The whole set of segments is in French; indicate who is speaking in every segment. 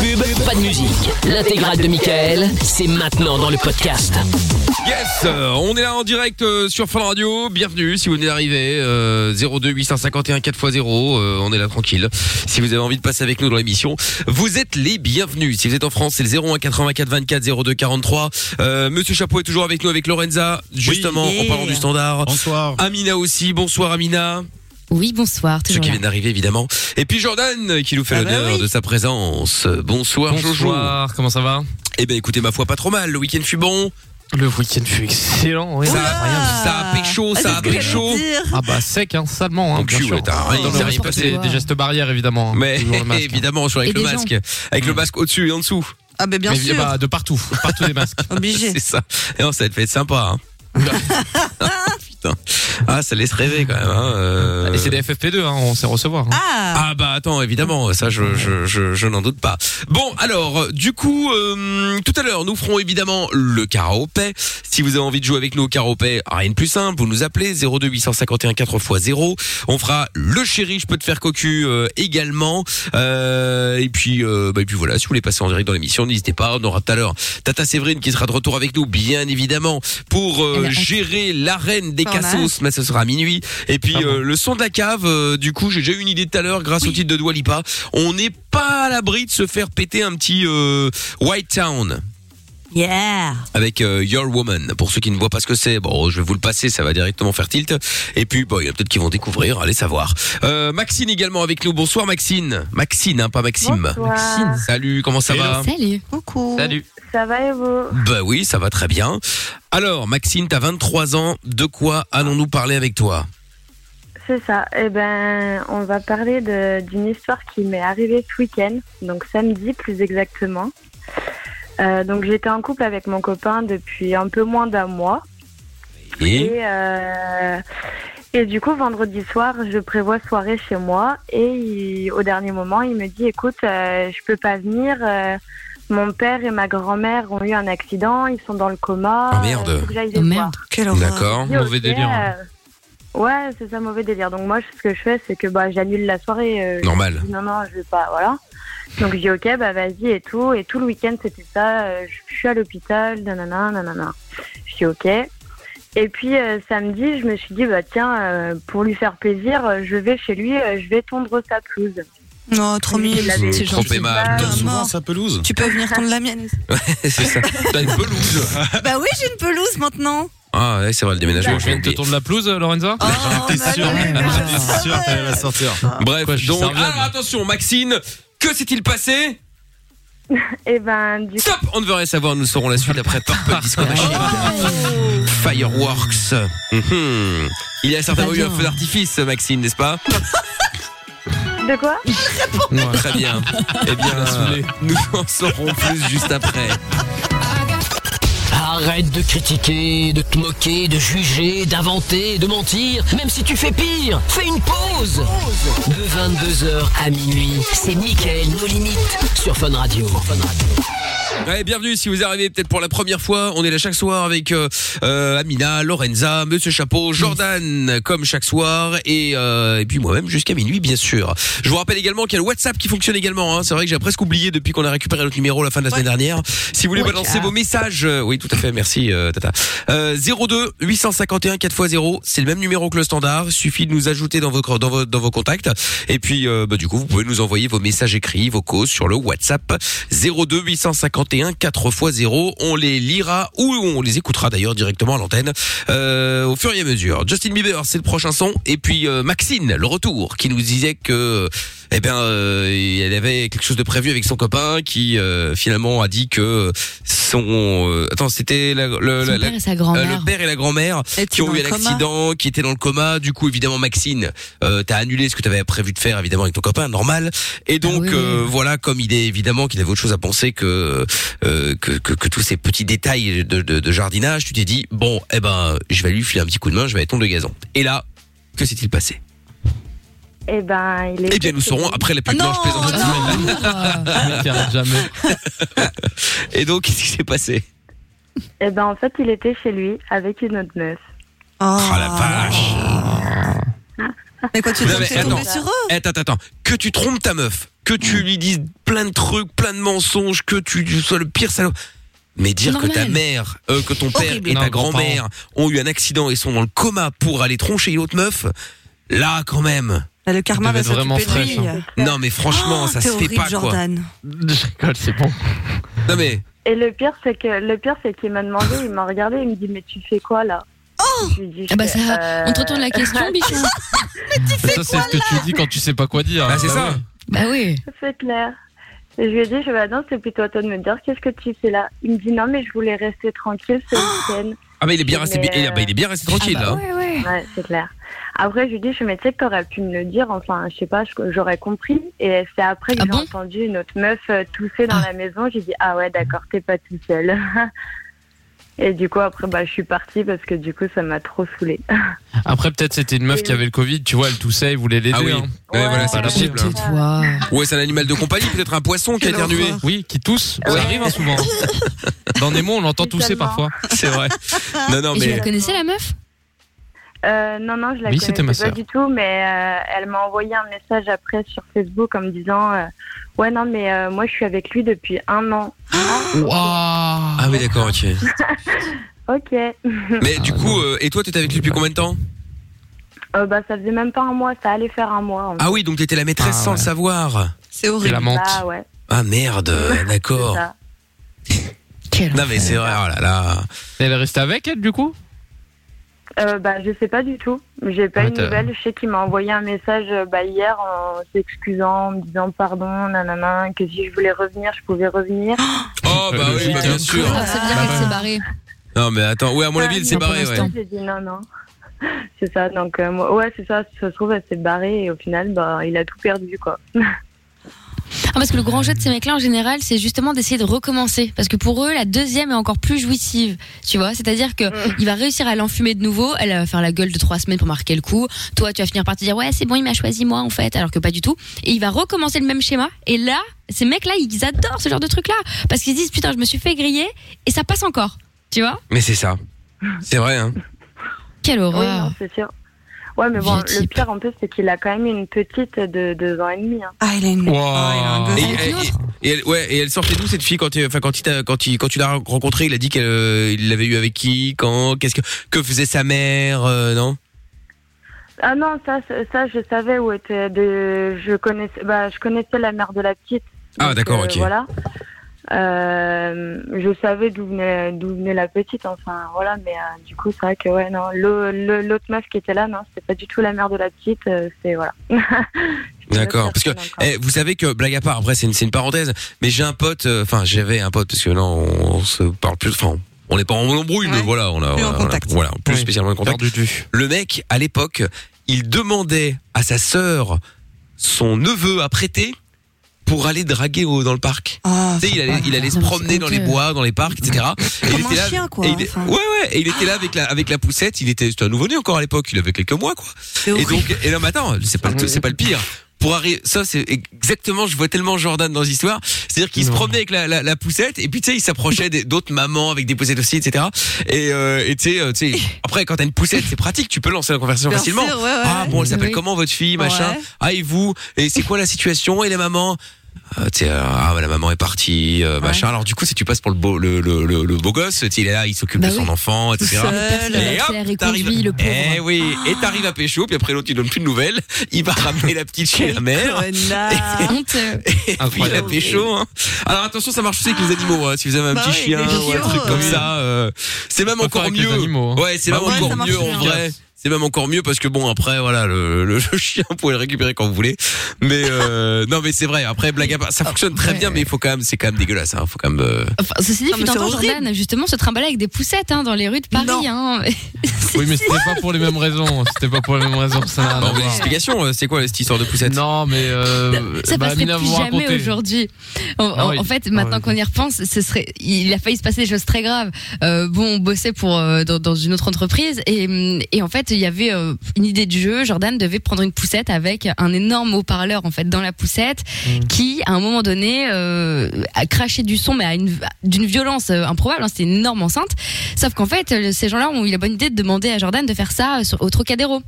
Speaker 1: pub, pas de musique. L'intégrale de Michael, c'est maintenant dans le podcast.
Speaker 2: Yes, euh, on est là en direct euh, sur Fun Radio. Bienvenue si vous venez d'arriver. Euh, 02 851 4x0. euh, on est là tranquille. Si vous avez envie de passer avec nous dans l'émission, vous êtes les bienvenus. Si vous êtes en France, c'est le 01 84 24 02 43. Euh, Monsieur Chapeau est toujours avec nous avec Lorenza. Justement, en parlant du standard. Bonsoir. Amina aussi. Bonsoir Amina.
Speaker 3: Oui, bonsoir.
Speaker 2: Ceux
Speaker 3: Toujours
Speaker 2: qui
Speaker 3: là.
Speaker 2: viennent d'arriver évidemment. Et puis Jordan euh, qui nous fait l'honneur de sa présence. Euh, Bonsoir,
Speaker 4: Bonsoir,
Speaker 2: Jojo. comment ça va Eh ben écoutez, ma foi pas trop mal. Le week-end fut bon.
Speaker 4: Le week-end fut
Speaker 2: Ah,
Speaker 4: excellent, oui.
Speaker 2: Ça, ça a pris chaud, ça a pris chaud.
Speaker 4: Ah bah sec, hein, salement, hein,
Speaker 2: Au
Speaker 4: bien
Speaker 2: cul,
Speaker 4: sûr.
Speaker 2: ouais, t'as rien-
Speaker 4: Dans le
Speaker 2: t'as rien
Speaker 4: respect
Speaker 2: passé.
Speaker 4: des- des gestes barrières, évidemment.
Speaker 2: Mais
Speaker 4: Toujours le masque, hein. Mmh.
Speaker 2: évidemment, je suis avec le masque. Avec le masque au-dessus et en dessous.
Speaker 5: Ah ben bien
Speaker 4: Mais,
Speaker 5: sûr.
Speaker 4: bah, de partout, partout des masques.
Speaker 5: Obligé.
Speaker 2: C'est ça. Et non, ça va être sympa. hein. Putain. Ah, ça laisse rêver quand même. Hein.
Speaker 4: Et c'est des FFP2, hein, on sait recevoir.
Speaker 2: Ah. bah attends, évidemment, ça je, je, je, je n'en doute pas. Bon, alors, du coup, euh, tout à l'heure, nous ferons évidemment le karaopé. Si vous avez envie de jouer avec nous au karaopé, rien de plus simple, vous nous appelez 02 851 4x0. On fera le chéri, je peux te faire cocu euh, également. Euh, et puis euh, bah, et puis voilà, si vous voulez passer en direct dans l'émission, n'hésitez pas, on aura tout à l'heure Tata Séverine qui sera de retour avec nous, bien évidemment, pour euh,
Speaker 4: Elle a hâte.
Speaker 2: gérer l'arène des
Speaker 4: Pas mal.
Speaker 2: cassos, mais ce sera à minuit. Et puis euh, le son de la cave, euh, du coup, j'ai déjà eu une idée tout à l'heure grâce au titre de Dua Lipa. On n'est pas à l'abri de se faire péter un petit euh, White Town
Speaker 5: Yeah.
Speaker 2: avec euh, Your Woman. Pour ceux qui ne voient pas ce que c'est, bon, je vais vous le passer, ça va directement faire tilt. Et puis, bon, il y en a peut-être qui vont découvrir, allez savoir. Euh, Maxine également avec nous. Bonsoir Maxine. Maxine, hein, pas Maxime.
Speaker 6: Bonsoir. Maxine.
Speaker 2: Salut, comment ça va
Speaker 3: Salut.
Speaker 5: Coucou.
Speaker 2: Salut.
Speaker 6: Ça va et vous
Speaker 2: Bah oui, ça va très bien. Alors, Maxine, t'as 23 ans. De quoi allons-nous parler avec toi
Speaker 6: C'est ça. Eh ben, on va parler de- d'une histoire qui m'est arrivée ce week-end, donc samedi plus exactement. Euh, donc j'étais en couple avec mon copain depuis un peu moins d'un mois.
Speaker 2: Et
Speaker 6: euh, et du coup, vendredi soir, je prévois soirée chez moi. Et il- au dernier moment, il me dit Écoute, euh, je peux pas venir. euh, mon père et ma grand-mère ont eu un accident. Ils sont dans le coma.
Speaker 2: Oh, merde.
Speaker 6: euh, faut que j'aille les voir.
Speaker 2: D'accord,
Speaker 6: Oui,
Speaker 2: mauvais
Speaker 6: ok,
Speaker 2: délire. hein.
Speaker 6: euh, Ouais, c'est ça, mauvais délire. Donc moi, je- ce que je fais, c'est que bah, j'annule la soirée. euh,
Speaker 2: Normal.
Speaker 6: je dis, non, non, je veux pas, voilà. Donc je dis ok, bah vas-y et tout. Et tout le week-end, c'était ça. euh, je suis à l'hôpital, nanana, nanana. Je dis ok. Et puis euh, samedi, je me suis dit, bah tiens, euh, pour lui faire plaisir, euh, je vais chez lui, euh, je vais tondre sa pelouse.
Speaker 5: Non, trop mignon.
Speaker 2: C'est Trop gentil. aimable. Donne souvent
Speaker 5: Mort.
Speaker 7: sa pelouse.
Speaker 5: Tu peux venir tondre la mienne.
Speaker 2: c'est ça. T'as une pelouse.
Speaker 5: bah oui, j'ai une pelouse maintenant.
Speaker 2: Ah, ouais, c'est vrai, le déménagement.
Speaker 4: Je viens de te tourner la pelouse, euh, Lorenza
Speaker 7: T'es sûr T'es sûr qu'elle va sortir.
Speaker 2: Bref, donc. ah,
Speaker 4: servi à
Speaker 2: Alors, attention, Maxine, que s'est-il passé
Speaker 6: Et ben du
Speaker 2: Stop On ne veut rien savoir, nous saurons la suite après Purple Disco
Speaker 5: Ah,
Speaker 2: Machine.
Speaker 6: Oh. euh,
Speaker 2: Fireworks. Mhm. Il y a certainement eu un feu d'artifice, Maxine, n'est-ce pas
Speaker 6: de quoi
Speaker 2: Très bien. Eh bien, nous en saurons plus juste après.
Speaker 1: Arrête de critiquer, de te moquer, de juger, d'inventer, de mentir. Même si tu fais pire, fais une pause. De 22h à minuit, c'est Michael, nos limites, sur Fun Radio.
Speaker 2: Allez, bienvenue si vous arrivez peut-être pour la première fois. On est là chaque soir avec euh, euh, Amina, Lorenza, Monsieur Chapeau, Jordan, comme chaque soir, et, euh, et puis moi-même jusqu'à minuit, bien sûr. Je vous rappelle également qu'il y a le WhatsApp qui fonctionne également. hein. C'est vrai que j'ai presque oublié depuis qu'on a récupéré notre numéro la fin de la semaine dernière. Si vous voulez
Speaker 4: Ouais,
Speaker 2: balancer
Speaker 4: ciao.
Speaker 2: vos messages, euh, oui, tout à fait, merci euh, Tata. Euh, 02 851 4x0, c'est le même numéro que le standard. Suffit de nous ajouter dans vos dans vos, dans vos contacts. Et puis, euh, bah, du coup, vous pouvez nous envoyer vos messages écrits, vos causes sur le WhatsApp 02 851 4x0. On les lira ou on les écoutera d'ailleurs directement à l'antenne euh, au fur et à mesure. Justin Bieber, c'est le prochain son. Et puis euh, Maxine, le retour, qui nous disait que eh ben, euh, elle avait quelque chose de prévu avec son copain qui euh, finalement a dit que son euh, attends c'était la, le,
Speaker 3: Son
Speaker 2: la- la-
Speaker 3: père et sa grand-mère.
Speaker 2: euh, le père et la grand-mère qui ont
Speaker 3: dans
Speaker 2: eu
Speaker 3: le
Speaker 2: un
Speaker 3: coma.
Speaker 2: accident, qui étaient dans le coma. Du coup évidemment Maxine, euh, t'as annulé ce que t'avais prévu de faire évidemment avec ton copain, normal.
Speaker 3: Ah
Speaker 2: Et donc euh, voilà comme il est évidemment qu'il avait autre chose à penser que euh, que, que, que tous ces petits détails de, de, de jardinage, tu t'es dit bon eh ben je vais lui filer un petit coup de main, je vais aller tondre le gazon. Et là que s'est-il passé
Speaker 6: Et ben il est.
Speaker 2: Eh bien, nous saurons
Speaker 5: Ah
Speaker 2: après la pub. Non, je plaisante.
Speaker 4: jamais.
Speaker 2: Et donc, qu'est-ce qui s'est passé
Speaker 6: Et ben en fait, il
Speaker 5: Oh
Speaker 2: Ah
Speaker 6: était chez lui avec une autre meuf.
Speaker 2: Oh, la vache
Speaker 5: Mais quoi, tu
Speaker 2: Non,
Speaker 5: t'es
Speaker 2: mais
Speaker 5: t'es tombé sur eux Mm.
Speaker 2: Attends, attends, attends. Que tu trompes ta meuf, que tu lui dises plein de trucs, plein de mensonges, que tu, tu sois le pire salaud. Mais dire que ta
Speaker 3: Normal.
Speaker 2: mère, euh, que ton père
Speaker 5: Horrible.
Speaker 2: et
Speaker 4: Non,
Speaker 2: ta
Speaker 4: grands-parents.
Speaker 2: grand-mère ont eu un accident et sont dans le coma pour aller troncher une autre meuf, là quand même.
Speaker 5: Là, Bah, Le karma
Speaker 4: Ils
Speaker 5: va
Speaker 4: devaient être
Speaker 5: s'occuper de
Speaker 4: vraiment
Speaker 5: lui.
Speaker 4: fraîches,
Speaker 2: Non mais franchement,
Speaker 5: Oh,
Speaker 2: ça
Speaker 5: t'es
Speaker 2: se fait
Speaker 5: horrible,
Speaker 2: pas quoi.
Speaker 5: Jordan.
Speaker 4: Je rigole, c'est bon.
Speaker 2: Non mais
Speaker 6: Et le pire, c'est que le pire, c'est qu'il m'a demandé, il m'a regardé, il me dit mais tu fais quoi là
Speaker 5: Oh.
Speaker 6: Je lui dis,
Speaker 3: Ah bah
Speaker 6: Je fais,
Speaker 3: ça,
Speaker 6: euh,
Speaker 3: on te retourne la question, Bichon.
Speaker 4: Ça, c'est ce que tu dis quand tu sais pas quoi dire.
Speaker 2: bah, c'est ça.
Speaker 3: bah oui.
Speaker 6: C'est clair. Et je lui ai dit, je vais non, c'est plutôt à toi de me dire qu'est-ce que tu fais là. Il me dit non, mais je voulais rester tranquille ce
Speaker 5: Oh.
Speaker 6: week-end.
Speaker 2: Ah bah il est bien resté,
Speaker 6: Mais,
Speaker 2: eh, ah, bah, il est bien resté tranquille hein.
Speaker 3: Ah bah
Speaker 2: là.
Speaker 3: ouais, ouais.
Speaker 6: Ouais, c'est clair. Après, je lui dis, je me disais que t'aurais pu me le dire. Enfin, je sais pas, je- j'aurais compris. Et c'est après que
Speaker 3: Ah
Speaker 6: j'ai
Speaker 3: bon
Speaker 6: entendu une autre meuf euh, tousser dans
Speaker 3: Ah.
Speaker 6: la maison. J'ai dit, ah ouais, d'accord, t'es pas tout seul. Et du coup, après, bah, je suis partie parce que du coup, ça m'a trop saoulée.
Speaker 4: Après, peut-être c'était une meuf qui avait le Covid, tu vois, elle toussait, elle voulait l'aider.
Speaker 2: Ah oui.
Speaker 4: hein.
Speaker 2: Ouais,
Speaker 6: Ouais.
Speaker 2: voilà, c'est
Speaker 4: Voilà.
Speaker 2: possible.
Speaker 3: Tais-toi.
Speaker 2: Ouais, c'est un animal de compagnie, peut-être un poisson qui a
Speaker 5: Quelle
Speaker 2: éternué.
Speaker 5: horreur.
Speaker 4: Oui, qui tousse,
Speaker 6: Ouais.
Speaker 4: ça arrive hein, souvent. Dans Nemo, on l'entend tousser
Speaker 6: Totalement.
Speaker 4: parfois.
Speaker 2: C'est vrai. Non non
Speaker 3: Et tu
Speaker 2: mais
Speaker 3: la connaissais, la meuf
Speaker 6: Euh, non, non, je la
Speaker 4: Oui,
Speaker 6: connaissais
Speaker 4: c'était ma
Speaker 6: pas
Speaker 4: sœur.
Speaker 6: du tout, mais euh, elle m'a envoyé un message après sur Facebook en me disant euh, Ouais, non, mais euh, moi je suis avec lui depuis un an.
Speaker 2: ah oui d'accord ok.
Speaker 6: Ok.
Speaker 2: Mais
Speaker 4: Ah,
Speaker 2: du coup euh, et toi t'étais avec lui depuis combien de temps
Speaker 6: Euh, bah, ça faisait même pas un mois, ça allait faire un mois. En fait.
Speaker 2: Ah oui, donc t'étais la maîtresse
Speaker 4: Ah
Speaker 2: sans
Speaker 4: ouais.
Speaker 2: le savoir.
Speaker 5: C'est
Speaker 4: Et
Speaker 5: horrible.
Speaker 4: la menthe.
Speaker 6: Bah, ouais,
Speaker 2: Ah merde, euh,
Speaker 6: c'est
Speaker 2: d'accord.
Speaker 6: ça.
Speaker 3: Quel
Speaker 2: Non mais c'est vrai, oh là là.
Speaker 4: Elle est restée avec elle, du coup
Speaker 6: Euh, bah, je sais pas du tout. J'ai pas
Speaker 4: Ouais,
Speaker 6: eu de
Speaker 4: t'as-
Speaker 6: nouvelles. Je sais qu'il m'a envoyé un message euh, bah, hier en s'excusant, en me disant pardon, nanana, que si je voulais revenir, je pouvais revenir.
Speaker 2: Oh bah
Speaker 4: Euh,
Speaker 2: oui, bah,
Speaker 4: logique,
Speaker 2: bien
Speaker 4: hein.
Speaker 2: sûr.
Speaker 3: Ah, c'est bien qu'elle s'est barrée.
Speaker 2: Non mais attends, ouais à mon avis elle s'est
Speaker 3: non, pour
Speaker 2: barrée, ouais.
Speaker 3: l'instant.
Speaker 6: J'ai dit non, non. C'est ça, donc, euh, moi- ouais, c'est ça. Ça se trouve, elle s'est barrée et au final, bah, il a tout perdu, quoi.
Speaker 3: Ah, parce que le grand jeu de ces mecs-là, en général, c'est justement d'essayer de recommencer. Parce que pour eux, la deuxième est encore plus jouissive. Tu vois C'est-à-dire que il va réussir à l'enfumer de nouveau. Elle va faire la gueule de trois semaines pour marquer le coup. Toi, tu vas finir par te dire Ouais, c'est bon, il m'a choisi moi, en fait. Alors que pas du tout. Et il va recommencer le même schéma. Et là, ces mecs-là, ils adorent ce genre de truc-là. Parce qu'ils disent Putain, je me suis fait griller. Et ça passe encore. Tu vois
Speaker 2: Mais c'est ça. C'est vrai hein.
Speaker 3: Quelle
Speaker 6: Oui,
Speaker 3: horreur.
Speaker 6: non, c'est sûr. Ouais, mais bon,
Speaker 3: Vieux
Speaker 6: le
Speaker 3: type.
Speaker 6: pire en plus, c'est qu'il a quand même une petite de deux ans et demi. hein.
Speaker 5: Ah, il a une.
Speaker 4: Wow.
Speaker 5: Ah, il a un gosse.
Speaker 2: Et,
Speaker 3: Avec
Speaker 2: et-
Speaker 3: l'autre.
Speaker 2: et elle, ouais, et elle sortait d'où cette fille quand tu, enfin quand il t'a- quand il- quand tu l'as rencontrée, il a dit qu'elle euh, il l'avait eu avec qui, quand, qu'est-ce que que faisait sa mère, euh, non
Speaker 6: Ah non, ça, ça, je savais où était. De, je connaissais, bah, je connaissais la mère de la petite.
Speaker 2: Ah,
Speaker 6: Donc,
Speaker 2: d'accord, ok.
Speaker 6: Voilà. Euh, je savais d'où venait, d'où venait la petite, enfin voilà, mais euh, du coup c'est vrai que ouais non, le- le- l'autre meuf qui était là, non, c'était pas du tout la mère de la petite, euh, c'est voilà.
Speaker 2: D'accord, parce que
Speaker 6: Personne encore.
Speaker 2: eh, vous savez que blague à part, après c'est une, c'est une parenthèse, mais j'ai un pote, euh, enfin j'avais un pote parce que là on, on se parle plus, enfin on n'est pas en embrouille, mais
Speaker 5: Ouais.
Speaker 2: voilà, on a
Speaker 5: Plus en
Speaker 2: voilà,
Speaker 5: contact.
Speaker 2: voilà, plus
Speaker 4: Oui.
Speaker 2: spécialement en contact.
Speaker 4: Perdu de vue.
Speaker 2: Le mec à l'époque, il demandait à sa sœur son neveu à prêter pour aller draguer au- dans le parc.
Speaker 5: Ah,
Speaker 2: Tu sais, il allait, il allait se
Speaker 3: Non, mais
Speaker 2: promener
Speaker 3: c'est
Speaker 2: dans les
Speaker 3: honteux.
Speaker 2: bois, dans les parcs, etc. Et
Speaker 5: Comme un chien, quoi,
Speaker 2: et il-
Speaker 5: enfin.
Speaker 2: Ouais, ouais. Et il était là avec la, avec la poussette. Il était, c'était un nouveau-né encore à l'époque. Il avait quelques mois, quoi.
Speaker 5: c'est
Speaker 2: Et
Speaker 5: horrible.
Speaker 2: donc, et non, mais attends, c'est pas, le- c'est pas le pire. Pour arriver, ça, c'est exactement, je vois tellement Jordan dans l'histoire. C'est-à-dire qu'il se
Speaker 4: Non.
Speaker 2: promenait avec la, la, la poussette, et puis, tu sais, il s'approchait des- d'autres mamans avec des poussettes aussi, etc. Et, euh, et tu sais, euh, tu sais, après, quand t'as une poussette, c'est pratique, tu peux lancer la conversation
Speaker 5: Bien
Speaker 2: facilement.
Speaker 5: sûr, ouais, ouais.
Speaker 2: Ah bon, elle s'appelle
Speaker 3: Oui.
Speaker 2: comment votre fille, machin
Speaker 5: Ouais.
Speaker 2: Ah et vous Et c'est quoi la situation Et la maman Euh, tu sais, euh, ah, bah, la maman est partie, euh, machin. Alors du coup, si tu passes pour le beau, le, le, le, le beau gosse, tu sais, il est là, il s'occupe
Speaker 3: Bah
Speaker 2: de son
Speaker 3: oui.
Speaker 2: enfant, etc.
Speaker 5: seul.
Speaker 3: Personne
Speaker 2: Et
Speaker 3: n'a
Speaker 2: hop,
Speaker 3: accéléré,
Speaker 2: t'arrives.
Speaker 3: conduit, le pauvre.
Speaker 2: Eh oui, et t'arrives à pécho, puis après l'autre, tu donnes plus de nouvelles. Il va ramener la petite chez la mère.
Speaker 5: Connard.
Speaker 3: Honteux.
Speaker 2: Et puis il a
Speaker 4: Incroyable.
Speaker 2: pécho. Hein. Alors attention, ça marche aussi avec les animaux. hein. Si vous avez un
Speaker 5: Bah
Speaker 2: petit
Speaker 5: oui,
Speaker 2: chien
Speaker 5: les
Speaker 2: ou un
Speaker 5: chiots,
Speaker 2: truc comme
Speaker 5: oui.
Speaker 2: ça, euh, c'est même
Speaker 4: Faut faire
Speaker 2: encore
Speaker 4: avec les
Speaker 2: mieux.
Speaker 4: animaux, hein.
Speaker 2: Ouais, c'est
Speaker 4: Bah
Speaker 2: même
Speaker 5: ouais, ça
Speaker 2: encore
Speaker 5: marche
Speaker 2: mieux en
Speaker 5: bien.
Speaker 2: vrai. C'est même encore mieux parce que bon après voilà le, le, le chien vous pouvez le récupérer quand vous voulez mais euh, non mais c'est vrai après blague à part ça fonctionne très
Speaker 3: ouais. Ah, bah,
Speaker 2: bien mais il faut quand même c'est quand même dégueulasse hein, faut quand même euh,
Speaker 3: Enfin, ceci dit,
Speaker 5: Non, mais
Speaker 3: fut un
Speaker 5: c'est
Speaker 3: temps,
Speaker 5: horrible.
Speaker 3: Jordan, justement, se trimballer avec des poussettes hein, dans les rues de Paris. Hein.
Speaker 4: Oui, mais c'était pas pour les mêmes raisons. C'était pas pour les mêmes raisons. Ça n'a rien
Speaker 2: bah,
Speaker 4: à
Speaker 2: on veut des
Speaker 4: voir.
Speaker 2: explications euh, c'est quoi cette histoire de poussette
Speaker 4: Non, mais euh,
Speaker 3: Ça
Speaker 4: bah,
Speaker 3: passerait
Speaker 4: Amina
Speaker 3: plus
Speaker 4: vous
Speaker 3: jamais
Speaker 4: racontez.
Speaker 3: aujourd'hui. En, en-
Speaker 4: oui.
Speaker 3: en fait, maintenant
Speaker 4: Ah, oui.
Speaker 3: qu'on y repense, ce serait, il a failli se passer des choses très graves. Euh, bon, on bossait pour euh, dans, dans une autre entreprise et, hum, et en fait, il y avait euh, une idée de jeu. Jordan devait prendre une poussette avec un énorme haut-parleur en fait dans la poussette
Speaker 4: Mm.
Speaker 3: qui, à un moment donné, euh, a craché du son mais à une- d'une violence euh, improbable. hein. C'était une énorme enceinte. Sauf qu'en fait, euh, ces gens-là ont eu la bonne idée de demander à Jordan de faire ça euh, sur- au Trocadéro.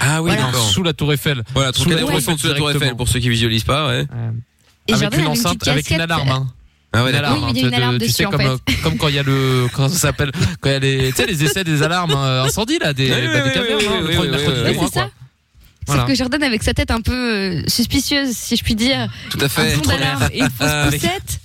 Speaker 2: Ah oui,
Speaker 4: Voilà.
Speaker 2: d'accord.
Speaker 4: Sous la Tour Eiffel.
Speaker 2: Voilà,
Speaker 4: Sous la
Speaker 2: Trocadéro
Speaker 4: Tour
Speaker 2: ils sont sous la Tour
Speaker 4: directement. Euh,
Speaker 2: Eiffel pour ceux qui visualisent pas, ouais.
Speaker 3: Et
Speaker 4: avec
Speaker 3: Jordan
Speaker 4: une
Speaker 3: avait petite
Speaker 4: enceinte, avec une
Speaker 3: casquette.
Speaker 4: alarme. hein.
Speaker 2: Ah ouais,
Speaker 4: Une
Speaker 2: d'accord.
Speaker 4: alarme,
Speaker 3: Oui, il y a
Speaker 4: hein,
Speaker 3: une
Speaker 4: de-
Speaker 3: alarme
Speaker 4: tu sais,
Speaker 3: dessus, en
Speaker 4: comme,
Speaker 3: fait.
Speaker 4: euh, comme quand il y a le, comment ça s'appelle, quand il y a les, tu sais, les essais des alarmes euh, incendies là, des,
Speaker 2: Oui, oui,
Speaker 4: bah, des
Speaker 2: oui,
Speaker 4: cavernes,
Speaker 2: oui,
Speaker 4: hein,
Speaker 2: oui,
Speaker 4: le premier
Speaker 2: oui,
Speaker 4: mercredi
Speaker 2: oui,
Speaker 4: du
Speaker 2: Euh, oui.
Speaker 3: Ouais,
Speaker 4: mois,
Speaker 3: c'est ça.
Speaker 4: quoi. Voilà.
Speaker 3: Sauf que Jordan, avec sa tête un peu euh, suspicieuse, si je puis dire,
Speaker 2: Tout à
Speaker 3: un
Speaker 2: fait. Euh,
Speaker 3: fond d'alarme et une fausse
Speaker 2: Avec-
Speaker 3: poussette.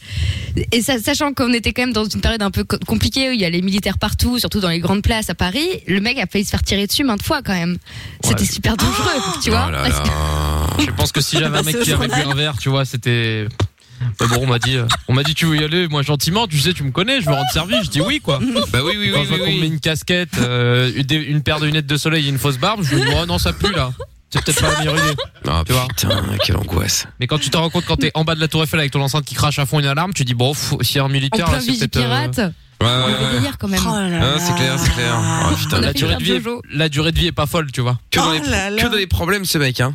Speaker 3: Et ça- sachant qu'on était quand même dans une période un peu co- compliquée où il y a les militaires partout, surtout dans les grandes places à Paris, le mec a failli se faire tirer dessus maintes fois quand même. C'était super dangereux, tu vois.
Speaker 2: Oh là
Speaker 3: parce que-
Speaker 2: là.
Speaker 4: Je pense que si j'avais un mec qui avait bu un verre, tu vois, c'était. Mais bon, on m'a dit, euh, on m'a dit tu veux y aller, moi gentiment, tu sais, tu me connais, je veux rendre service, je dis oui quoi.
Speaker 2: Bah oui, oui,
Speaker 4: Quand
Speaker 2: oui,
Speaker 4: je vois
Speaker 2: oui,
Speaker 4: qu'on me
Speaker 2: oui.
Speaker 4: met une casquette, euh, une, des- une paire de lunettes de soleil et une fausse barbe, je me dis oh non ça pue là, c'est peut-être pas la meilleure idée.
Speaker 2: Ah
Speaker 4: Tu vois.
Speaker 2: putain, quelle angoisse.
Speaker 4: Mais quand tu te rends compte quand t'es en bas de la Tour Eiffel avec ton enceinte qui crache à fond une alarme, tu dis bon, pff, s'il y a un
Speaker 3: en
Speaker 4: militaire
Speaker 3: plein
Speaker 4: là, c'est
Speaker 3: vigile
Speaker 4: peut-être. euh,
Speaker 3: pirate,
Speaker 2: Ouais,
Speaker 3: on
Speaker 2: ouais,
Speaker 3: avait
Speaker 2: ouais.
Speaker 3: délire quand même.
Speaker 5: Oh là
Speaker 2: Hein,
Speaker 5: là.
Speaker 2: c'est clair, c'est clair. Oh putain,
Speaker 3: On a
Speaker 4: la
Speaker 3: fait
Speaker 4: durée
Speaker 3: une
Speaker 4: de vie, est-
Speaker 3: Jojo.
Speaker 4: la durée de vie est pas folle, tu vois.
Speaker 2: que, dans les,
Speaker 5: Oh là là.
Speaker 2: que dans les problèmes, ce mec, hein.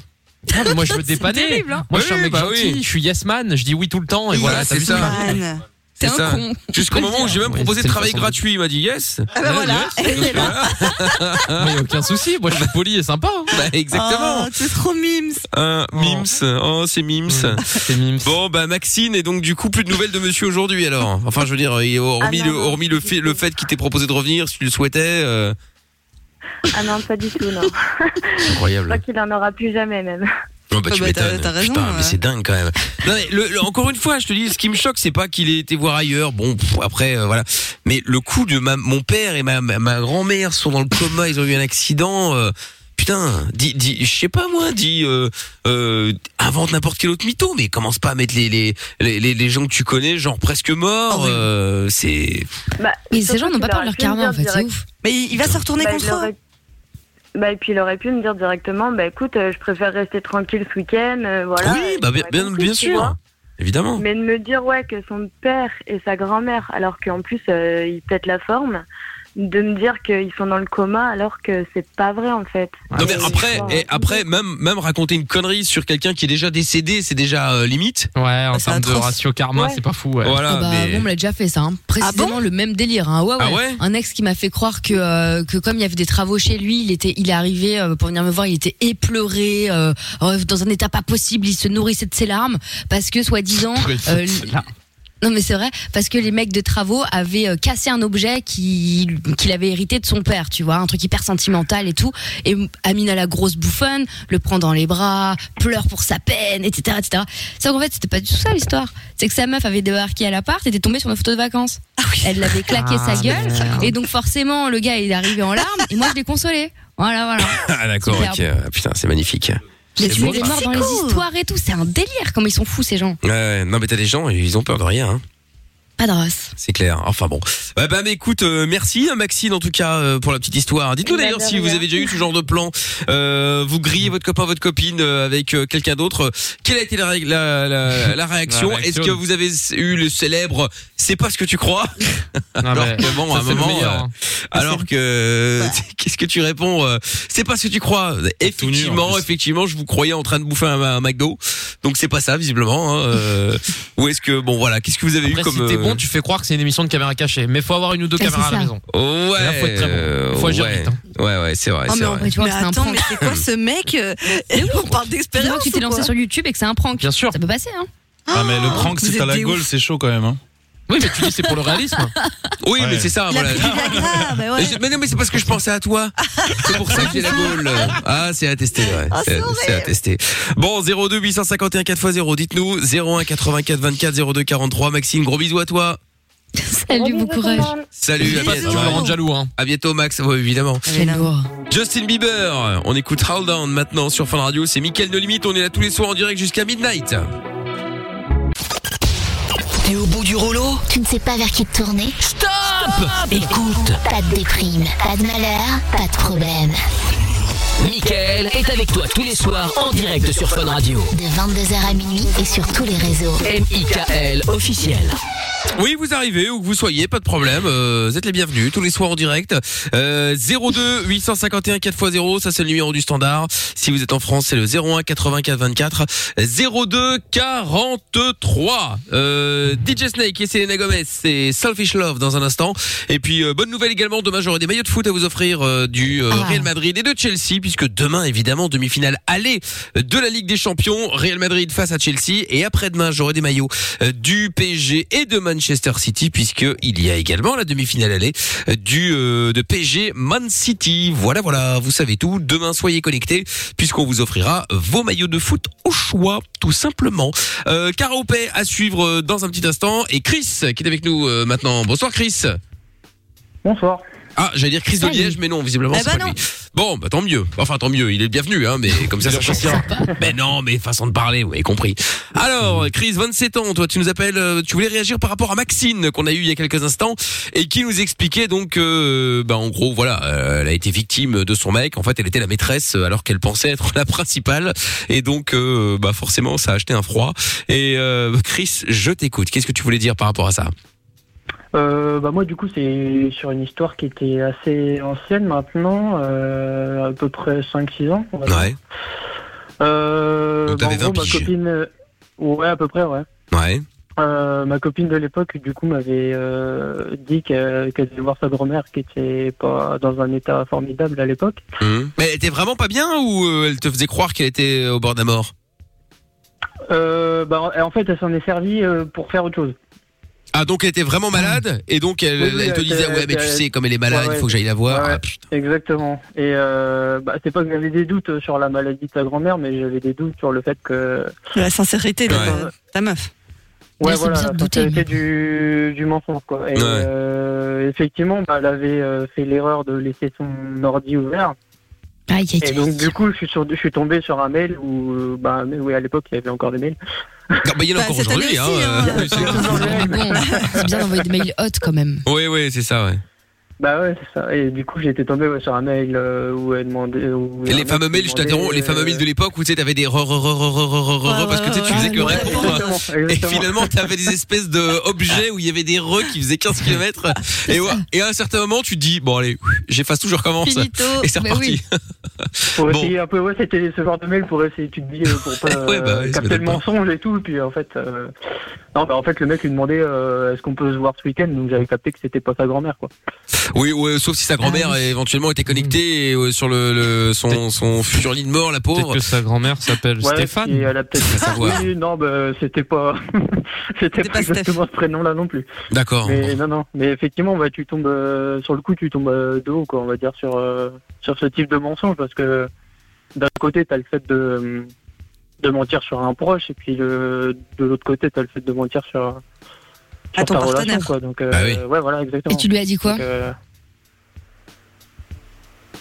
Speaker 4: Ah, mais moi je veux
Speaker 3: C'est
Speaker 4: dépanner.
Speaker 3: terrible, hein.
Speaker 4: Moi je suis un
Speaker 2: Oui,
Speaker 4: mec
Speaker 2: bah
Speaker 4: gentil,
Speaker 2: oui.
Speaker 4: je suis yes man, je dis oui tout le temps et
Speaker 5: Yes
Speaker 4: voilà,
Speaker 2: c'est
Speaker 4: t'as vu,
Speaker 2: ça.
Speaker 4: mec.
Speaker 5: Man.
Speaker 3: T'es
Speaker 2: C'est
Speaker 3: un
Speaker 2: ça.
Speaker 3: con.
Speaker 2: Jusqu'au moment où j'ai même
Speaker 4: Ouais,
Speaker 2: proposé de
Speaker 4: c'est une
Speaker 2: travail
Speaker 4: façon de-
Speaker 2: gratuit, il m'a dit yes.
Speaker 5: Ah bah voilà.
Speaker 2: Donc, voilà.
Speaker 4: Moi, y a aucun souci, moi je suis poli et sympa. hein.
Speaker 2: Bah, exactement.
Speaker 3: Ah,
Speaker 5: Oh, c'est trop mimes.
Speaker 2: Hein,
Speaker 4: Oh.
Speaker 2: Mims, oh c'est Mims.
Speaker 4: Mm. C'est mimes.
Speaker 2: Bon bah Maxine et donc du coup plus de nouvelles de monsieur aujourd'hui alors. Enfin je veux dire il- hormis
Speaker 6: Ah,
Speaker 2: le
Speaker 6: non, non.
Speaker 2: hormis le fait le fait qu'il t'ait proposé de revenir si tu le souhaitais. euh,
Speaker 6: Ah non, pas du tout, non. Je crois
Speaker 2: Incroyable.
Speaker 6: qu'il en aura plus jamais, même.
Speaker 2: Non bah
Speaker 5: Ah,
Speaker 2: tu
Speaker 5: bah, t'as-
Speaker 2: m'étonnes.
Speaker 5: t'as raison,
Speaker 2: Putain mais
Speaker 5: ouais.
Speaker 2: c'est dingue quand même. Non, mais le- le- encore une fois je te dis ce qui me choque c'est pas qu'il ait été voir ailleurs bon pff, après euh, voilà mais le coup de ma mon père et ma ma, ma grand-mère sont dans le coma ils ont eu un accident. euh, Putain, dis, dis, je sais pas moi, dis, euh, euh, invente n'importe quel autre mytho, mais commence pas à mettre les les les, les- les gens que tu connais genre presque
Speaker 5: Ah
Speaker 2: morts. euh, c'est
Speaker 6: Bah,
Speaker 3: Mais ces
Speaker 6: surtout
Speaker 3: gens n'ont
Speaker 6: qu'il
Speaker 3: pas peur
Speaker 6: aurait
Speaker 3: de leur
Speaker 6: pu me
Speaker 3: karma en
Speaker 6: dire
Speaker 3: fait, c'est
Speaker 6: direct-
Speaker 3: ouf.
Speaker 5: Mais il il va se retourner
Speaker 6: Bah, il
Speaker 5: contre eux.
Speaker 6: aurait- Bah, et puis il aurait pu me dire directement, bah écoute, euh, je préfère rester tranquille ce week-end, euh, voilà.
Speaker 2: oui,
Speaker 6: Et
Speaker 2: bah,
Speaker 6: j'aurais
Speaker 2: bien, bien,
Speaker 6: compris,
Speaker 2: bien
Speaker 6: tu
Speaker 2: sûr.
Speaker 6: vois.
Speaker 2: Évidemment.
Speaker 6: Mais de me dire ouais que son père et sa grand-mère, alors qu'en plus euh, ils pètent la forme, de me dire qu'ils sont dans le coma alors que c'est pas vrai en fait.
Speaker 2: non, mais
Speaker 6: Et
Speaker 2: après,
Speaker 6: genre,
Speaker 2: et après même, même raconter une connerie sur quelqu'un qui est déjà décédé, c'est déjà euh, limite.
Speaker 4: Ouais, en
Speaker 5: c'est
Speaker 4: termes de
Speaker 5: atroce.
Speaker 4: ratio karma,
Speaker 6: Ouais.
Speaker 4: c'est pas fou. Ouais.
Speaker 2: Voilà.
Speaker 3: Ah bah,
Speaker 2: mais...
Speaker 3: bon, on me l'a déjà fait ça. hein. Précisément le même délire. hein. Ouais, ouais.
Speaker 2: Ah ouais
Speaker 3: un ex qui m'a fait croire que, euh, que comme il y avait des travaux chez lui, il était, il est arrivé euh, pour venir me voir, il était épleuré, euh, euh, dans un état pas possible, il se nourrissait de ses larmes parce que soi-disant. euh, l- non mais c'est vrai parce que les mecs de travaux avaient euh, cassé un objet qui qu'il avait hérité de son père, tu vois, un truc hyper sentimental et tout. Et Amina la grosse bouffonne le prend dans les bras, pleure pour sa peine, etc., etc. Ça en fait c'était pas du tout ça l'histoire. C'est que sa meuf avait débarqué à l'appart, était tombée sur ma photo de vacances. Elle l'avait claqué
Speaker 2: Ah,
Speaker 3: sa gueule et donc forcément le gars il est arrivé en larmes et moi je l'ai consolé. Voilà voilà.
Speaker 2: Ah d'accord,
Speaker 3: Superbe.
Speaker 2: ok. Ah, Putain, c'est magnifique.
Speaker 3: Mais
Speaker 2: C'est
Speaker 3: tu
Speaker 2: beau.
Speaker 3: les morts dans les
Speaker 5: cool.
Speaker 3: histoires et tout, c'est un délire comment ils sont fous ces gens.
Speaker 2: Ouais, ouais. non mais t'as des gens, ils ont peur de rien. hein.
Speaker 3: Pas de race.
Speaker 2: C'est clair. Enfin bon. Bah, bah mais écoute, euh, merci hein, Maxine en tout cas euh, pour la petite histoire. Dites-nous
Speaker 6: Bah,
Speaker 2: d'ailleurs
Speaker 6: de
Speaker 2: si vous
Speaker 6: rien.
Speaker 2: avez déjà eu ce genre de plan. Euh, vous grillez votre copain, votre copine euh, avec euh, quelqu'un d'autre. Quelle a été la, ré- la, Euh, la, la réaction,
Speaker 4: réaction.
Speaker 2: Est-ce que vous avez eu le célèbre C'est pas ce que tu crois
Speaker 4: Non,
Speaker 2: Alors
Speaker 4: mais
Speaker 2: que bon, à
Speaker 4: ça,
Speaker 2: un
Speaker 4: c'est le
Speaker 2: moment,
Speaker 4: meilleur,
Speaker 2: euh,
Speaker 4: hein.
Speaker 2: Alors que qu'est-ce que tu réponds euh, C'est pas ce que tu crois.
Speaker 4: Ah,
Speaker 7: tout nu, en
Speaker 2: Effectivement,
Speaker 7: plus.
Speaker 2: effectivement, je vous croyais en train de bouffer un, un McDo. Donc c'est pas ça visiblement. hein, euh, ou est-ce que bon voilà, qu'est-ce que vous avez eu
Speaker 4: Après,
Speaker 2: comme
Speaker 4: si t'es
Speaker 2: euh,
Speaker 4: bon, tu fais croire que c'est une émission de caméra cachée. Mais faut avoir une ou deux
Speaker 3: Ah,
Speaker 4: caméras à
Speaker 3: c'est
Speaker 4: la
Speaker 3: ça.
Speaker 4: maison.
Speaker 2: Ouais.
Speaker 4: Là, faut être très bon.
Speaker 2: euh,
Speaker 4: Faut agir
Speaker 2: ouais.
Speaker 4: vite, hein.
Speaker 2: Ouais ouais, c'est vrai,
Speaker 3: Ah,
Speaker 5: Oh,
Speaker 2: c'est
Speaker 5: mais
Speaker 2: vrai.
Speaker 3: Ouais, tu vois
Speaker 5: mais
Speaker 3: que c'est un
Speaker 5: attends,
Speaker 3: prank.
Speaker 5: mais c'est quoi ce mec euh, On parle
Speaker 3: Dis-moi
Speaker 5: d'expérience.
Speaker 3: que tu t'es
Speaker 5: ou
Speaker 3: lancé
Speaker 5: quoi
Speaker 3: sur YouTube et que c'est un prank.
Speaker 4: Bien sûr.
Speaker 3: Ça peut passer, hein.
Speaker 7: Ah, mais le prank,
Speaker 5: Vous
Speaker 7: c'est à
Speaker 5: êtes
Speaker 7: la
Speaker 5: des
Speaker 7: Gaule, c'est chaud quand même. Hein.
Speaker 4: Oui, mais tu dis c'est pour le réalisme.
Speaker 2: Oui, mais
Speaker 7: Ouais.
Speaker 2: c'est ça
Speaker 5: Il a
Speaker 2: voilà.
Speaker 5: pris du Viagra, bah ouais.
Speaker 2: Et je- Mais non, mais c'est parce que je pensais à toi. C'est pour ça que j'ai la boule. Ah, c'est à tester, ouais.
Speaker 5: Ah,
Speaker 2: C'est-
Speaker 5: c'est horrible.
Speaker 2: c'est à tester. Bon, 02 851 4x0, dites-nous. 01 84 24 02 43. Maxime, gros bisous à toi.
Speaker 3: Salut, bon courage.
Speaker 2: Salut, à
Speaker 4: Pas- tu
Speaker 2: bientôt.
Speaker 4: vas rendre jaloux, hein.
Speaker 2: À bientôt, Max. Ouais, évidemment.
Speaker 3: Quel lourd.
Speaker 2: Justin Bieber. On écoute Roll Down maintenant sur Fun Radio. C'est Mickaël No Limite. On est là tous les soirs en direct jusqu'à midnight.
Speaker 1: T'es au bout du rouleau
Speaker 8: Tu ne sais pas vers qui te tourner
Speaker 1: Stop Écoute,
Speaker 8: Pas de déprime, pas de malheur, pas de problème.
Speaker 1: Mickaël est avec toi tous les soirs en direct sur Fun Radio.
Speaker 8: De 22h à minuit et sur tous les réseaux.
Speaker 1: M.I.K.L. officiel.
Speaker 2: Oui, vous arrivez où que vous soyez, pas de problème. euh, vous êtes les bienvenus tous les soirs en direct. Euh, 02 851 4x0, ça c'est le numéro du standard. Si vous êtes en France, c'est le 01 84 24 02 43. Euh, DJ Snake et Selena Gomez, c'est Selfish Love dans un instant. Et puis euh, bonne nouvelle également, demain j'aurai des maillots de foot à vous offrir euh, du euh,
Speaker 3: Ah.
Speaker 2: Real Madrid et de Chelsea puisque demain, évidemment, demi-finale aller de la Ligue des Champions, Real Madrid face à Chelsea, et après-demain, j'aurai des maillots euh, du PSG et de Manchester City, puisque il y a également la demi-finale aller euh, du euh, de PSG Man City. Voilà, voilà, vous savez tout. Demain, soyez connectés, puisqu'on vous offrira vos maillots de foot au choix, tout simplement. Euh, Karaopé à suivre euh, dans un petit instant, et Chris qui est avec nous euh, maintenant. Bonsoir, Chris.
Speaker 9: Bonsoir.
Speaker 2: Ah, j'allais dire Chris de
Speaker 3: Salut.
Speaker 2: Liège, mais Ah non, visiblement,
Speaker 5: Eh
Speaker 2: c'est
Speaker 5: ben
Speaker 2: pas
Speaker 5: non.
Speaker 2: lui. Bon, bah tant mieux. Enfin, tant mieux, il est le bienvenu, hein, mais comme ça, ça change rien. Mais non, mais façon de parler, vous avez compris. Alors, Chris, 27 ans, toi, tu nous appelles, euh, tu voulais réagir par rapport à Maxine, qu'on a eu il y a quelques instants, et qui nous expliquait donc, euh, bah, en gros, voilà, euh, elle a été victime de son mec. En fait, elle était la maîtresse, euh, alors qu'elle pensait être la principale. Et donc, euh, bah, forcément, ça a acheté un froid. Et, euh, Chris, je t'écoute. Qu'est-ce que tu voulais dire par rapport à ça?
Speaker 9: Euh, bah moi du coup c'est sur une histoire qui était assez ancienne maintenant, euh, à peu près 5-6 ans. on va dire.
Speaker 2: Ouais.
Speaker 9: Euh,
Speaker 2: Donc,
Speaker 9: bah,
Speaker 2: t'avais
Speaker 9: en
Speaker 2: 20
Speaker 9: gros, ma
Speaker 2: piges.
Speaker 9: copine, euh, ouais à peu près ouais.
Speaker 2: Ouais.
Speaker 9: Euh, ma copine de l'époque du coup m'avait euh, dit que- qu'elle devait voir sa grand-mère qui était pas dans un état formidable à l'époque.
Speaker 2: Mais elle était vraiment pas bien ou euh, elle te faisait croire qu'elle était au bord de la mort
Speaker 9: Euh, bah en fait elle s'en est servie euh, pour faire autre chose.
Speaker 2: Ah donc elle était vraiment malade et donc elle,
Speaker 9: Oui, oui,
Speaker 2: elle te
Speaker 9: elle
Speaker 2: disait
Speaker 9: était-
Speaker 2: ouais mais tu
Speaker 9: elle-
Speaker 2: sais comme elle est malade
Speaker 9: Ouais,
Speaker 2: il faut que j'aille la voir.
Speaker 9: ouais.
Speaker 2: Ah, putain.
Speaker 9: Exactement. Et euh, bah, c'est pas que j'avais des doutes sur la maladie de sa grand-mère, mais j'avais des doutes sur le fait que
Speaker 5: La sincérité de
Speaker 2: Ouais.
Speaker 5: ta meuf.
Speaker 3: Ouais,
Speaker 9: Ouais,
Speaker 3: c'est
Speaker 9: voilà,
Speaker 3: bizarre de
Speaker 9: ça
Speaker 3: douter, mais-
Speaker 9: c'était du, du mensonge, quoi. Et
Speaker 2: Ouais.
Speaker 9: euh, effectivement, bah, elle avait euh, fait l'erreur de laisser son ordi ouvert.
Speaker 3: Aïe, aïe,
Speaker 9: Et
Speaker 3: aïe.
Speaker 9: donc, du coup, je suis, sur, je suis tombé sur un mail où, euh, bah, mais oui, à l'époque, il y avait encore des mails.
Speaker 2: Non, bah, il y en a
Speaker 5: Bah,
Speaker 2: encore
Speaker 5: cette année
Speaker 2: aujourd'hui. Hein,
Speaker 5: aussi, hein.
Speaker 2: euh, c'est-
Speaker 3: Mais Ah bon, c'est bien d'envoyer des mails hot quand même.
Speaker 2: Oui oui c'est ça. Ouais.
Speaker 9: Bah ouais, c'est ça. Et du coup, j'étais tombé ouais, sur un mail euh, où elle demandait. Où
Speaker 2: Et
Speaker 9: un
Speaker 2: les
Speaker 9: mec
Speaker 2: fameux mails je
Speaker 9: demandait,
Speaker 2: t'interromps les
Speaker 9: euh,
Speaker 2: fameux mails de l'époque où tu sais t'avais des re, re, re, re, re, re, re, re,
Speaker 5: Ouais,
Speaker 2: parce que tu sais,
Speaker 5: ouais,
Speaker 2: tu faisais que
Speaker 3: ouais,
Speaker 2: répondre.
Speaker 9: Exactement,
Speaker 2: Et
Speaker 9: exactement.
Speaker 2: finalement, t'avais des espèces de objets où il y avait des re qui faisaient 15 km. Et, ouais, et à un certain moment, tu te dis, bon, allez, j'efface tout, je recommence.
Speaker 3: Finito.
Speaker 2: Et c'est
Speaker 3: Bah
Speaker 2: reparti.
Speaker 3: oui.
Speaker 9: Pour
Speaker 2: Bon.
Speaker 9: essayer un peu, ouais, c'était ce genre de mail pour essayer, tu te dis, euh, pour pas
Speaker 2: Ouais, bah
Speaker 9: euh,
Speaker 2: ouais, ça
Speaker 9: capter
Speaker 2: m'étonne
Speaker 9: le
Speaker 2: pas.
Speaker 9: mensonge et tout. Puis en fait, euh, non, bah en fait, le mec lui demandait euh, est-ce qu'on peut se voir ce week-end. Donc j'avais capté que c'était pas sa grand-mère, quoi.
Speaker 2: Oui, ouais, sauf si sa grand-mère éventuellement était connectée et, euh, sur le, le- son, son futur lit de mort, la
Speaker 4: Peut-être
Speaker 2: pauvre.
Speaker 4: que sa grand-mère s'appelle
Speaker 9: Ouais, puis
Speaker 4: Stéphane.
Speaker 9: elle a peut-être.
Speaker 2: savoir.
Speaker 9: Oui, non, bah c'était pas, c'était
Speaker 5: C'était
Speaker 9: pas,
Speaker 5: pas Steph.
Speaker 9: exactement ce prénom-là non plus.
Speaker 2: D'accord.
Speaker 9: Mais non, non. Mais effectivement, bah tu tombes euh, sur le coup, tu tombes euh, de haut, quoi. On va dire sur euh, sur ce type de mensonge parce que d'un côté, t'as le fait de euh, de mentir sur un proche et puis le- de l'autre côté, t'as le fait de mentir sur
Speaker 5: À
Speaker 9: sur
Speaker 5: ton
Speaker 9: ta
Speaker 5: partenaire.
Speaker 9: relation, quoi. Donc euh,
Speaker 2: Bah oui.
Speaker 9: ouais, voilà, exactement.
Speaker 3: Et tu lui as dit quoi
Speaker 9: Donc, euh,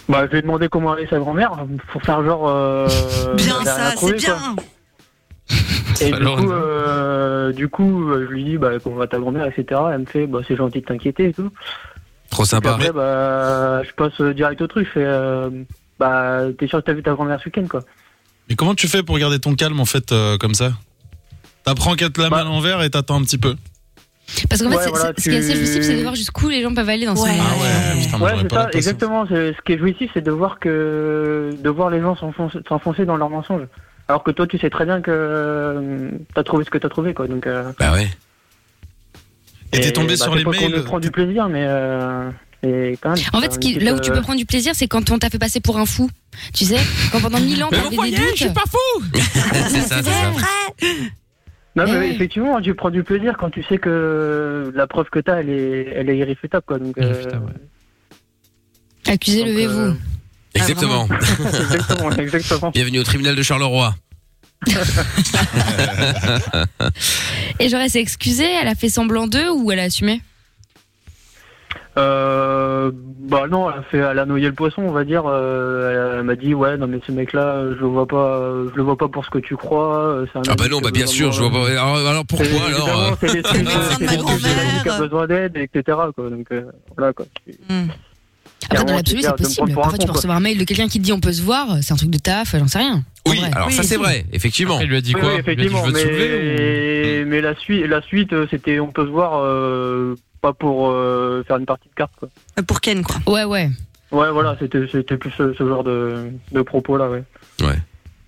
Speaker 9: Bah, je lui ai demandé comment allait sa grand-mère pour faire genre. euh,
Speaker 5: Bien
Speaker 9: elle a rien
Speaker 5: ça, c'est
Speaker 9: trouvé, quoi.
Speaker 5: bien.
Speaker 4: Ça,
Speaker 9: Et du
Speaker 4: alors,
Speaker 9: coup,
Speaker 4: non.
Speaker 9: euh, du coup, euh, je lui dis bah, comment va ta grand-mère, etc. Elle me fait bah, c'est gentil de t'inquiéter et tout.
Speaker 2: Trop
Speaker 9: Puis
Speaker 2: sympa.
Speaker 9: après, bah, je passe euh, direct au truc. Je fais, euh, bah, t'es sûr que t'as vu ta grand-mère ce week-end quoi.
Speaker 7: Mais comment tu fais pour garder ton calme en fait euh, comme ça T'apprends qu'à te la
Speaker 9: Bah-
Speaker 7: main à l'envers et t'attends un petit peu.
Speaker 3: Parce qu'en fait,
Speaker 9: Ouais,
Speaker 3: c'est-
Speaker 9: voilà,
Speaker 3: c'est- ce qui est assez
Speaker 9: tu-
Speaker 3: jouissif, c'est de voir jusqu'où les gens peuvent aller dans ce
Speaker 5: Ouais.
Speaker 3: monde.
Speaker 5: Ah ouais,
Speaker 7: putain, moi,
Speaker 9: Ouais,
Speaker 7: j'aurais
Speaker 9: c'est
Speaker 7: pas la
Speaker 9: ça,
Speaker 7: patience.
Speaker 9: exactement. c'est- Ce qui est jouissif, c'est de voir que de voir les gens s'enfoncer s'enfoncer dans leurs mensonges. Alors que toi, tu sais très bien que euh, t'as trouvé ce que t'as trouvé, quoi. Donc, euh,
Speaker 2: Bah ouais.
Speaker 7: Et t'es tombé
Speaker 9: bah,
Speaker 7: sur
Speaker 9: c'est
Speaker 7: les
Speaker 9: pas qu'on
Speaker 7: mails.
Speaker 9: ne prend du plaisir, mais. euh, et quand même, euh,
Speaker 3: En fait, ce qui- là où tu peux prendre du plaisir, c'est quand on t'a fait passer pour un fou. Tu sais, quand pendant mille ans t'avais des doutes.
Speaker 2: pas fou C'est ça, c'est ça.
Speaker 9: Non,
Speaker 3: Eh
Speaker 9: mais
Speaker 3: oui.
Speaker 9: effectivement, tu prends du plaisir quand tu sais que la preuve que t'as, elle est, elle est irréfutable, quoi. Donc, euh,
Speaker 4: Irréfutable, ouais.
Speaker 3: Accusez,
Speaker 9: donc,
Speaker 3: levez-vous.
Speaker 9: euh,
Speaker 2: Exactement.
Speaker 9: Ah, exactement, exactement.
Speaker 2: Bienvenue au tribunal de Charleroi.
Speaker 3: Et j'aurais s'est excusée, elle a fait semblant d'eux ou elle a assumé
Speaker 9: Euh, bah non, elle a fait, elle a noyé le poisson, on va dire. Euh, elle elle m'a dit, ouais, non mais ce mec-là, je le vois pas, euh, je le vois pas pour ce que tu crois. euh, c'est un
Speaker 2: Ah bah
Speaker 9: adulte
Speaker 2: non, bah
Speaker 9: qui
Speaker 2: bien
Speaker 9: a
Speaker 2: sûr, je vois
Speaker 9: besoin-
Speaker 2: pas. Alors, alors
Speaker 9: C'est-
Speaker 2: pourquoi alors euh,
Speaker 9: évidemment, C'est des
Speaker 5: enfants
Speaker 9: trucs,
Speaker 5: de
Speaker 9: euh, c'est
Speaker 5: ma
Speaker 9: des trucs qui
Speaker 5: grand-mère.
Speaker 9: qui a besoin d'aide, etc. Quoi. Donc euh, voilà quoi.
Speaker 5: Hmm.
Speaker 3: Après, dans
Speaker 9: Clairement,
Speaker 3: l'absolu,
Speaker 9: c'est
Speaker 3: c'est
Speaker 9: clair, de me
Speaker 3: possible.
Speaker 9: prendre pour un
Speaker 3: Parfois, tu peux
Speaker 9: con, quoi.
Speaker 3: recevoir un mail de quelqu'un qui te dit on peut se voir, c'est un truc de taf, j'en sais rien. En
Speaker 2: Oui,
Speaker 3: vrai.
Speaker 2: alors ça
Speaker 3: Oui,
Speaker 2: c'est vrai, effectivement.
Speaker 4: Après, il lui a dit
Speaker 9: Oui,
Speaker 4: quoi
Speaker 9: oui,
Speaker 4: Il lui a dit je
Speaker 9: effectivement,
Speaker 4: veux te soulever
Speaker 9: mais, mais la suite, la suite, euh, c'était, on peut se voir euh, pas pour euh, faire une partie de cartes. Quoi.
Speaker 5: Pour Ken, quoi.
Speaker 3: Ouais, ouais.
Speaker 9: Ouais, voilà, c'était, c'était plus ce, ce genre de, de propos là, ouais.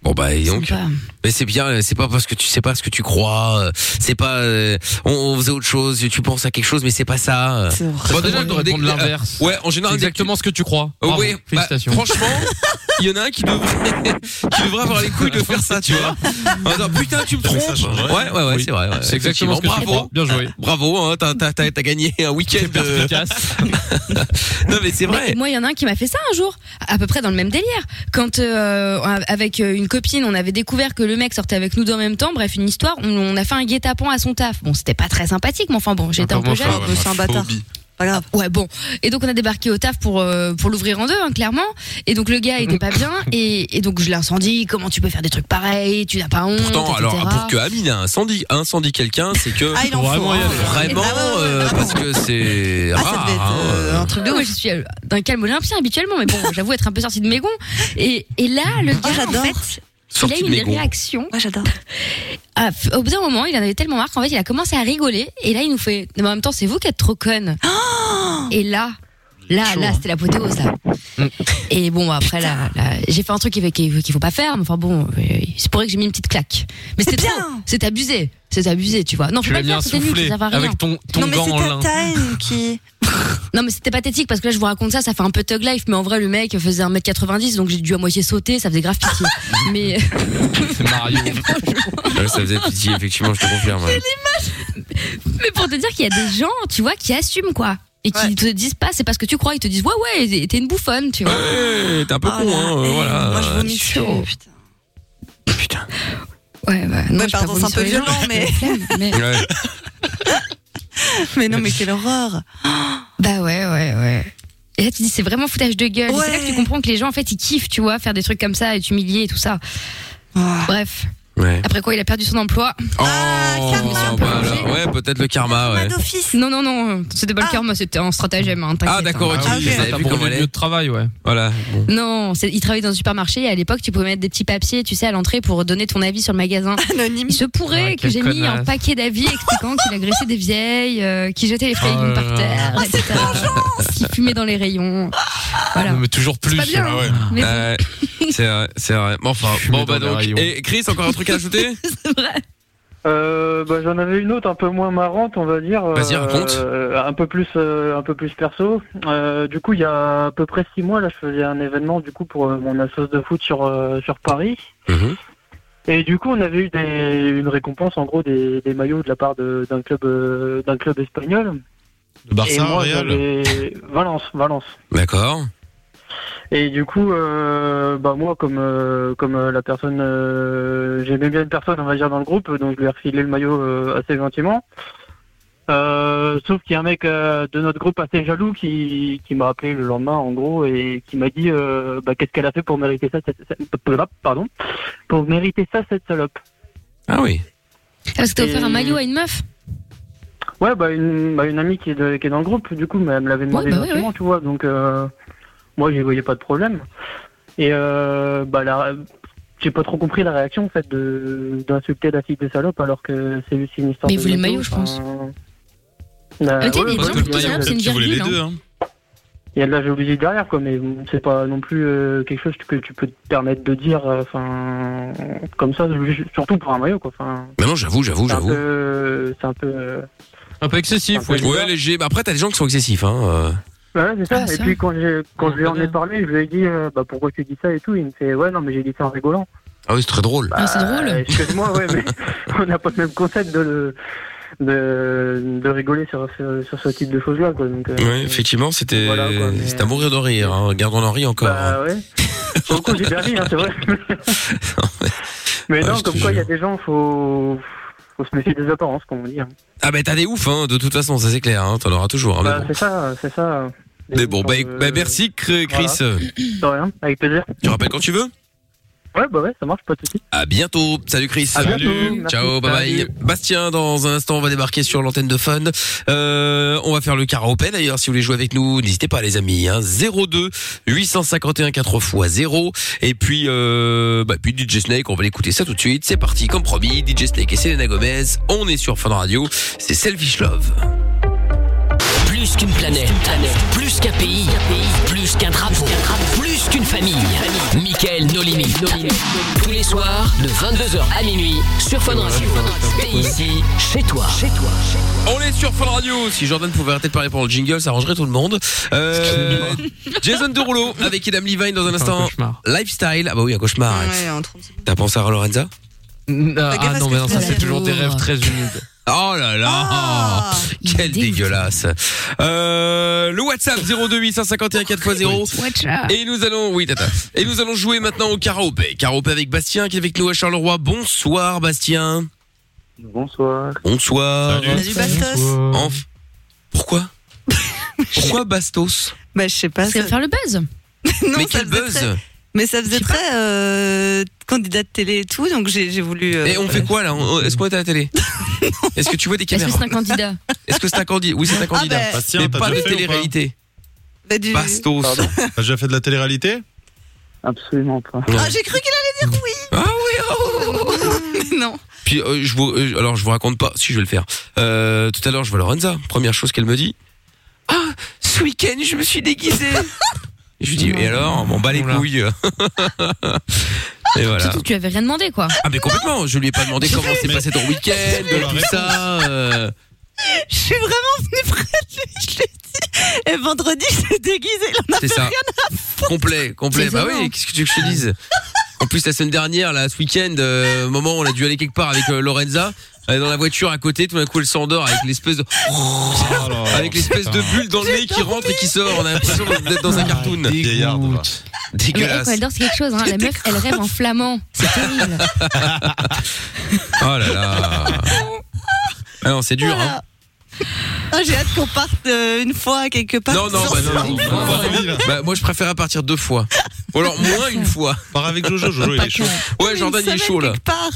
Speaker 2: Bon bah et donc.
Speaker 3: Sympa.
Speaker 2: Mais c'est bien, c'est pas parce que tu sais pas ce que tu crois, euh, c'est pas euh, on, on faisait autre chose, tu penses à quelque chose mais c'est pas ça.
Speaker 5: C'est vrai.
Speaker 4: Bon, déjà, il devrait
Speaker 2: dès-
Speaker 4: prendre l'inverse.
Speaker 2: euh, ouais, en général dès que tu-
Speaker 4: Exactement ce que Euh, tu crois.
Speaker 2: Oh,
Speaker 4: Bravo,
Speaker 2: oui, bah,
Speaker 4: félicitations.
Speaker 2: franchement, il y en a un qui devrait, qui devrait avoir les couilles de faire ça, tu vois. En disant, putain, tu me trompes.
Speaker 7: Ça changerait.
Speaker 2: Ouais, ouais, ouais, c'est vrai. ouais,
Speaker 4: c'est exactement ce que tu
Speaker 2: Bravo.
Speaker 4: crois. Bien joué.
Speaker 2: Bravo, hein, t'as, t'as, t'as, t'as gagné un week-end. euh,
Speaker 4: Efficace.
Speaker 2: Non, mais c'est
Speaker 3: Mais
Speaker 2: vrai.
Speaker 3: moi, il y en a un qui m'a fait ça un jour, à peu près dans le même délire. Quand euh, avec euh, une copine, on avait découvert que le mec sortait avec nous deux en même temps. Bref, une histoire. On, on a fait un guet-apens à son taf. Bon, c'était pas très sympathique, mais enfin bon, j'étais un
Speaker 4: Comment
Speaker 3: peu
Speaker 4: ça,
Speaker 3: jeune.
Speaker 4: ouais.
Speaker 5: c'est un bâtard. Pas grave.
Speaker 3: Ouais, bon. Et donc, on a débarqué au taf pour, euh, pour l'ouvrir en deux, hein, clairement. Et donc, le gars était pas bien. Et, et donc, je l'ai incendié. Comment tu peux faire des trucs pareils Tu n'as pas honte
Speaker 2: Pourtant, alors,
Speaker 3: etc.
Speaker 2: pour que Amine incendie, incendie quelqu'un, c'est que
Speaker 5: Ah, il en
Speaker 4: Faut
Speaker 5: faut.
Speaker 4: vraiment y
Speaker 5: hein.
Speaker 4: aller.
Speaker 2: vraiment,
Speaker 5: Ah, ouais, ouais, ouais,
Speaker 2: euh,
Speaker 5: vraiment.
Speaker 2: parce que c'est
Speaker 5: Ah, ça
Speaker 2: rare.
Speaker 5: devait être
Speaker 2: hein,
Speaker 5: euh, un truc de
Speaker 3: Ouais, moi,
Speaker 5: ouf.
Speaker 3: je suis euh, d'un calme olympien habituellement, mais bon, j'avoue être un peu sortie de mes gonds. Et, et là, le
Speaker 5: Ah,
Speaker 3: gars, en
Speaker 5: j'adore.
Speaker 3: fait, il a
Speaker 2: sorti
Speaker 3: eu
Speaker 2: de
Speaker 3: une
Speaker 2: mes gonds.
Speaker 3: réaction.
Speaker 5: Ouais, j'adore.
Speaker 3: Ah, f- au bout d'un moment, il en avait tellement marre qu'en fait, il a commencé à rigoler. Et là, il nous fait. Mais en même temps, c'est vous qui êtes trop conne. et là. Là,
Speaker 5: hein.
Speaker 3: là, c'était l'apothéose, là. Et bon, après, là, là, j'ai fait un truc qu'il qu'il- qu'il faut pas faire, mais enfin bon, euh, c'est pour ça que j'ai mis une petite claque. Mais
Speaker 5: C'est
Speaker 3: c'est
Speaker 5: bien.
Speaker 3: trop, c'est abusé, c'est abusé, tu vois. Non,
Speaker 4: Tu
Speaker 3: faut
Speaker 4: l'as
Speaker 3: pas le
Speaker 4: bien
Speaker 3: faire, c'était nul,
Speaker 4: soufflé
Speaker 3: ça va à rien.
Speaker 4: avec ton, ton
Speaker 5: non, mais
Speaker 4: gant en
Speaker 5: c'est
Speaker 4: lin.
Speaker 5: ta time qui.
Speaker 3: Non, mais c'était pathétique parce que là, je vous raconte ça, ça fait un peu thug life, mais en vrai, le mec faisait 1m90, donc j'ai dû à moitié sauter, ça faisait grave pitié. mais.
Speaker 4: C'est Mario.
Speaker 2: Ouais, Ah, Ça faisait pitié, effectivement, je te
Speaker 4: Ah
Speaker 2: confirme.
Speaker 3: Mais pour te dire qu'il y a des gens, tu vois, qui assument quoi. Et qui
Speaker 5: Ouais.
Speaker 3: te disent pas, c'est parce que tu crois, ils te disent ouais, ouais, t'es une bouffonne, tu vois.
Speaker 2: Ouais, t'es un peu
Speaker 5: Ah
Speaker 2: con,
Speaker 5: là,
Speaker 2: hein,
Speaker 5: eh,
Speaker 2: euh, voilà.
Speaker 5: Moi, je vomis dessus.
Speaker 3: Chaud.
Speaker 5: Putain.
Speaker 2: Putain.
Speaker 3: Ouais, bah, ouais.
Speaker 5: Ouais, pardon, c'est un peu violent, mais.
Speaker 3: mais.
Speaker 2: Ouais.
Speaker 5: Mais non, mais quelle horreur.
Speaker 3: Bah ouais, ouais, ouais. Et là, tu dis, c'est vraiment foutage de gueule. Et C'est là
Speaker 5: Ouais.
Speaker 3: que tu comprends que les gens, en fait, ils kiffent, tu vois, faire des trucs comme ça, être humilié et tout ça.
Speaker 5: Ah,
Speaker 3: Bref.
Speaker 2: Ouais.
Speaker 3: Après quoi, il a perdu son emploi.
Speaker 2: Oh,
Speaker 5: karma.
Speaker 2: bah alors, ouais, peut-être le karma, ouais.
Speaker 5: Pas d'office.
Speaker 3: Non, non, non, c'était pas le
Speaker 5: Ah.
Speaker 3: karma, c'était un stratagème, hein, t'inquiète,
Speaker 2: Ah, d'accord,
Speaker 4: Ah
Speaker 2: ok.
Speaker 4: oui,
Speaker 5: Ah, ok.
Speaker 2: Vous avez
Speaker 4: T'as
Speaker 2: vu
Speaker 4: brûlé
Speaker 2: comment
Speaker 4: le
Speaker 2: elle
Speaker 4: lieu de
Speaker 2: est
Speaker 4: travail, ouais.
Speaker 2: Voilà. bon.
Speaker 3: Non, c'est- il travaillait dans un supermarché et à l'époque, tu pouvais mettre des petits papiers, tu sais, à l'entrée pour donner ton avis sur le magasin.
Speaker 5: Anonyme.
Speaker 3: Il se pourrait
Speaker 4: Ah,
Speaker 3: que j'ai
Speaker 4: quel
Speaker 3: mis un
Speaker 4: connasse.
Speaker 3: paquet d'avis expliquant qu'il agressait des vieilles, euh, qui jetait les fruits et
Speaker 4: Oh
Speaker 3: légumes
Speaker 4: là
Speaker 3: par
Speaker 4: là.
Speaker 3: terre, etc.
Speaker 5: Ah,
Speaker 3: qui fumait dans les rayons. Voilà.
Speaker 4: Non, mais toujours plus.
Speaker 3: C'est pas bien.
Speaker 4: Ah ouais.
Speaker 3: hein. Mais bon,
Speaker 2: Ouais, Euh, c'est vrai, c'est vrai. Bon, enfin,
Speaker 4: Fumer
Speaker 2: bon, bah
Speaker 4: dans les
Speaker 2: donc.
Speaker 4: rayons.
Speaker 2: Et Chris, encore un truc à ajouter
Speaker 3: c'est vrai.
Speaker 9: Euh, bah, j'en avais une autre un peu moins marrante, on va dire.
Speaker 2: Vas-y,
Speaker 9: Euh,
Speaker 2: raconte.
Speaker 9: euh, un peu plus, euh, un peu plus perso. Euh, du coup, il y a à peu près six mois, là, je faisais un événement du coup pour euh, mon assoce de foot sur euh, sur Paris.
Speaker 2: Mhm.
Speaker 9: Et du coup, on avait eu des, une récompense, en gros, des, des maillots de la part de- d'un club euh, d'un club espagnol.
Speaker 7: Le
Speaker 9: Et
Speaker 7: Barça,
Speaker 9: moi,
Speaker 7: Real.
Speaker 9: j'avais- Valence, Valence.
Speaker 2: D'accord.
Speaker 9: Et du coup, euh, bah moi, comme euh, comme euh, la personne, euh, j'aimais bien une personne, on va dire dans le groupe, donc je lui ai refilé le maillot euh, assez gentiment. Euh, sauf qu'il y a un mec euh, de notre groupe assez jaloux qui, qui m'a appelé le lendemain en gros et qui m'a dit euh, bah, qu'est-ce qu'elle a fait pour mériter ça cette, cette- pardon pour mériter ça cette salope
Speaker 2: Ah oui.
Speaker 3: Ah, Parce que t'as offert un maillot à une meuf
Speaker 9: ouais bah une bah, une amie qui est, de- qui est dans le groupe du coup mais elle me l'avait demandé
Speaker 3: Ouais, bah ouais,
Speaker 9: gentiment tu vois donc euh, moi j'y voyais pas de problème et euh, bah la j'ai pas trop compris la réaction en fait de d'insulter la fille de salope alors que c'est juste une histoire
Speaker 3: Mais il
Speaker 9: de
Speaker 3: voulait le
Speaker 9: gâteau,
Speaker 3: maillot, je
Speaker 9: enfin,
Speaker 3: pense. Euh,
Speaker 9: bah,
Speaker 3: Ok, mais il y a
Speaker 9: euh, ouais,
Speaker 3: des
Speaker 9: parce
Speaker 3: gens
Speaker 9: que
Speaker 3: pour qui
Speaker 9: le
Speaker 3: salope, c'est
Speaker 9: maillot,
Speaker 3: une
Speaker 7: Tu voulais les
Speaker 3: virgule. hein.
Speaker 7: deux, hein.
Speaker 9: Il y a de la jalousie derrière, quoi, mais c'est pas non plus euh, quelque chose que tu peux te permettre de dire, euh, enfin, comme ça, surtout pour un maillot, quoi. Enfin,
Speaker 2: Mais non, j'avoue, j'avoue,
Speaker 9: c'est un
Speaker 2: j'avoue.
Speaker 9: peu, c'est un peu. euh,
Speaker 4: Un peu excessif, ouais.
Speaker 2: Ouais, léger. Bah, après, t'as des gens qui sont excessifs, hein. euh.
Speaker 9: Bah ouais, c'est ça.
Speaker 3: Ah,
Speaker 9: et
Speaker 3: ça.
Speaker 9: puis quand j'ai quand
Speaker 4: Ouais,
Speaker 9: je lui en ai
Speaker 4: bien.
Speaker 9: parlé, je lui ai dit, euh, bah pourquoi tu dis ça et tout. Il me fait, ouais, non, mais j'ai dit ça en rigolant.
Speaker 2: Ah oui, c'est très drôle.
Speaker 3: Ah, c'est drôle.
Speaker 9: Euh, Excuse-moi, ouais, mais on n'a pas le même concept de le- de, de rigoler sur, ce- sur ce type de choses là, quoi. Donc, euh,
Speaker 2: Ouais, effectivement, c'était
Speaker 9: Voilà, quoi, mais-
Speaker 2: c'était à mourir de rire. Hein. Gardons en rire encore. hein.
Speaker 9: Bah ouais. Pour le coup, j'ai bien ri, hein, c'est vrai. mais
Speaker 2: Ouais,
Speaker 9: non,
Speaker 2: je te
Speaker 9: comme quoi, il y a
Speaker 2: jure.
Speaker 9: des gens, faut, faut se méfier des apparences, comme on dit. hein.
Speaker 2: Ah, bah, t'as des oufs, hein, de toute façon, ça c'est clair. Hein, T'en auras toujours. hein, mais
Speaker 9: Bah,
Speaker 2: bon.
Speaker 9: C'est ça, c'est ça.
Speaker 2: Mais bon, bah,
Speaker 9: Des- euh,
Speaker 2: éc- bah, merci Cr- Chris.
Speaker 9: De rien, avec plaisir.
Speaker 2: Tu rappelles quand tu veux
Speaker 9: Ouais, bah ouais, ça marche, pas de soucis.
Speaker 2: À bientôt. Salut Chris.
Speaker 9: À bientôt. Merci.
Speaker 2: Ciao, bye bye.
Speaker 9: Salut.
Speaker 2: Bastien, dans un instant, on va débarquer sur l'antenne de Fun. Euh, on va faire le karaopé d'ailleurs. Si vous voulez jouer avec nous, n'hésitez pas les amis. Hein. 02 851 4 x 0. Et puis, euh, bah, puis DJ Snake, on va l'écouter ça tout de suite. C'est parti, comme promis. DJ Snake et Selena Gomez. On est sur Fun Radio. C'est Selfish Love.
Speaker 1: Plus Plus qu'une planète, plus qu'un pays, plus qu'un drapeau, plus qu'une famille. Mickaël nos limites. Tous les soirs de 22h à minuit sur Fun Radio. Et ici, chez toi. Chez toi.
Speaker 2: On est sur Fun Radio. Si Jordan pouvait arrêter de parler pendant le jingle, ça arrangerait tout le monde. Euh, Jason Derulo avec Edam Levine dans un instant. Lifestyle. Ah bah oui, un cauchemar.
Speaker 5: Ouais, en 30
Speaker 2: T'as pensé à Lorenza
Speaker 4: Ah non, mais non, ça c'est toujours des rêves très humides.
Speaker 2: Oh là là
Speaker 5: Ah,
Speaker 2: Quel dégueulasse euh, Le WhatsApp 02851
Speaker 5: Ah,
Speaker 2: 4x0 Et nous allons oui tata Et nous allons jouer maintenant au karaopé Karaopé avec Bastien qui est avec nous à Charleroi Bonsoir Bastien
Speaker 9: Bonsoir.
Speaker 2: Bonsoir
Speaker 5: Salut. Salut, Bastos.
Speaker 2: Enf- Pourquoi Pourquoi Bastos
Speaker 5: Bah, je sais pas.
Speaker 3: C'est faire le buzz.
Speaker 5: non,
Speaker 2: Mais
Speaker 5: ça
Speaker 2: quel
Speaker 5: faisait
Speaker 2: buzz
Speaker 5: très- Mais ça faisait très euh, candidat de télé et tout, donc j'ai j'ai voulu. euh,
Speaker 2: Et on fait quoi là On- Est-ce qu'on est à la télé Est-ce que tu vois des
Speaker 3: Est-ce que
Speaker 2: caméras
Speaker 3: c'est un candidat
Speaker 2: Est-ce que c'est un candidat Oui c'est un candidat
Speaker 5: ben-
Speaker 7: Bastien,
Speaker 2: Mais
Speaker 7: t'as
Speaker 2: pas de
Speaker 7: déjà fait ou pas
Speaker 2: télé-réalité
Speaker 5: bah, du-
Speaker 2: Bastos
Speaker 7: T'as déjà fait de la télé-réalité
Speaker 9: Absolument pas.
Speaker 5: Ah, j'ai cru qu'il allait dire oui.
Speaker 2: Ah oui oh
Speaker 5: Mais non.
Speaker 2: Puis euh, je vous, euh, alors je vous raconte pas, si je vais le faire. Euh, tout à l'heure, je vois Lorenza. Première chose qu'elle me dit, ah, ce week-end, je me suis déguisée. je lui dis, et alors, m'en bat les couilles. et voilà.
Speaker 3: Surtout, tu avais rien demandé, quoi.
Speaker 2: Ah mais complètement. Je lui ai pas demandé comment s'est
Speaker 7: Mais-
Speaker 2: passé ton week-end,
Speaker 7: Mais la
Speaker 2: tout ça. euh.
Speaker 5: Je suis vraiment venue près de lui, je lui ai dit. Et vendredi, je l'ai déguisé. Il en a
Speaker 2: C'est ça. Complet, complet.
Speaker 3: C'est
Speaker 2: Bah
Speaker 3: étonnant.
Speaker 2: oui, qu'est-ce que tu veux que je te dise En plus, la semaine dernière, là, ce week-end, euh, au moment où on a dû aller quelque part avec euh, Lorenza, elle est dans la voiture à côté, tout d'un coup, elle s'endort avec l'espèce de...
Speaker 7: Oh
Speaker 2: avec l'espèce de bulle dans le nez qui rentre et qui sort. On a l'impression d'être dans un
Speaker 7: Ah,
Speaker 2: cartoon.
Speaker 7: Vieillard, toi.
Speaker 3: Mais elle,
Speaker 2: Dégueulasse.
Speaker 3: quand elle dort, c'est quelque chose. Hein. La meuf, elle rêve en flamand. C'est terrible.
Speaker 2: Oh là là. Ah non, c'est dur, hein.
Speaker 5: Voilà. Ah, j'ai hâte qu'on parte euh, une fois quelque part.
Speaker 2: Non, non,
Speaker 5: Sans-
Speaker 2: bah non, non, non,
Speaker 7: On part
Speaker 2: non.
Speaker 7: en ville.
Speaker 2: Bah, moi, je préfère à partir deux fois. Ou alors, moins une fois.
Speaker 7: Part avec Jojo, Jojo il est chaud.
Speaker 2: Ouais, Jordan, il est
Speaker 5: Une semaine
Speaker 2: chaud, là.
Speaker 5: quelque part.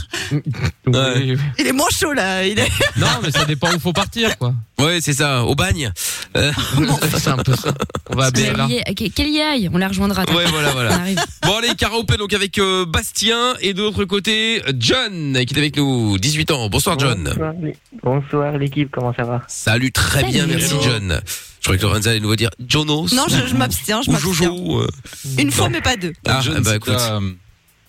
Speaker 2: Ouais.
Speaker 4: Oui, oui.
Speaker 5: Il est moins chaud là. Il est...
Speaker 4: Non, mais ça dépend où faut partir, quoi.
Speaker 2: Ouais, c'est ça, au bagne. Euh,
Speaker 4: C'est un peu ça. On va à
Speaker 3: Qu'elle
Speaker 4: BLA.
Speaker 3: y aille. Ok, Qu'elle y aille, on la rejoindra.
Speaker 2: ouais, voilà,
Speaker 3: On
Speaker 2: voilà.
Speaker 3: arrive.
Speaker 2: Bon, allez, karaopé, donc, avec euh, Bastien. Et de l'autre côté, John, qui est avec nous, 18 ans. Bonsoir, John.
Speaker 9: Bonsoir, les- Bonsoir l'équipe, comment ça va
Speaker 2: Salut, très bien,
Speaker 3: Salut.
Speaker 2: merci, John. Je croyais que Lorenza allait nous dire Jonos.
Speaker 5: Non, je, je m'abstiens. Je
Speaker 2: ou
Speaker 5: m'abstiens.
Speaker 2: Jojo. euh.
Speaker 5: Une fois, mais pas deux.
Speaker 2: Ah,
Speaker 7: John,
Speaker 2: bah,
Speaker 7: c'est
Speaker 2: écoute.
Speaker 7: déjà, euh,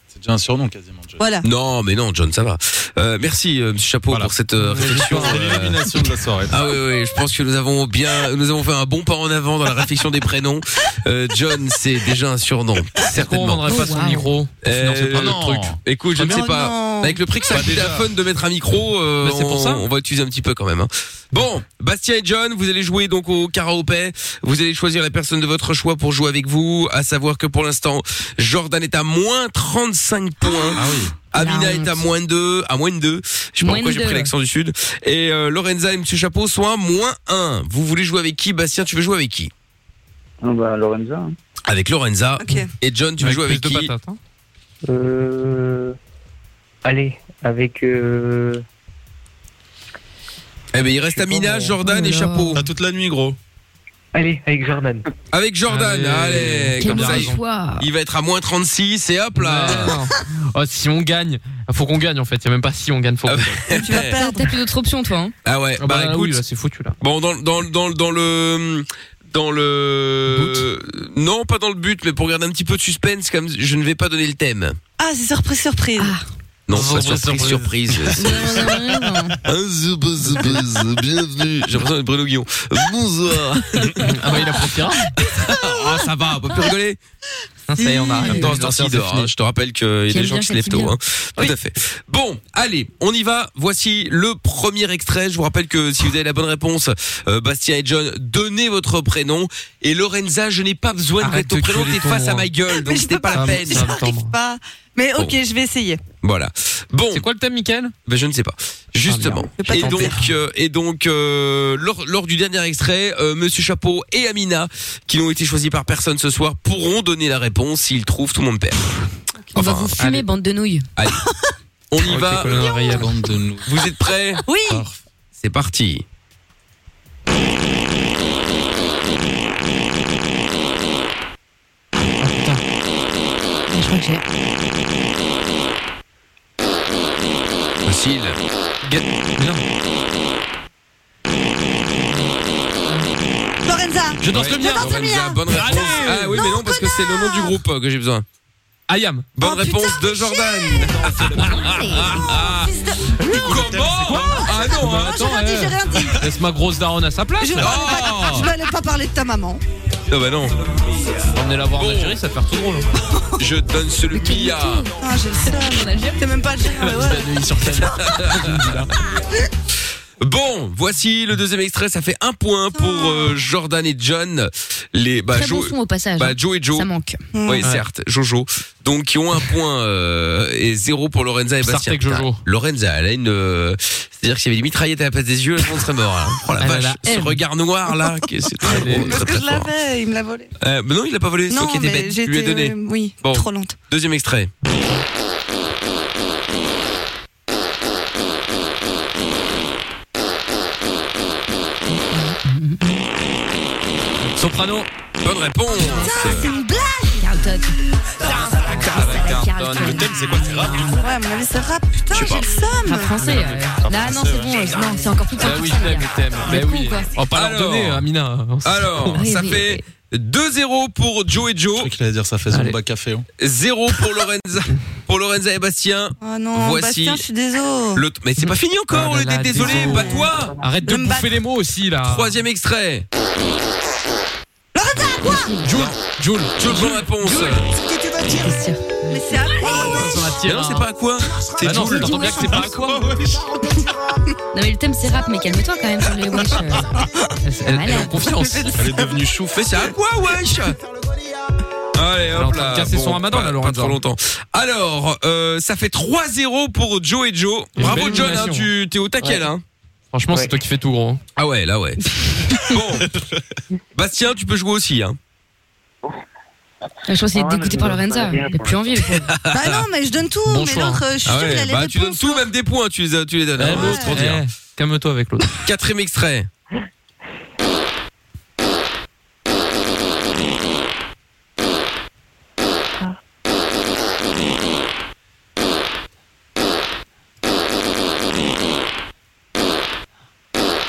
Speaker 7: C'est déjà un surnom quasiment. John.
Speaker 5: Voilà.
Speaker 2: Non, mais non, John, ça va. Euh, merci, euh, Monsieur Chapeau,
Speaker 7: Voilà.
Speaker 2: pour cette euh, réflexion.
Speaker 7: C'est
Speaker 2: euh,
Speaker 7: l'illumination de la soirée.
Speaker 2: Ah oui, oui, je pense que nous avons bien, nous avons fait un bon pas en avant dans la réflexion des prénoms. Euh, John, c'est déjà un surnom,
Speaker 4: Pourquoi on
Speaker 2: certainement.
Speaker 4: vendrait pas
Speaker 3: Oh,
Speaker 4: son
Speaker 3: wow.
Speaker 4: micro
Speaker 2: Euh,
Speaker 4: Non, c'est pas
Speaker 2: le
Speaker 4: notre
Speaker 2: truc.
Speaker 4: truc.
Speaker 2: Écoute, je ne
Speaker 5: Oh
Speaker 2: sais pas.
Speaker 5: non.
Speaker 2: Avec le prix que ça
Speaker 7: Bah,
Speaker 2: coûte
Speaker 7: déjà.
Speaker 2: à Fun de mettre un micro, euh,
Speaker 4: Bah, c'est pour
Speaker 2: on-
Speaker 4: ça.
Speaker 2: on va utiliser un petit peu quand même. hein. Bon, Bastien et John, vous allez jouer donc au karaopé. Vous allez choisir la personne de votre choix pour jouer avec vous. À savoir que pour l'instant, Jordan est à moins 35 points.
Speaker 4: Ah
Speaker 2: Amina
Speaker 3: La
Speaker 2: est à
Speaker 3: honte.
Speaker 2: moins 2, à moins 2. Je sais pas
Speaker 3: Moins
Speaker 2: pourquoi
Speaker 3: de
Speaker 2: j'ai pris
Speaker 3: deux.
Speaker 2: l'accent du sud. Et euh, Lorenza et Monsieur Chapeau sont à moins 1. Vous voulez jouer avec qui Bastien, tu veux jouer avec qui
Speaker 9: ah, bah, Lorenza. hein.
Speaker 2: Avec Lorenza.
Speaker 5: Ok.
Speaker 2: Et John, tu veux jouer avec
Speaker 4: plus de
Speaker 2: qui
Speaker 4: patates, hein.
Speaker 9: Euh... Allez, avec... Euh...
Speaker 2: Eh ben il reste Amina, Jordan et
Speaker 3: Oh là.
Speaker 2: Chapeau.
Speaker 7: T'as toute la nuit, gros.
Speaker 9: Allez, avec Jordan.
Speaker 2: Avec Jordan,
Speaker 4: Allez.
Speaker 2: allez,
Speaker 4: Et
Speaker 3: Quel
Speaker 2: comme ça
Speaker 3: mauvais
Speaker 2: il-
Speaker 3: choix.
Speaker 2: il va être à moins 36 et hop là
Speaker 4: Ouais. Oh, si on gagne, faut qu'on gagne en fait. Il y a même pas si on gagne, faut
Speaker 2: Ah
Speaker 4: qu'on
Speaker 2: bah,
Speaker 4: gagne.
Speaker 5: Tu vas
Speaker 3: T'as
Speaker 5: perdre.
Speaker 3: t'as plus d'autres options, toi. hein.
Speaker 2: Ah ouais,
Speaker 4: Ah
Speaker 2: bah,
Speaker 4: bah,
Speaker 2: écoute,
Speaker 4: oui, là, c'est foutu là.
Speaker 2: bon dans, dans, dans, dans le... Dans le... Non, pas dans le but, mais pour garder un petit peu de suspense, comme je ne vais pas donner le thème.
Speaker 5: Ah, c'est surprise, surprise.
Speaker 3: Ah.
Speaker 2: Non,
Speaker 4: Oh,
Speaker 2: pas
Speaker 4: vraie
Speaker 2: surprise, surprise. Ah,
Speaker 3: Non, non, non, non.
Speaker 2: bienvenue. J'ai l'impression d'être Bruno Guillon. Bonsoir.
Speaker 4: Ah bah il apprendra.
Speaker 2: Ah, ça va, on peut plus rigoler.
Speaker 4: Ça y est, on a.
Speaker 2: En même temps, ce temps-ci, il dort, hein. Je te rappelle qu'il y a
Speaker 3: Qui
Speaker 2: des
Speaker 3: aime
Speaker 2: gens
Speaker 3: bien,
Speaker 2: qui se lèvent
Speaker 3: qui aime
Speaker 2: tôt.
Speaker 3: bien.
Speaker 2: hein. Tout à fait. Bon, allez, on y va. Voici le premier extrait. Je vous rappelle que si vous avez la bonne réponse, euh, Bastien et John, donnez votre prénom. Et Lorenza, je n'ai pas besoin de
Speaker 4: Arrête
Speaker 2: mettre ton
Speaker 4: de
Speaker 2: prénom,
Speaker 4: gueuler
Speaker 2: t'es
Speaker 4: ton
Speaker 2: face à
Speaker 4: nom.
Speaker 2: ma gueule, donc
Speaker 5: je
Speaker 2: c'était
Speaker 5: peux
Speaker 2: pas la
Speaker 4: pas-
Speaker 2: peine.
Speaker 4: Ça va me
Speaker 5: J'arrive
Speaker 4: tendre.
Speaker 5: pas. Mais ok,
Speaker 2: Bon.
Speaker 5: je vais essayer.
Speaker 2: Voilà. Bon,
Speaker 4: C'est quoi le thème, Michael
Speaker 2: Ben, je ne sais pas. Justement.
Speaker 5: Je vais
Speaker 2: et
Speaker 5: pas tenter.
Speaker 2: donc, euh, et donc euh, lors, lors du dernier extrait, euh, Monsieur Chapeau et Amina, qui n'ont été choisis par personne ce soir, pourront donner la réponse s'ils trouvent tout le monde perd.
Speaker 3: On va
Speaker 2: Enfin,
Speaker 3: vous fumer,
Speaker 4: allez.
Speaker 3: bande de nouilles.
Speaker 2: On y va.
Speaker 7: de nous.
Speaker 2: Vous êtes prêts
Speaker 5: Oui.
Speaker 2: C'est parti.
Speaker 7: Ah,
Speaker 3: Je crois que j'ai.
Speaker 2: Facile. Get-
Speaker 4: Mais non. Je danse le
Speaker 5: Je
Speaker 4: mien.
Speaker 5: danse le
Speaker 2: Lorenza,
Speaker 5: mien.
Speaker 2: bonne réponse.
Speaker 4: Allez
Speaker 2: ah oui, mais non, parce que c'est le nom du groupe euh, que j'ai besoin.
Speaker 4: Ayam.
Speaker 2: Bonne
Speaker 5: Oh,
Speaker 2: réponse
Speaker 5: putain,
Speaker 2: de Jordan.
Speaker 5: Oh, fils de-
Speaker 2: Comment Ah non, euh. hein.
Speaker 5: Ah, j'ai rien dit, j'ai rien dit.
Speaker 4: Laisse ma grosse daronne à sa place.
Speaker 5: Je
Speaker 4: là.
Speaker 5: Je vais aller pas parler de ta maman.
Speaker 2: Oh. Ah bah non.
Speaker 4: Emmener la voir en
Speaker 2: Bon.
Speaker 4: Algérie, ça va faire tout drôle. hein.
Speaker 2: Je donne celui à.
Speaker 5: Ah, j'ai le seum. T'es même pas algérien, mais ouais.
Speaker 4: Nuit sur scène.
Speaker 2: Bon, voici le deuxième extrait. Ça fait un point pour euh, Jordan et John. Les bah,
Speaker 3: Très bon
Speaker 2: Joe,
Speaker 3: son au passage.
Speaker 2: bah,
Speaker 3: hein.
Speaker 2: Joe et Joe.
Speaker 3: Ça manque.
Speaker 2: Oui,
Speaker 4: Mmh. Ouais.
Speaker 2: certes, Jojo. Donc, qui ont un point euh, et zéro pour Lorenza et Bastien.
Speaker 4: Sartek Jojo.
Speaker 2: Putain, Lorenza, elle a une. euh, C'est-à-dire qu'il y avait des mitraillettes à la place des yeux, elle serait mort. hein. Oh la
Speaker 4: Ah là
Speaker 2: vache,
Speaker 4: là,
Speaker 2: ce
Speaker 4: elle.
Speaker 2: regard noir là, que- c'est très
Speaker 4: Elle est-
Speaker 2: bon,
Speaker 5: Parce que
Speaker 2: très
Speaker 5: je
Speaker 2: très fort.
Speaker 5: l'avais, il me l'a volé.
Speaker 2: Euh, mais non, il l'a pas volé, c'est toi
Speaker 5: Non,
Speaker 2: qui étais
Speaker 5: mais
Speaker 2: bête, tu lui as
Speaker 5: j'étais.
Speaker 2: donné.
Speaker 5: euh, Oui,
Speaker 2: Bon.
Speaker 5: trop lente.
Speaker 2: Deuxième extrait.
Speaker 4: Soprano.
Speaker 2: Bonne réponse.
Speaker 5: C'est une blague
Speaker 3: Carlton.
Speaker 2: Le thème, c'est quoi C'est rap
Speaker 5: Ouais, à mon avis, c'est rap. Putain,
Speaker 2: Je sais
Speaker 5: j'ai
Speaker 2: pas.
Speaker 5: le seum.
Speaker 3: Pas français. euh, Non, non, c'est bon. euh, Non, c'est encore plus
Speaker 4: Bah oui,
Speaker 3: compliqué,
Speaker 4: t'aimes,
Speaker 3: les gars.
Speaker 4: t'aimes. Bah
Speaker 3: con,
Speaker 4: oui.
Speaker 3: quoi.
Speaker 4: On va pas leur
Speaker 2: Alors.
Speaker 4: donner, hein, Amina.
Speaker 2: Alors,
Speaker 3: Oui,
Speaker 2: ça
Speaker 3: oui,
Speaker 2: fait 2-0 pour Joe et
Speaker 7: Je
Speaker 2: Joe,
Speaker 7: croyais qu'il allait dire ça fait
Speaker 4: Allez.
Speaker 7: Zumba Café. hein.
Speaker 2: 0 pour Lorenza, pour Lorenza et Bastien.
Speaker 5: Oh non,
Speaker 2: Voici
Speaker 5: Bastien, je suis
Speaker 10: Mmh.
Speaker 5: désolé.
Speaker 2: Le t- Mais c'est pas fini encore,
Speaker 4: Oh là
Speaker 2: le dé-
Speaker 4: là,
Speaker 2: désolé,
Speaker 4: désolé.
Speaker 2: bats-toi.
Speaker 4: Arrête de
Speaker 5: Je me
Speaker 4: bouffer
Speaker 5: bats.
Speaker 4: les mots aussi, là.
Speaker 2: Troisième extrait.
Speaker 4: Jules. Jules.
Speaker 2: Joe, bonne réponse.
Speaker 3: Christian.
Speaker 5: Mais c'est à quoi
Speaker 2: Ah, Mais non, c'est pas à quoi C'est
Speaker 4: Ah non,
Speaker 2: Joule.
Speaker 4: t'entends bien que c'est pas à quoi
Speaker 2: Oh,
Speaker 3: Non, mais le thème c'est rap, mais calme-toi quand même sur les wesh. euh, c'est pas
Speaker 4: Elle est en
Speaker 3: malade.
Speaker 4: confiance.
Speaker 7: Elle est devenue chou.
Speaker 2: Mais c'est à quoi, wesh Allez,
Speaker 4: est en
Speaker 2: hop
Speaker 4: train de
Speaker 2: là.
Speaker 4: casser son ramadan,
Speaker 2: pas,
Speaker 4: là,
Speaker 2: pas
Speaker 4: Lorenzo.
Speaker 2: trop longtemps. Alors, euh, ça fait 3-0 pour Joe et Joe.
Speaker 4: Une
Speaker 2: Bravo,
Speaker 4: belle
Speaker 2: John, hein,
Speaker 4: nomination.
Speaker 2: tu t'es au taquet,
Speaker 4: Ouais.
Speaker 2: là. hein.
Speaker 4: Franchement, c'est toi qui fais tout, gros.
Speaker 2: Ah ouais, là, ouais. bon. Bastien, tu peux jouer aussi, hein.
Speaker 3: Je pense qu'il est
Speaker 9: Ah ouais,
Speaker 3: dégoûté
Speaker 9: mais
Speaker 3: par
Speaker 9: je
Speaker 3: Lorenza.
Speaker 9: me sens pas
Speaker 3: Il a plus envie. le pauvre.
Speaker 5: Bah non, mais je donne tout.
Speaker 4: Bon
Speaker 5: mais
Speaker 4: choix. hein.
Speaker 5: l'autre, euh, je suis sûre
Speaker 2: Ah
Speaker 5: qu'il a
Speaker 2: ouais,
Speaker 5: les hein.
Speaker 2: bah tu donnes
Speaker 5: réponses.
Speaker 2: tout, même des points, tu les, tu les donnes. hein,
Speaker 4: Eh,
Speaker 2: l'autre, on dirait.
Speaker 4: eh, Calme-toi avec l'autre.
Speaker 2: Quatrième extrait.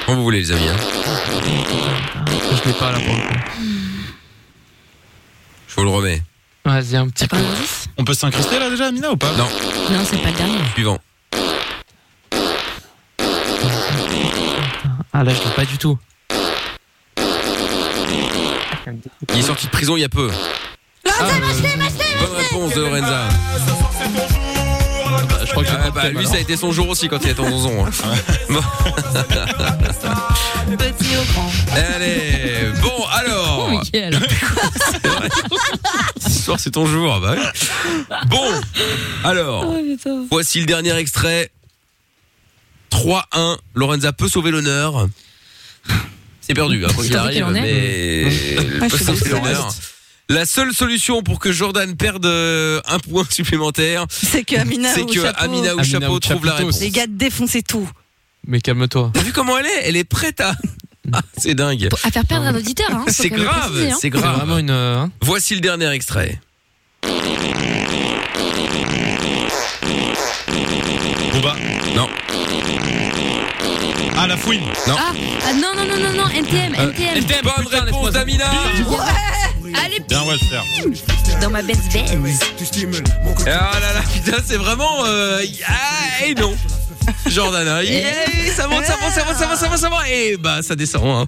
Speaker 2: Quand vous voulez, les amis. hein.
Speaker 4: Je l'ai pas là pour le coup.
Speaker 2: Je vous le remets.
Speaker 4: Vas-y, un petit
Speaker 3: T'as
Speaker 4: peu.
Speaker 3: pas un indice
Speaker 7: On peut s'incruster là déjà, Amina, ou pas
Speaker 2: Non.
Speaker 3: Non, c'est pas le dernier.
Speaker 2: Suivant.
Speaker 4: Ah là, je l'ai pas du tout.
Speaker 2: Il est sorti de prison il y a peu.
Speaker 4: Ah, euh,
Speaker 2: Bonne réponse de Lorenza.
Speaker 4: bah, Ah, je crois que j'ai
Speaker 2: Ah,
Speaker 4: pas de
Speaker 2: bah,
Speaker 4: thème,
Speaker 2: lui,
Speaker 4: alors. Ah
Speaker 2: ça a été son jour aussi quand il était en zonzon. hein. Bon. Bah,
Speaker 5: Petit au grand.
Speaker 2: Allez. Bon,
Speaker 10: Oh,
Speaker 3: Oh,
Speaker 2: alors.
Speaker 3: Mickaël.
Speaker 2: Ce soir, c'est ton jour. ah Bah. oui. Bon, alors,
Speaker 3: Oh, putain.
Speaker 2: voici le dernier extrait. 3-1. Lorenza peut sauver l'honneur. C'est perdu, hein, quoi
Speaker 3: C'est
Speaker 2: qu'il
Speaker 3: vrai
Speaker 2: arrive,
Speaker 3: qu'elle en est.
Speaker 2: mais elle
Speaker 5: Ah, je
Speaker 2: peut
Speaker 5: suis
Speaker 2: sauver
Speaker 5: désolée.
Speaker 2: l'honneur. La seule solution pour que Jordan perde euh, un point supplémentaire,
Speaker 5: C'est que Amina
Speaker 2: c'est
Speaker 5: au
Speaker 2: que
Speaker 5: chapeau,
Speaker 2: Amina ou
Speaker 4: Amina
Speaker 2: Chapeau
Speaker 4: ou
Speaker 2: trouve la
Speaker 4: Chapitos.
Speaker 2: réponse.
Speaker 5: Les gars, défoncez tout.
Speaker 4: Mais calme-toi.
Speaker 2: T'as vu comment elle est Elle est prête à... Ah, c'est dingue.
Speaker 3: Pour- À faire perdre un auditeur, hein. faut
Speaker 2: Ah C'est
Speaker 3: quand même le préciser,
Speaker 2: grave,
Speaker 3: hein.
Speaker 2: c'est
Speaker 4: C'est
Speaker 2: grave.
Speaker 4: vraiment une. euh, hein.
Speaker 2: Voici le dernier extrait.
Speaker 7: Booba.
Speaker 2: Non.
Speaker 7: Ah, la fouine.
Speaker 3: Ah, ah, non, non, non, non, non, NTM,
Speaker 2: Euh,
Speaker 3: NTM.
Speaker 2: Bonne
Speaker 4: putain,
Speaker 2: réponse
Speaker 4: laisse-moi ça.
Speaker 2: d'Amina
Speaker 3: Allez,
Speaker 7: Bien, ouais, frère.
Speaker 3: dans ma best Benz.
Speaker 2: Ah là là, putain, c'est vraiment. Euh... Ah, et non Jordan, hein. Yeah, ça monte, ça monte, ça monte, ça monte, ça monte, ça monte. Et bah, ça descend. Hein.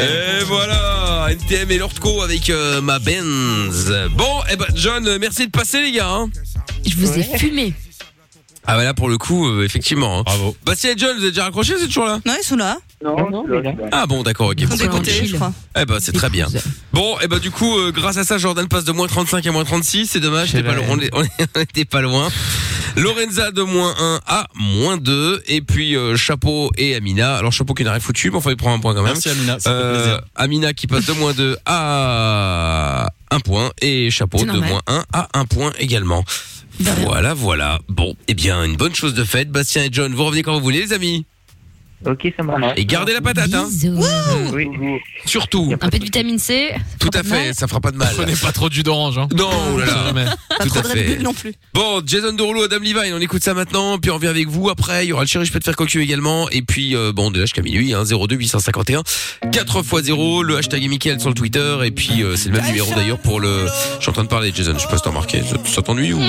Speaker 2: Et voilà, NTM et Lortco avec euh, ma Benz. Bon, et ben John, euh, merci de passer, les gars. Hein.
Speaker 3: Je vous ai fumé.
Speaker 2: Ah, bah là, pour le coup, euh, effectivement. hein.
Speaker 7: Bravo.
Speaker 2: Bastien et John, vous êtes déjà raccrochés, vous êtes toujours là
Speaker 5: Non, ils sont là.
Speaker 9: Non, non, mais là.
Speaker 2: Ah bon, d'accord, ok.
Speaker 5: Ils sont
Speaker 3: Ils sont
Speaker 5: dégoûtés,
Speaker 3: chill.
Speaker 5: je crois.
Speaker 2: Eh ben, c'est très bien. Bon, et ben du coup, euh, grâce à ça, Jordan passe de moins 35 à moins 36. C'est dommage,
Speaker 4: Quelle
Speaker 2: t'es pas lo- on est- on est- on était pas loin. Lorenza de moins 1 à moins 2. Et puis, euh, Chapeau et Amina. Alors, Chapeau qui n'a rien foutu, mais enfin, il prend un point quand même.
Speaker 7: Merci, Amina. Ça fait
Speaker 2: Euh,
Speaker 7: plaisir.
Speaker 2: Amina qui passe de moins 2 à 1 point. Et Chapeau
Speaker 3: C'est
Speaker 2: de
Speaker 3: normal.
Speaker 2: moins 1 à 1 point également.
Speaker 3: De rien.
Speaker 2: Voilà, voilà. Bon, eh bien, une bonne chose de faite. Bastien et John, vous revenez quand vous voulez, les amis.
Speaker 9: Ok, ça marche.
Speaker 2: Et gardez la patate, hein.
Speaker 9: Oui.
Speaker 2: Surtout.
Speaker 3: Un peu de vitamine C.
Speaker 2: Tout à fait, ça fera pas de mal.
Speaker 4: Prenez pas trop de jus d'orange, hein.
Speaker 2: Non, oh là là.
Speaker 4: Jamais.
Speaker 5: Pas
Speaker 2: Tout
Speaker 5: trop
Speaker 2: à
Speaker 5: de
Speaker 2: fait.
Speaker 5: Red Bull non plus.
Speaker 2: Bon, Jason Derulo, Adam Levine, on écoute ça maintenant, puis on revient avec vous après. Il y aura le chéri, je peux te faire cocu également. Et puis, euh, bon, de jusqu'à minuit, hein, 02 851 4 x 0, le hashtag est Mickaël sur le Twitter. Et puis, euh, c'est le même numéro d'ailleurs pour le. Je suis en train de parler, Jason, je sais pas si t'as remarqué. Ça, ça t'ennuie ou.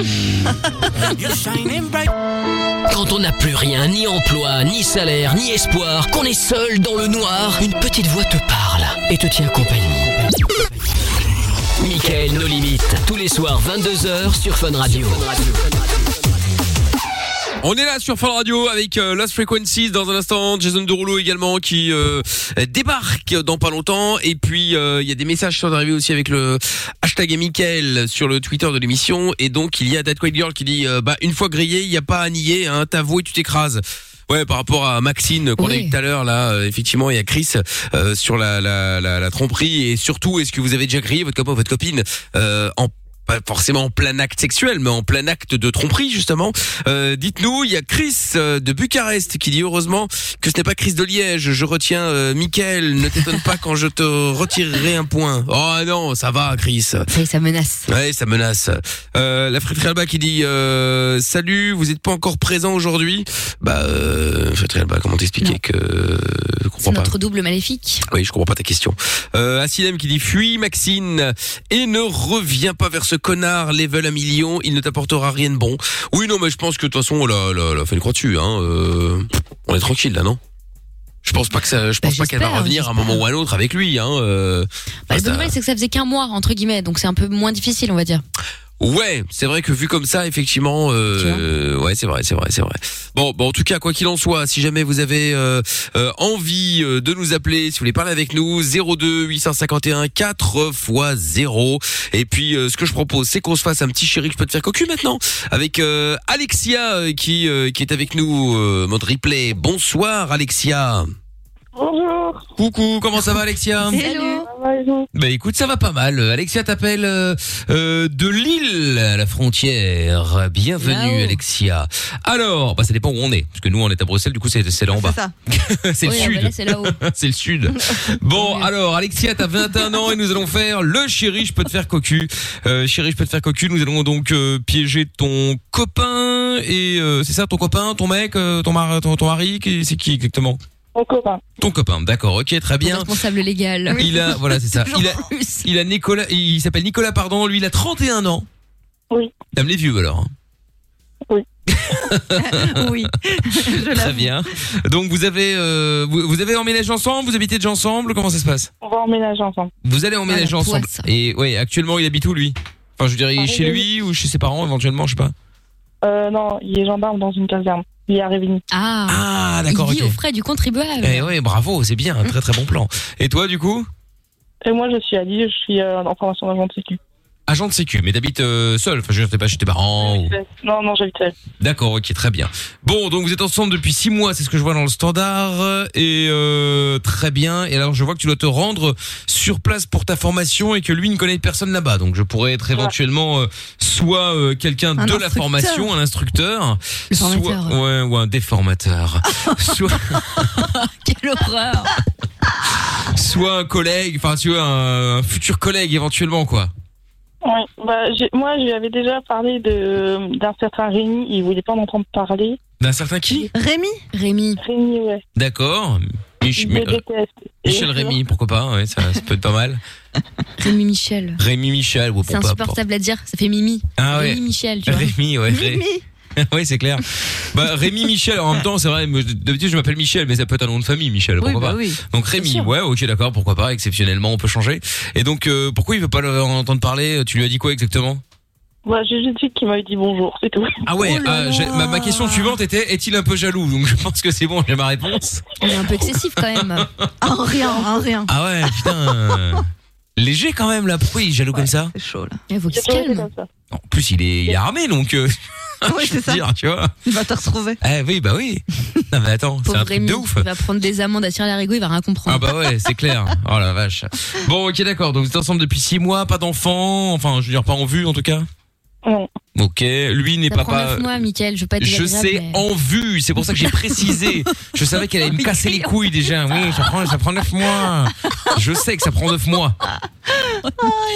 Speaker 1: Quand on n'a plus rien, ni emploi, ni salaire, ni espoir, qu'on est seul dans le noir, une petite voix te parle et te tient compagnie. Michael, nos limites, tous les soirs 22h sur Fun Radio.
Speaker 2: On est là sur Fun Radio avec euh, Lost Frequencies dans un instant, Jason Derulo également qui euh, débarque dans pas longtemps et puis euh, il y a des messages qui sont arrivés aussi avec le hashtag Michael sur le Twitter de l'émission et donc il y a That White Girl qui dit euh, bah une fois grillé il n'y a pas à nier hein, t'avoues et tu t'écrases. Ouais, par rapport à Maxine qu'on a
Speaker 3: Oui.
Speaker 2: eu tout à l'heure là, euh, effectivement, il y a Chris euh, sur la, la, la, la tromperie et surtout est-ce que vous avez déjà grillé votre copain ou votre copine euh, en pas forcément en plein acte sexuel, mais en plein acte de tromperie justement. Euh, Dites-nous, il y a Chris euh, de Bucarest qui dit heureusement que ce n'est pas Chris de Liège. Je retiens euh, Mickaël. Ne t'étonne pas quand je te retirerai un point. Oh non, ça va, Chris.
Speaker 3: Ça y est, ça menace.
Speaker 2: Ouais, ça menace. Euh, la friterie Alba qui dit euh, salut, vous n'êtes pas encore présent aujourd'hui. Bah, euh, friterie Alba, comment t'expliquer
Speaker 3: Non.
Speaker 2: que je
Speaker 3: C'est
Speaker 2: comprends pas.
Speaker 3: notre double maléfique. Bah,
Speaker 2: Oui, je comprends pas ta question. Euh, Asilem qui dit fuis Maxine et ne reviens pas vers ce connard level un million, il ne t'apportera rien de bon. Oui, non, mais je pense que de toute façon, là, là, là, fait une croix dessus. Hein, euh, on est tranquille là, non Je pense pas que ça, je
Speaker 3: Bah,
Speaker 2: pense pas qu'elle va
Speaker 3: j'espère,
Speaker 2: revenir à un moment ou à un autre avec lui. Hein, euh,
Speaker 3: Bah, la
Speaker 2: ça-
Speaker 3: bonne nouvelle, c'est que ça faisait qu'un mois, entre guillemets, donc c'est un peu moins difficile, on va dire.
Speaker 2: Ouais, c'est vrai que vu comme ça, effectivement, euh, ouais, c'est vrai, c'est vrai, c'est vrai. Bon, bon, en tout cas, quoi qu'il en soit, si jamais vous avez euh, euh, envie euh, de nous appeler, si vous voulez parler avec nous, 02 851 4 x 0. Et puis, euh, ce que je propose, c'est qu'on se fasse un petit chéri que je peux te faire cocu maintenant, avec euh, Alexia euh, qui euh, qui est avec nous, euh, mode replay. Bonsoir, Alexia.
Speaker 6: Bonjour.
Speaker 2: Coucou, comment ça va, Alexia
Speaker 3: Hello
Speaker 2: Bah écoute, ça va pas mal. Alexia t'appelle euh, euh, de Lille, à la frontière. Bienvenue,
Speaker 3: Là-haut.
Speaker 2: Alexia. Alors, bah ça dépend où on est, parce que nous on est à Bruxelles, du coup c'est c'est là en bas.
Speaker 5: C'est ça.
Speaker 2: C'est le
Speaker 3: Oui,
Speaker 2: sud.
Speaker 3: ah bah là, c'est là-haut.
Speaker 2: C'est le sud. Bon,
Speaker 3: Tant mieux.
Speaker 2: alors Alexia, t'as 21 ans et nous allons faire le chéri, je peux te faire cocu. Euh, chéri, je peux te faire cocu. Nous allons donc euh, piéger ton copain et euh, c'est ça, ton copain, ton mec, euh, ton, mari, ton, ton mari, qui- c'est qui exactement
Speaker 6: Mon copain.
Speaker 2: Ton copain. D'accord, ok, très bien.
Speaker 3: Responsable légal.
Speaker 2: Il a, voilà, c'est ça.
Speaker 3: Toujours
Speaker 2: Il a,
Speaker 3: plus.
Speaker 2: il a Nicolas, il s'appelle Nicolas, pardon, lui il a 31 ans.
Speaker 6: Oui.
Speaker 2: T'aimes les vieux alors hein
Speaker 5: Oui. Je
Speaker 2: Très
Speaker 5: l'avoue.
Speaker 2: bien. Donc vous avez euh, vous, vous avez emménagé ensemble, vous habitez déjà ensemble, comment ça se passe
Speaker 6: On va emménager ensemble.
Speaker 2: Vous allez emménager
Speaker 3: Ah, la
Speaker 2: ensemble.
Speaker 3: poisse.
Speaker 2: Et ouais, actuellement il habite où lui Enfin je dirais
Speaker 6: Paris,
Speaker 2: chez lui ou chez ses parents éventuellement, je sais pas.
Speaker 6: Euh, non, il est gendarme dans une caserne. Il est à Révigny.
Speaker 3: Ah,
Speaker 2: Ah
Speaker 3: il
Speaker 2: d'accord,
Speaker 3: vit
Speaker 2: ok.
Speaker 3: aux frais du contribuable.
Speaker 2: Eh ouais, bravo, c'est bien, un très très bon plan. Et toi du coup
Speaker 6: Et moi, je suis à Lille. Je suis euh, en formation d'agent de sécu.
Speaker 2: Agent de sécu, mais t'habites euh, seul, enfin je veux dire t'es pas chez tes parents. ou-
Speaker 6: Non, non, j'habite seule.
Speaker 2: D'accord, ok, très bien. Bon, donc vous êtes ensemble depuis six mois, c'est ce que je vois dans le standard, et euh, très bien. Et alors je vois que tu dois te rendre sur place pour ta formation et que lui ne connaît personne là-bas, donc je pourrais être éventuellement euh, soit euh, quelqu'un de
Speaker 5: Un
Speaker 2: la
Speaker 5: instructeur.
Speaker 2: formation, un instructeur,
Speaker 3: Le
Speaker 2: soit
Speaker 3: formateur.
Speaker 2: ouais, ou un déformateur, soit
Speaker 3: Quelle horreur.
Speaker 2: soit un collègue, enfin tu vois un, un futur collègue éventuellement quoi.
Speaker 6: Ouais, bah, j'ai- moi, je lui avais déjà parlé de d'un certain Rémi. Il voulait pas en entendre parler.
Speaker 2: D'un certain qui
Speaker 5: Rémi
Speaker 3: Rémi.
Speaker 6: Rémi, ouais.
Speaker 2: D'accord. Mich-
Speaker 6: Il me
Speaker 2: euh,
Speaker 6: déteste. Et
Speaker 2: Michel
Speaker 6: je-
Speaker 2: Rémy, pourquoi pas ouais, ça, ça peut être pas mal.
Speaker 3: Rémi Michel.
Speaker 2: Rémi Michel, ou
Speaker 3: C'est insupportable à dire, ça fait Mimi.
Speaker 2: Ah ouais.
Speaker 3: Rémi Michel, tu vois.
Speaker 2: Rémi, ouais. Ré-
Speaker 5: Rémi
Speaker 2: oui, c'est clair. Bah, Rémi Michel, en même temps, c'est vrai, moi, je- d'habitude je m'appelle Michel, mais ça peut être un nom de famille, Michel,
Speaker 5: Oui,
Speaker 2: pourquoi
Speaker 5: bah
Speaker 2: pas.
Speaker 5: oui.
Speaker 2: Donc Rémi,
Speaker 3: sûr.
Speaker 2: ouais, ok, d'accord, pourquoi pas, exceptionnellement, on peut changer. Et donc, euh, pourquoi il veut pas le- en entendre parler euh, Tu lui as dit quoi exactement
Speaker 6: Bah, j'ai juste dit qu'il m'avait dit bonjour, c'est tout.
Speaker 2: Ah ouais,
Speaker 5: Oh là
Speaker 2: euh,
Speaker 5: là.
Speaker 2: j'ai- ma, ma question suivante était, est-il un peu jaloux Donc je pense que c'est bon, j'ai ma réponse.
Speaker 3: On est un peu excessif quand même.
Speaker 5: Un rien, un rien.
Speaker 2: Ah ouais, putain. Léger quand même, là, pourquoi il est jaloux comme ça
Speaker 5: C'est chaud là.
Speaker 3: Il Eh, faut qu'il
Speaker 6: J'ai
Speaker 3: se
Speaker 6: toujours été
Speaker 3: calme.
Speaker 6: comme ça.
Speaker 2: En plus, il est, il est armé, donc, euh,
Speaker 5: Ouais,
Speaker 2: je
Speaker 5: c'est
Speaker 2: veux
Speaker 5: ça.
Speaker 2: dire, tu vois.
Speaker 5: Il va te retrouver.
Speaker 2: Eh oui, bah oui. Non mais attends, c'est
Speaker 3: Pauvre
Speaker 2: un truc
Speaker 3: Rémi,
Speaker 2: de ouf.
Speaker 3: il va prendre des amendes à tirer l'arigot, il va rien
Speaker 2: Ah
Speaker 3: comprendre.
Speaker 2: bah ouais, c'est clair. Oh la vache. Bon, ok, d'accord. Donc vous êtes ensemble depuis six mois, pas d'enfants, enfin, je veux dire pas en vue en tout cas.
Speaker 6: Non.
Speaker 2: Ok, lui Ah bah, n'est
Speaker 3: Ça
Speaker 2: pas
Speaker 3: prend
Speaker 2: pas.
Speaker 3: neuf mois, Mickaël, je veux pas être
Speaker 2: Je
Speaker 3: désagréable,
Speaker 2: sais
Speaker 3: mais- Oh,
Speaker 2: en vue, c'est pour ça que j'ai précisé. Je savais qu'elle allait me casser les couilles déjà. Oui, ça prend, ça prend 9 mois. Je sais que ça prend 9 mois.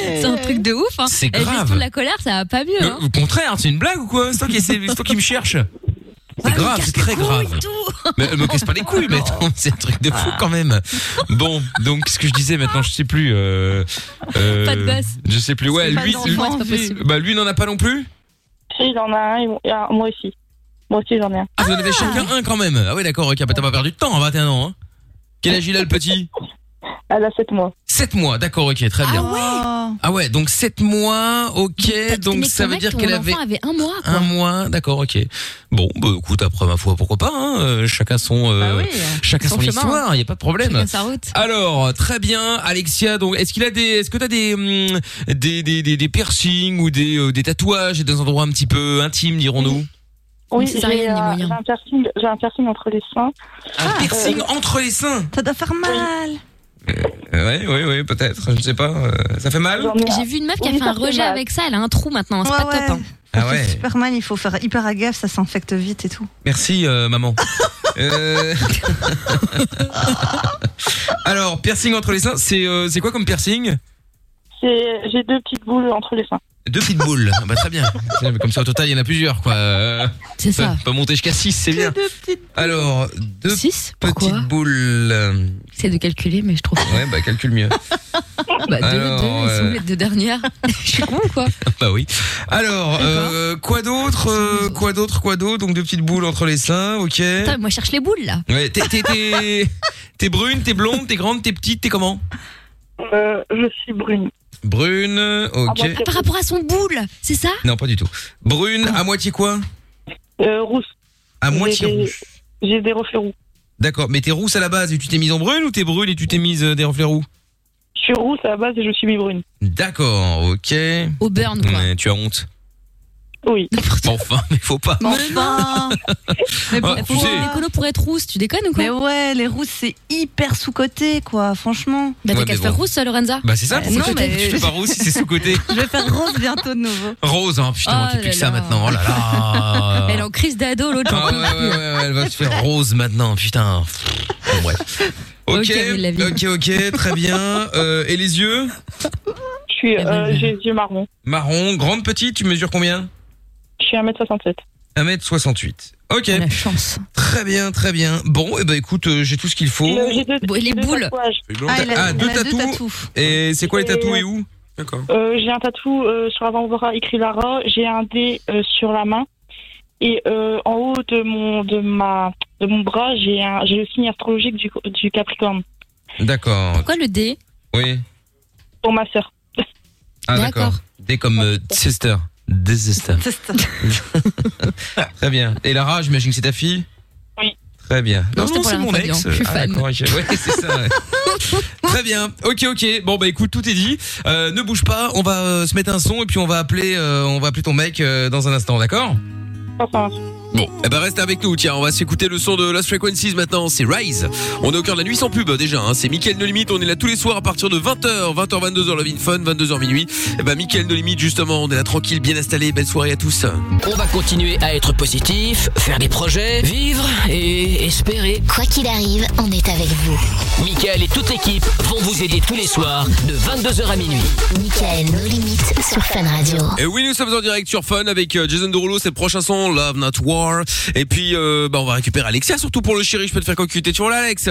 Speaker 3: C'est un truc de ouf. Hein.
Speaker 2: C'est
Speaker 3: La
Speaker 2: grave.
Speaker 3: gestion de la colère, ça va pas mieux.
Speaker 2: Mais
Speaker 3: Hein.
Speaker 2: Au contraire, c'est une blague ou quoi C'est toi qui, c'est toi qui me cherches C'est grave, c'est très grave. Mais elle me casse pas les couilles, mais attends, c'est un truc de fou quand même. Bon, donc ce que je disais maintenant, je sais plus. Euh, euh,
Speaker 10: Pas de gosse.
Speaker 2: Je sais plus. Ouais,
Speaker 10: Pas
Speaker 2: lui,
Speaker 10: d'enfant,
Speaker 2: lui-
Speaker 10: c'est pas possible.
Speaker 2: bah lui n'en a pas non plus.
Speaker 10: Si, il en a un, et moi- et un- moi aussi. Moi aussi, j'en ai un.
Speaker 2: Ah, vous en avez chacun un quand même. Ah oui, d'accord, ok, bah t'as pas perdu de temps à 21 ans. Hein. Quel âge il a le petit
Speaker 10: Elle a 7 mois.
Speaker 2: 7 mois, d'accord, ok, très bien.
Speaker 10: ouais
Speaker 2: Ah ouais, donc 7 mois, ok, donc
Speaker 3: Mais
Speaker 2: ça veut
Speaker 3: ton
Speaker 2: dire
Speaker 3: mec,
Speaker 2: qu'elle
Speaker 3: ton
Speaker 2: avait
Speaker 3: enfant avait un mois. Quoi.
Speaker 2: un mois, d'accord, ok. Bon, bah écoute, après ma foi, pourquoi pas, hein, euh, chacun son, euh,
Speaker 3: Bah oui,
Speaker 2: chacun son,
Speaker 3: son chemin,
Speaker 2: histoire, il
Speaker 3: hein.
Speaker 2: y a pas de problème.
Speaker 3: Chacun sa route.
Speaker 2: Alors, très bien, Alexia, donc est-ce qu'il a des, est-ce que t'as des, hum, des, des, des, des piercings ou des, euh, des tatouages et des endroits un petit peu intimes, dirons-nous
Speaker 10: Oui,
Speaker 3: Ça
Speaker 10: j'ai
Speaker 3: sert à rien, les
Speaker 10: euh,
Speaker 3: moyens.
Speaker 10: j'ai un, piercing- j'ai un piercing entre les seins.
Speaker 2: Un piercing entre les seins
Speaker 10: Ça doit faire mal
Speaker 2: Ouais, ouais, ouais, peut-être, je sais pas, euh, ça fait mal
Speaker 3: J'ai vu une meuf qui a
Speaker 10: Oui,
Speaker 3: fait un
Speaker 10: ça fait
Speaker 3: rejet
Speaker 6: bah,
Speaker 10: mal.
Speaker 3: avec ça. Elle a un trou maintenant. C'est
Speaker 5: Ouais,
Speaker 3: pas
Speaker 5: ouais.
Speaker 3: top. Hein.
Speaker 2: Ah ouais.
Speaker 5: Super mal, il faut faire hyper gaffe, ça s'infecte vite et tout.
Speaker 2: Merci, euh, maman. Euh, Alors, piercing entre les seins, c'est euh, c'est quoi comme piercing
Speaker 10: C'est- J'ai deux petites boules entre les seins.
Speaker 2: Deux petites boules. Ah bah, très bien. Tiens, mais Comme ça, au total, il y en a plusieurs, quoi. Euh,
Speaker 3: C'est
Speaker 2: pas-
Speaker 3: ça.
Speaker 2: Pas monter jusqu'à 6, c'est bien. Alors, deux petites boules. euh,
Speaker 3: J'essaie de calculer, mais je trouve.
Speaker 2: Ouais, bah, calcule mieux.
Speaker 3: Bah, deux,
Speaker 2: Alors,
Speaker 3: deux, ils sont
Speaker 2: euh,
Speaker 3: les deux dernières. je suis con ou quoi
Speaker 2: bah oui. Alors, euh, quoi d'autre euh, Quoi d'autre Quoi d'autre Donc, deux petites boules entre les seins, ok.
Speaker 3: Attends, moi, je cherche les boules là.
Speaker 2: Ouais, t'es- t'es- t'es t'es brune, t'es blonde, t'es grande, t'es petite, t'es comment
Speaker 10: Euh, je suis brune.
Speaker 2: Brune, ok.
Speaker 3: Ah, par rapport à son boule, c'est ça
Speaker 2: Non, pas du tout. Brune, à moitié quoi
Speaker 10: Euh, rousse.
Speaker 2: À moitié
Speaker 10: J'ai des-
Speaker 2: rouge.
Speaker 10: J'ai des reflets roux.
Speaker 2: D'accord, mais t'es rousse à la base et tu t'es mise en brune ou t'es brune et tu t'es mise euh, des reflets roux
Speaker 10: Je suis rousse à la base et je suis mi-brune.
Speaker 2: D'accord, ok.
Speaker 3: Au burn, quoi.
Speaker 2: Mais tu as honte.
Speaker 10: Oui.
Speaker 2: Enfin, mais faut pas.
Speaker 5: Enfin
Speaker 2: Mais pour- Ah, tu
Speaker 3: Pour-
Speaker 2: sais-
Speaker 3: Les colos pourraient être rousses, tu déconnes ou quoi
Speaker 5: Mais ouais, les rousses, c'est hyper sous-côté, quoi, franchement.
Speaker 3: Bah,
Speaker 2: Ouais,
Speaker 3: t'as qu'à
Speaker 2: mais
Speaker 3: te faire
Speaker 2: bon.
Speaker 3: rousse, Lorenza.
Speaker 2: Bah c'est ça,
Speaker 5: Euh,
Speaker 2: pourquoi
Speaker 5: non,
Speaker 2: tu
Speaker 5: mais-
Speaker 2: tu fais pas rousse si c'est sous-côté
Speaker 5: Je vais faire rose bientôt de nouveau.
Speaker 2: Rose, hein, putain, moi,
Speaker 3: Oh
Speaker 2: tu plus
Speaker 3: là
Speaker 2: que ça
Speaker 3: là.
Speaker 2: maintenant, oh là là
Speaker 3: Elle est en crise d'ado, l'autre. Ah,
Speaker 2: Ah
Speaker 3: j'en
Speaker 2: ouais,
Speaker 3: peux
Speaker 2: ouais,
Speaker 3: plus.
Speaker 2: ouais, ouais, elle va se faire rose maintenant, putain. Bon, bref.
Speaker 3: Ok,
Speaker 2: Ok,
Speaker 3: oui, la vie.
Speaker 2: ok, ok, très bien. Euh, et les yeux
Speaker 10: Je suis, euh, j'ai les yeux marrons.
Speaker 2: Marron, grande petite, tu mesures combien
Speaker 10: Je suis 1m67.
Speaker 2: 1m68. Ok.
Speaker 3: La chance.
Speaker 2: Très bien, très bien. Bon, et ben écoute, euh, j'ai tout ce qu'il faut.
Speaker 10: Et, euh, j'ai deux-
Speaker 3: Bon, et les
Speaker 10: deux
Speaker 3: boules.
Speaker 10: tatouages.
Speaker 2: Ah,
Speaker 5: elle a-
Speaker 2: deux
Speaker 5: elle a deux
Speaker 2: tatous.
Speaker 5: tatous.
Speaker 2: Et c'est quoi les
Speaker 10: Et-
Speaker 2: tatous et où D'accord.
Speaker 10: Euh, j'ai un tatou euh, sur l'avant-bras écrit Lara. J'ai un dé euh, sur la main. Et euh, en haut de mon, de ma, de mon bras, j'ai un- j'ai le signe astrologique du, du Capricorne.
Speaker 2: D'accord.
Speaker 3: Pourquoi le dé
Speaker 2: Oui.
Speaker 10: Pour ma sœur.
Speaker 2: Ah d'accord. D comme euh, sister. Des sister.
Speaker 5: C'est ça.
Speaker 2: Très bien. Et Lara, j'imagine que c'est ta fille
Speaker 10: Oui.
Speaker 2: Très bien.
Speaker 3: Non, c'était pour
Speaker 2: c'est
Speaker 3: Lara
Speaker 2: mon
Speaker 3: Fabian.
Speaker 2: ex.
Speaker 3: Je suis
Speaker 2: Ah,
Speaker 3: fan.
Speaker 2: d'accord, ok. Ouais, c'est ça. ouais. Très bien. Ok, ok. Bon bah écoute, tout est dit. Euh, ne bouge pas. On va euh, se mettre un son et puis on va appeler, euh, on va appeler ton mec euh, dans un instant, d'accord
Speaker 10: Enfin,
Speaker 2: Bon, eh ben reste avec nous, tiens, on va s'écouter le son de Last Frequencies maintenant, c'est Rise. On est au cœur de la nuit sans pub déjà, hein. c'est Mickaël No Limite, on est là tous les soirs à partir de 20h, 20h, 22h, Love in Fun, 22h minuit. Eh ben Mickaël No Limite justement, on est là tranquille, bien installé, belle soirée à tous.
Speaker 1: On va continuer à être positif, faire des projets, vivre et espérer.
Speaker 8: Quoi qu'il arrive, on est avec vous.
Speaker 1: Michael et toute l'équipe vont vous aider tous les soirs de 22h à minuit.
Speaker 8: Michael, nos limites sur Fun Radio.
Speaker 2: Et oui, nous sommes en direct sur Fun avec euh, Jason Derulo, c'est le prochain son, Love Not War. Et puis, euh, bah, on va récupérer Alexia surtout pour le chéri, je peux te faire cocu, t'es toujours là Alex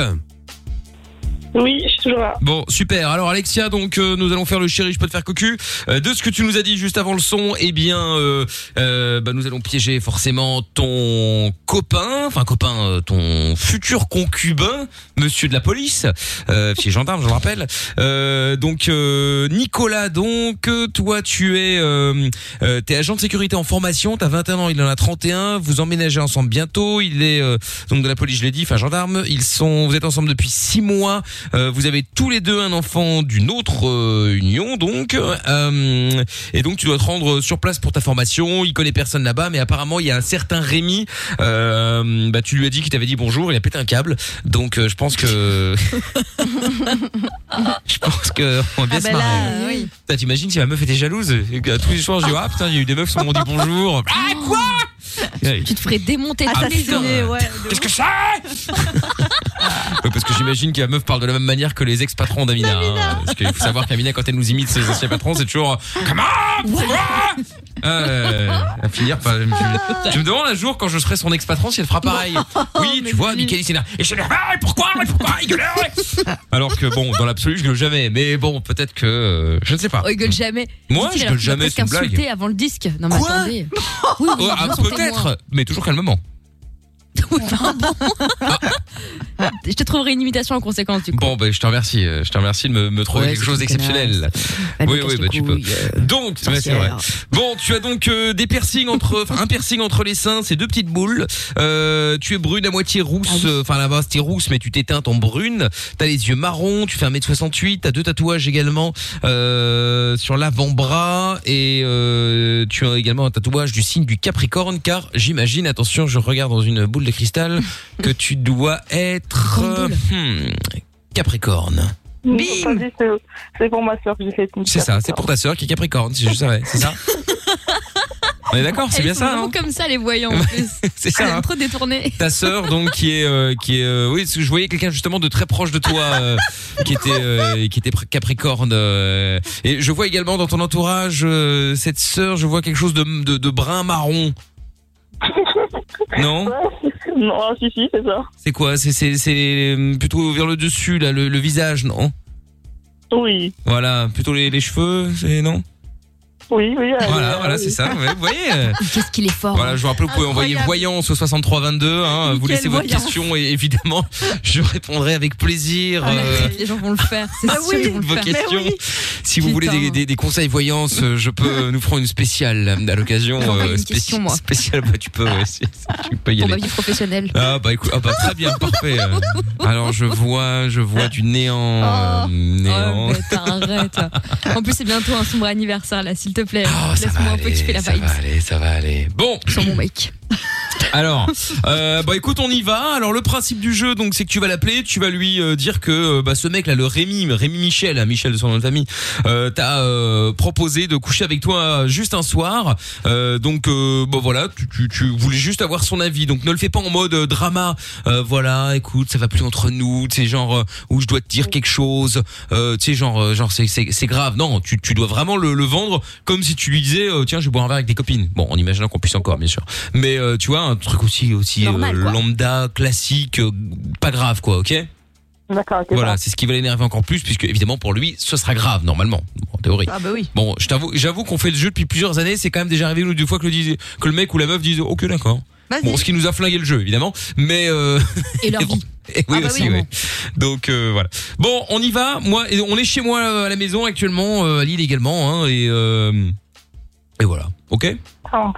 Speaker 10: oui, je suis toujours là.
Speaker 2: Bon, super. Alors Alexia, donc euh, nous allons faire le chéri, je peux te faire cocu. Euh, de ce que tu nous as dit juste avant le son, eh bien, euh, euh, bah, nous allons piéger forcément ton copain, enfin copain, euh, ton futur concubin, monsieur de la police, euh, qui est gendarme, je le rappelle. Euh, donc euh, Nicolas, donc euh, toi tu es, euh, euh, t'es agent de sécurité en formation, t'as 21 ans, il en a 31, vous emménagez ensemble bientôt. Il est euh, donc de la police, je l'ai dit, enfin gendarme. Ils sont, vous êtes ensemble depuis 6 mois. Euh, vous avez tous les deux un enfant d'une autre euh, union, donc. Euh, et donc, tu dois te rendre sur place pour ta formation. Il connaît personne là-bas, mais apparemment, il y a un certain Rémi. Euh, bah, tu lui as dit qu'il t'avait dit bonjour. Il a pété un câble. Donc, euh, je pense que je pense que on va bien
Speaker 5: Ah
Speaker 2: se
Speaker 5: bah là,
Speaker 2: marrer.
Speaker 5: euh, oui.
Speaker 2: Putain, T'imagines si ma meuf était jalouse et que Tous les soirs, je dis ah putain, il y a eu des meufs qui m'ont dit bonjour. Ah quoi
Speaker 3: Tu te ferais démonter
Speaker 5: Ah,
Speaker 3: tous les jours.
Speaker 2: Assassiner,
Speaker 3: Qu'est-ce
Speaker 2: que c'est Ouais, parce que j'imagine que la meuf parle de la même manière que les ex-patrons d'Amina. hein. parce qu'il faut savoir qu'Amina, quand elle nous imite ses anciens patrons, c'est toujours euh, Comment euh, à finir par. Je, me- je me demande un jour quand je serai son ex-patron si elle fera pareil. Oui, tu vois, Michael Sina. Et je dis Ah, pourquoi Mais Pourquoi Il gueule, ouais. Alors que bon, dans l'absolu, je gueule jamais. Mais bon, peut-être que. euh, je ne sais pas.
Speaker 3: Oh, il gueule jamais.
Speaker 2: Moi,
Speaker 3: Si,
Speaker 2: je
Speaker 3: il a-
Speaker 2: gueule
Speaker 3: il a
Speaker 2: jamais,
Speaker 3: presque
Speaker 2: c'est une blague.
Speaker 3: insulté avant le disque. Non, mais
Speaker 2: Quoi
Speaker 3: attendez. Oui, oui,
Speaker 2: Ah,
Speaker 3: bien sûr, témoin.
Speaker 2: peut-être, mais toujours calmement.
Speaker 3: Oui, pardon.
Speaker 2: Ah.
Speaker 3: Je te trouverai une imitation en conséquence, du coup.
Speaker 2: Bon, ben, je te remercie. euh, Je te remercie de me, me trouver
Speaker 3: Ouais,
Speaker 2: quelque
Speaker 3: c'est
Speaker 2: chose
Speaker 3: une
Speaker 2: d'exceptionnel.
Speaker 3: Elle
Speaker 2: Oui,
Speaker 3: me
Speaker 2: oui,
Speaker 3: casse
Speaker 2: bah,
Speaker 3: les
Speaker 2: tu peux.
Speaker 3: couilles,
Speaker 2: Donc, ouais, c'est vrai.
Speaker 3: euh, sorcière.
Speaker 2: Bon, tu as donc euh, des piercings entre, enfin, un piercing entre les seins, c'est deux petites boules. Euh, tu es brune à moitié rousse, euh, enfin là-bas c'était rousse, mais tu t'éteintes en brune. T'as les yeux marrons, tu fais 1m68, t'as deux tatouages également euh, sur l'avant-bras et euh, tu as également un tatouage du signe du Capricorne, car j'imagine, attention, je regarde dans une boule de cristal que tu dois être euh, hmm, Capricorne.
Speaker 10: Entendu, c'est- C'est pour ma soeur que j'ai fait une
Speaker 2: C'est ça, c'est pour ta sœur qui est Capricorne, si je savais, c'est ça On est d'accord, c'est
Speaker 3: Elles
Speaker 2: bien
Speaker 3: sont
Speaker 2: ça,
Speaker 3: vraiment
Speaker 2: hein
Speaker 3: comme ça, les voyants, en plus.
Speaker 2: C'est ça,
Speaker 3: Elles aiment
Speaker 2: hein
Speaker 3: trop détourné.
Speaker 2: Ta sœur donc qui est euh, qui est euh, oui parce que je voyais quelqu'un justement de très proche de toi euh, qui était euh, qui était pr- Capricorne euh, et je vois également dans ton entourage euh, cette sœur je vois quelque chose de de, de brun marron non
Speaker 10: Non, si, si, c'est ça.
Speaker 2: c'est quoi c'est c'est c'est euh, plutôt vers le dessus là le, le visage non
Speaker 10: Oui,
Speaker 2: voilà plutôt les, les cheveux c'est non
Speaker 10: oui, oui.
Speaker 2: voilà voilà c'est ça ouais, vous voyez euh,
Speaker 3: Qu'est-ce qu'il est fort. hein.
Speaker 2: Voilà, je vous rappelle, vous pouvez envoyer
Speaker 3: Oh. Incroyable.
Speaker 2: voyance au 6322. Hein, vous
Speaker 3: Nickel,
Speaker 2: laissez votre
Speaker 3: voyance.
Speaker 2: question et évidemment, je répondrai avec plaisir.
Speaker 3: Ah, mais
Speaker 2: euh,
Speaker 3: Les gens vont le faire. C'est
Speaker 2: Ah
Speaker 3: sûr
Speaker 2: oui,
Speaker 3: qu'ils vont le
Speaker 10: bah
Speaker 2: vos
Speaker 3: faire.
Speaker 2: questions. Si vous voulez des, des- des conseils voyance, euh, je peux nous ferons une spéciale euh, à l'occasion.
Speaker 3: J'envoie une
Speaker 2: spéci-
Speaker 3: question, moi.
Speaker 2: Spéciale, bah, tu peux, ouais, si- tu peux y
Speaker 3: Pour ma
Speaker 2: aller.
Speaker 3: vie professionnelle.
Speaker 2: Ah bah écoute, ah, bah, très bien, parfait. euh. Alors je vois, je vois du néant, euh, néant.
Speaker 3: Oh, bête, arrête. En plus, c'est bientôt un sombre anniversaire, là, s'il te plaît. Laisse-moi un peu kiffer la
Speaker 2: Ah, Oh, ça
Speaker 3: vibe.
Speaker 2: va aller, ça va aller. Bon.
Speaker 3: Sur mon mic.
Speaker 2: Alors, euh, bah écoute, on y va. Alors le principe du jeu, donc, c'est que tu vas l'appeler, tu vas lui euh, dire que euh, bah, ce mec là, le Rémi, Rémi Michel, hein, Michel de son nom de famille, euh, t'a euh, proposé de coucher avec toi juste un soir. Euh, donc, euh, bah voilà, tu, tu, tu voulais juste avoir son avis. Donc ne le fais pas en mode euh, drama. Euh, voilà, écoute, ça va plus entre nous. C'est genre euh, où je dois te
Speaker 10: Mm.
Speaker 2: dire quelque chose. Euh, tu sais genre euh, genre c'est c'est c'est grave. Non, tu tu dois vraiment le, le vendre comme si tu lui disais euh, tiens je vais boire un verre avec des copines. Bon, en imaginant qu'on puisse encore bien sûr. Mais euh, tu vois un truc aussi aussi euh,
Speaker 10: Normal, quoi.
Speaker 2: lambda classique, euh, pas grave quoi, ok
Speaker 10: D'accord, ok.
Speaker 2: voilà, c'est ce qui va l'énerver encore plus, puisque évidemment pour lui, ce sera grave normalement, en théorie.
Speaker 10: Ah bah oui.
Speaker 2: Bon, je t'avoue, j'avoue qu'on fait le jeu depuis plusieurs années. C'est quand même déjà arrivé une ou deux fois que le, dis- que le mec ou la meuf disent ok d'accord.
Speaker 3: Vas-y.
Speaker 2: Bon, ce qui nous a flingué le jeu évidemment, mais euh...
Speaker 3: Et leur vie.
Speaker 2: Eh oui
Speaker 3: Ah bah
Speaker 2: aussi,
Speaker 3: oui,
Speaker 2: ouais. Donc euh, voilà. Bon, on y va. Moi, et on est chez moi euh, à la maison actuellement, euh, à Lille également, hein, et euh, et voilà. Ok.
Speaker 10: Oh.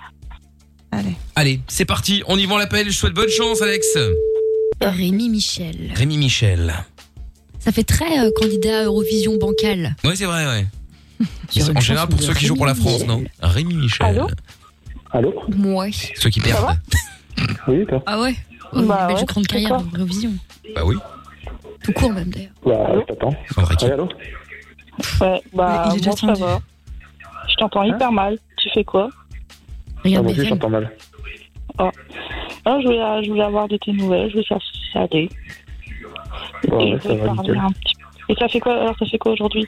Speaker 5: Allez.
Speaker 2: Allez, c'est parti. On y va on l'appel. Je souhaite bonne chance, Alex.
Speaker 3: Rémi Michel.
Speaker 2: Rémi Michel.
Speaker 3: Ça fait très euh, candidat à Eurovision bancale.
Speaker 2: Ouais, c'est vrai, ouais.
Speaker 3: Sur une
Speaker 2: En général,
Speaker 3: chanson
Speaker 2: pour
Speaker 3: de
Speaker 2: ceux qui jouent pour la
Speaker 3: Rémi
Speaker 2: France, non Rémi Michel.
Speaker 3: Allô
Speaker 9: Allô
Speaker 3: Moi.
Speaker 2: Ceux qui perdent.
Speaker 9: Oui, toi
Speaker 3: Ah ouais Oh,
Speaker 10: Bah
Speaker 3: une belle
Speaker 10: ouais,
Speaker 3: grande carrière
Speaker 10: d'accord.
Speaker 3: en Eurovision.
Speaker 2: Bah oui.
Speaker 3: Tout court, même, d'ailleurs.
Speaker 9: Bah, je t'attends. Ouais, allô
Speaker 10: Ouais, bah,
Speaker 3: Il est déjà
Speaker 10: moi, ça va. Je t'entends hyper mal. Tu fais quoi
Speaker 9: Ah, mon Dieu, j'entends mal.
Speaker 10: Ah. Ah, je, voulais, je voulais avoir de tes nouvelles, je voulais savoir si ça allait.
Speaker 9: Ouais,
Speaker 10: Et
Speaker 9: ouais,
Speaker 10: je
Speaker 9: ça
Speaker 10: voulais
Speaker 9: va,
Speaker 10: parler
Speaker 9: nickel.
Speaker 10: un petit peu. Et ça fait quoi, alors, ça fait quoi aujourd'hui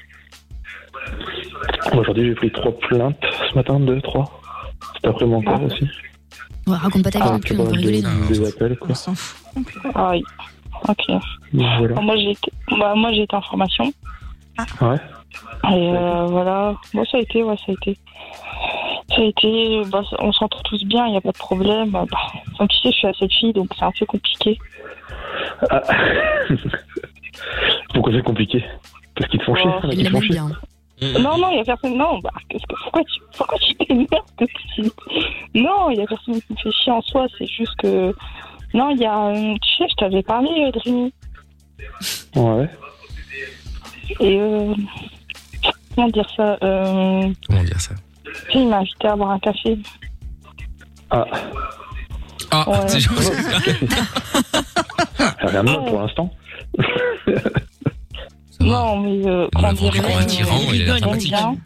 Speaker 9: Moi, Aujourd'hui, j'ai pris trois plaintes ce matin, deux, trois. Cet après-midi encore aussi. Ah,
Speaker 3: Ouais, raconte pas ta vie non
Speaker 9: tu
Speaker 3: plus, on peut rigoler. non.
Speaker 9: des appels, quoi.
Speaker 10: Ah oui. Ok.
Speaker 9: Donc, Voilà.
Speaker 10: Bah, moi, j'ai été- bah, moi, j'ai été en formation.
Speaker 9: Ouais.
Speaker 10: Et euh, voilà. Bon, ça a été, ouais, ça a été. Ça a été, bah, ça- on s'entend tous bien, il n'y a pas de problème. Bah, comme tu sais, je suis à cette fille, donc c'est un peu compliqué.
Speaker 9: Ah. Pourquoi c'est compliqué Parce qu'ils te font chier.
Speaker 11: hein,
Speaker 10: Oh,
Speaker 9: mec,
Speaker 10: il
Speaker 9: ils te font
Speaker 10: l'aime
Speaker 9: chier.
Speaker 10: Non, non, il n'y a personne. Non, bah, qu'est-ce que- pourquoi tu pourquoi tu t'énerves de petit Non, il n'y a personne qui me fait chier en soi, c'est juste que. Non, il y a. euh, Tu sais, je t'avais parlé, euh, de Rémi.
Speaker 9: Ouais.
Speaker 10: Et euh, comment dire ça euh,
Speaker 2: Comment dire ça
Speaker 10: Il m'a invité à boire un café.
Speaker 11: Ah,
Speaker 2: Ah,
Speaker 10: Ouais.
Speaker 2: c'est gentil.
Speaker 11: ça vient de moi pour l'instant.
Speaker 10: Non, mais euh,
Speaker 11: Il m'a
Speaker 10: comment
Speaker 11: vendu comme un
Speaker 10: dire, euh,
Speaker 11: tyran, il a l'air
Speaker 10: j'aime
Speaker 11: sympathique.
Speaker 10: bien.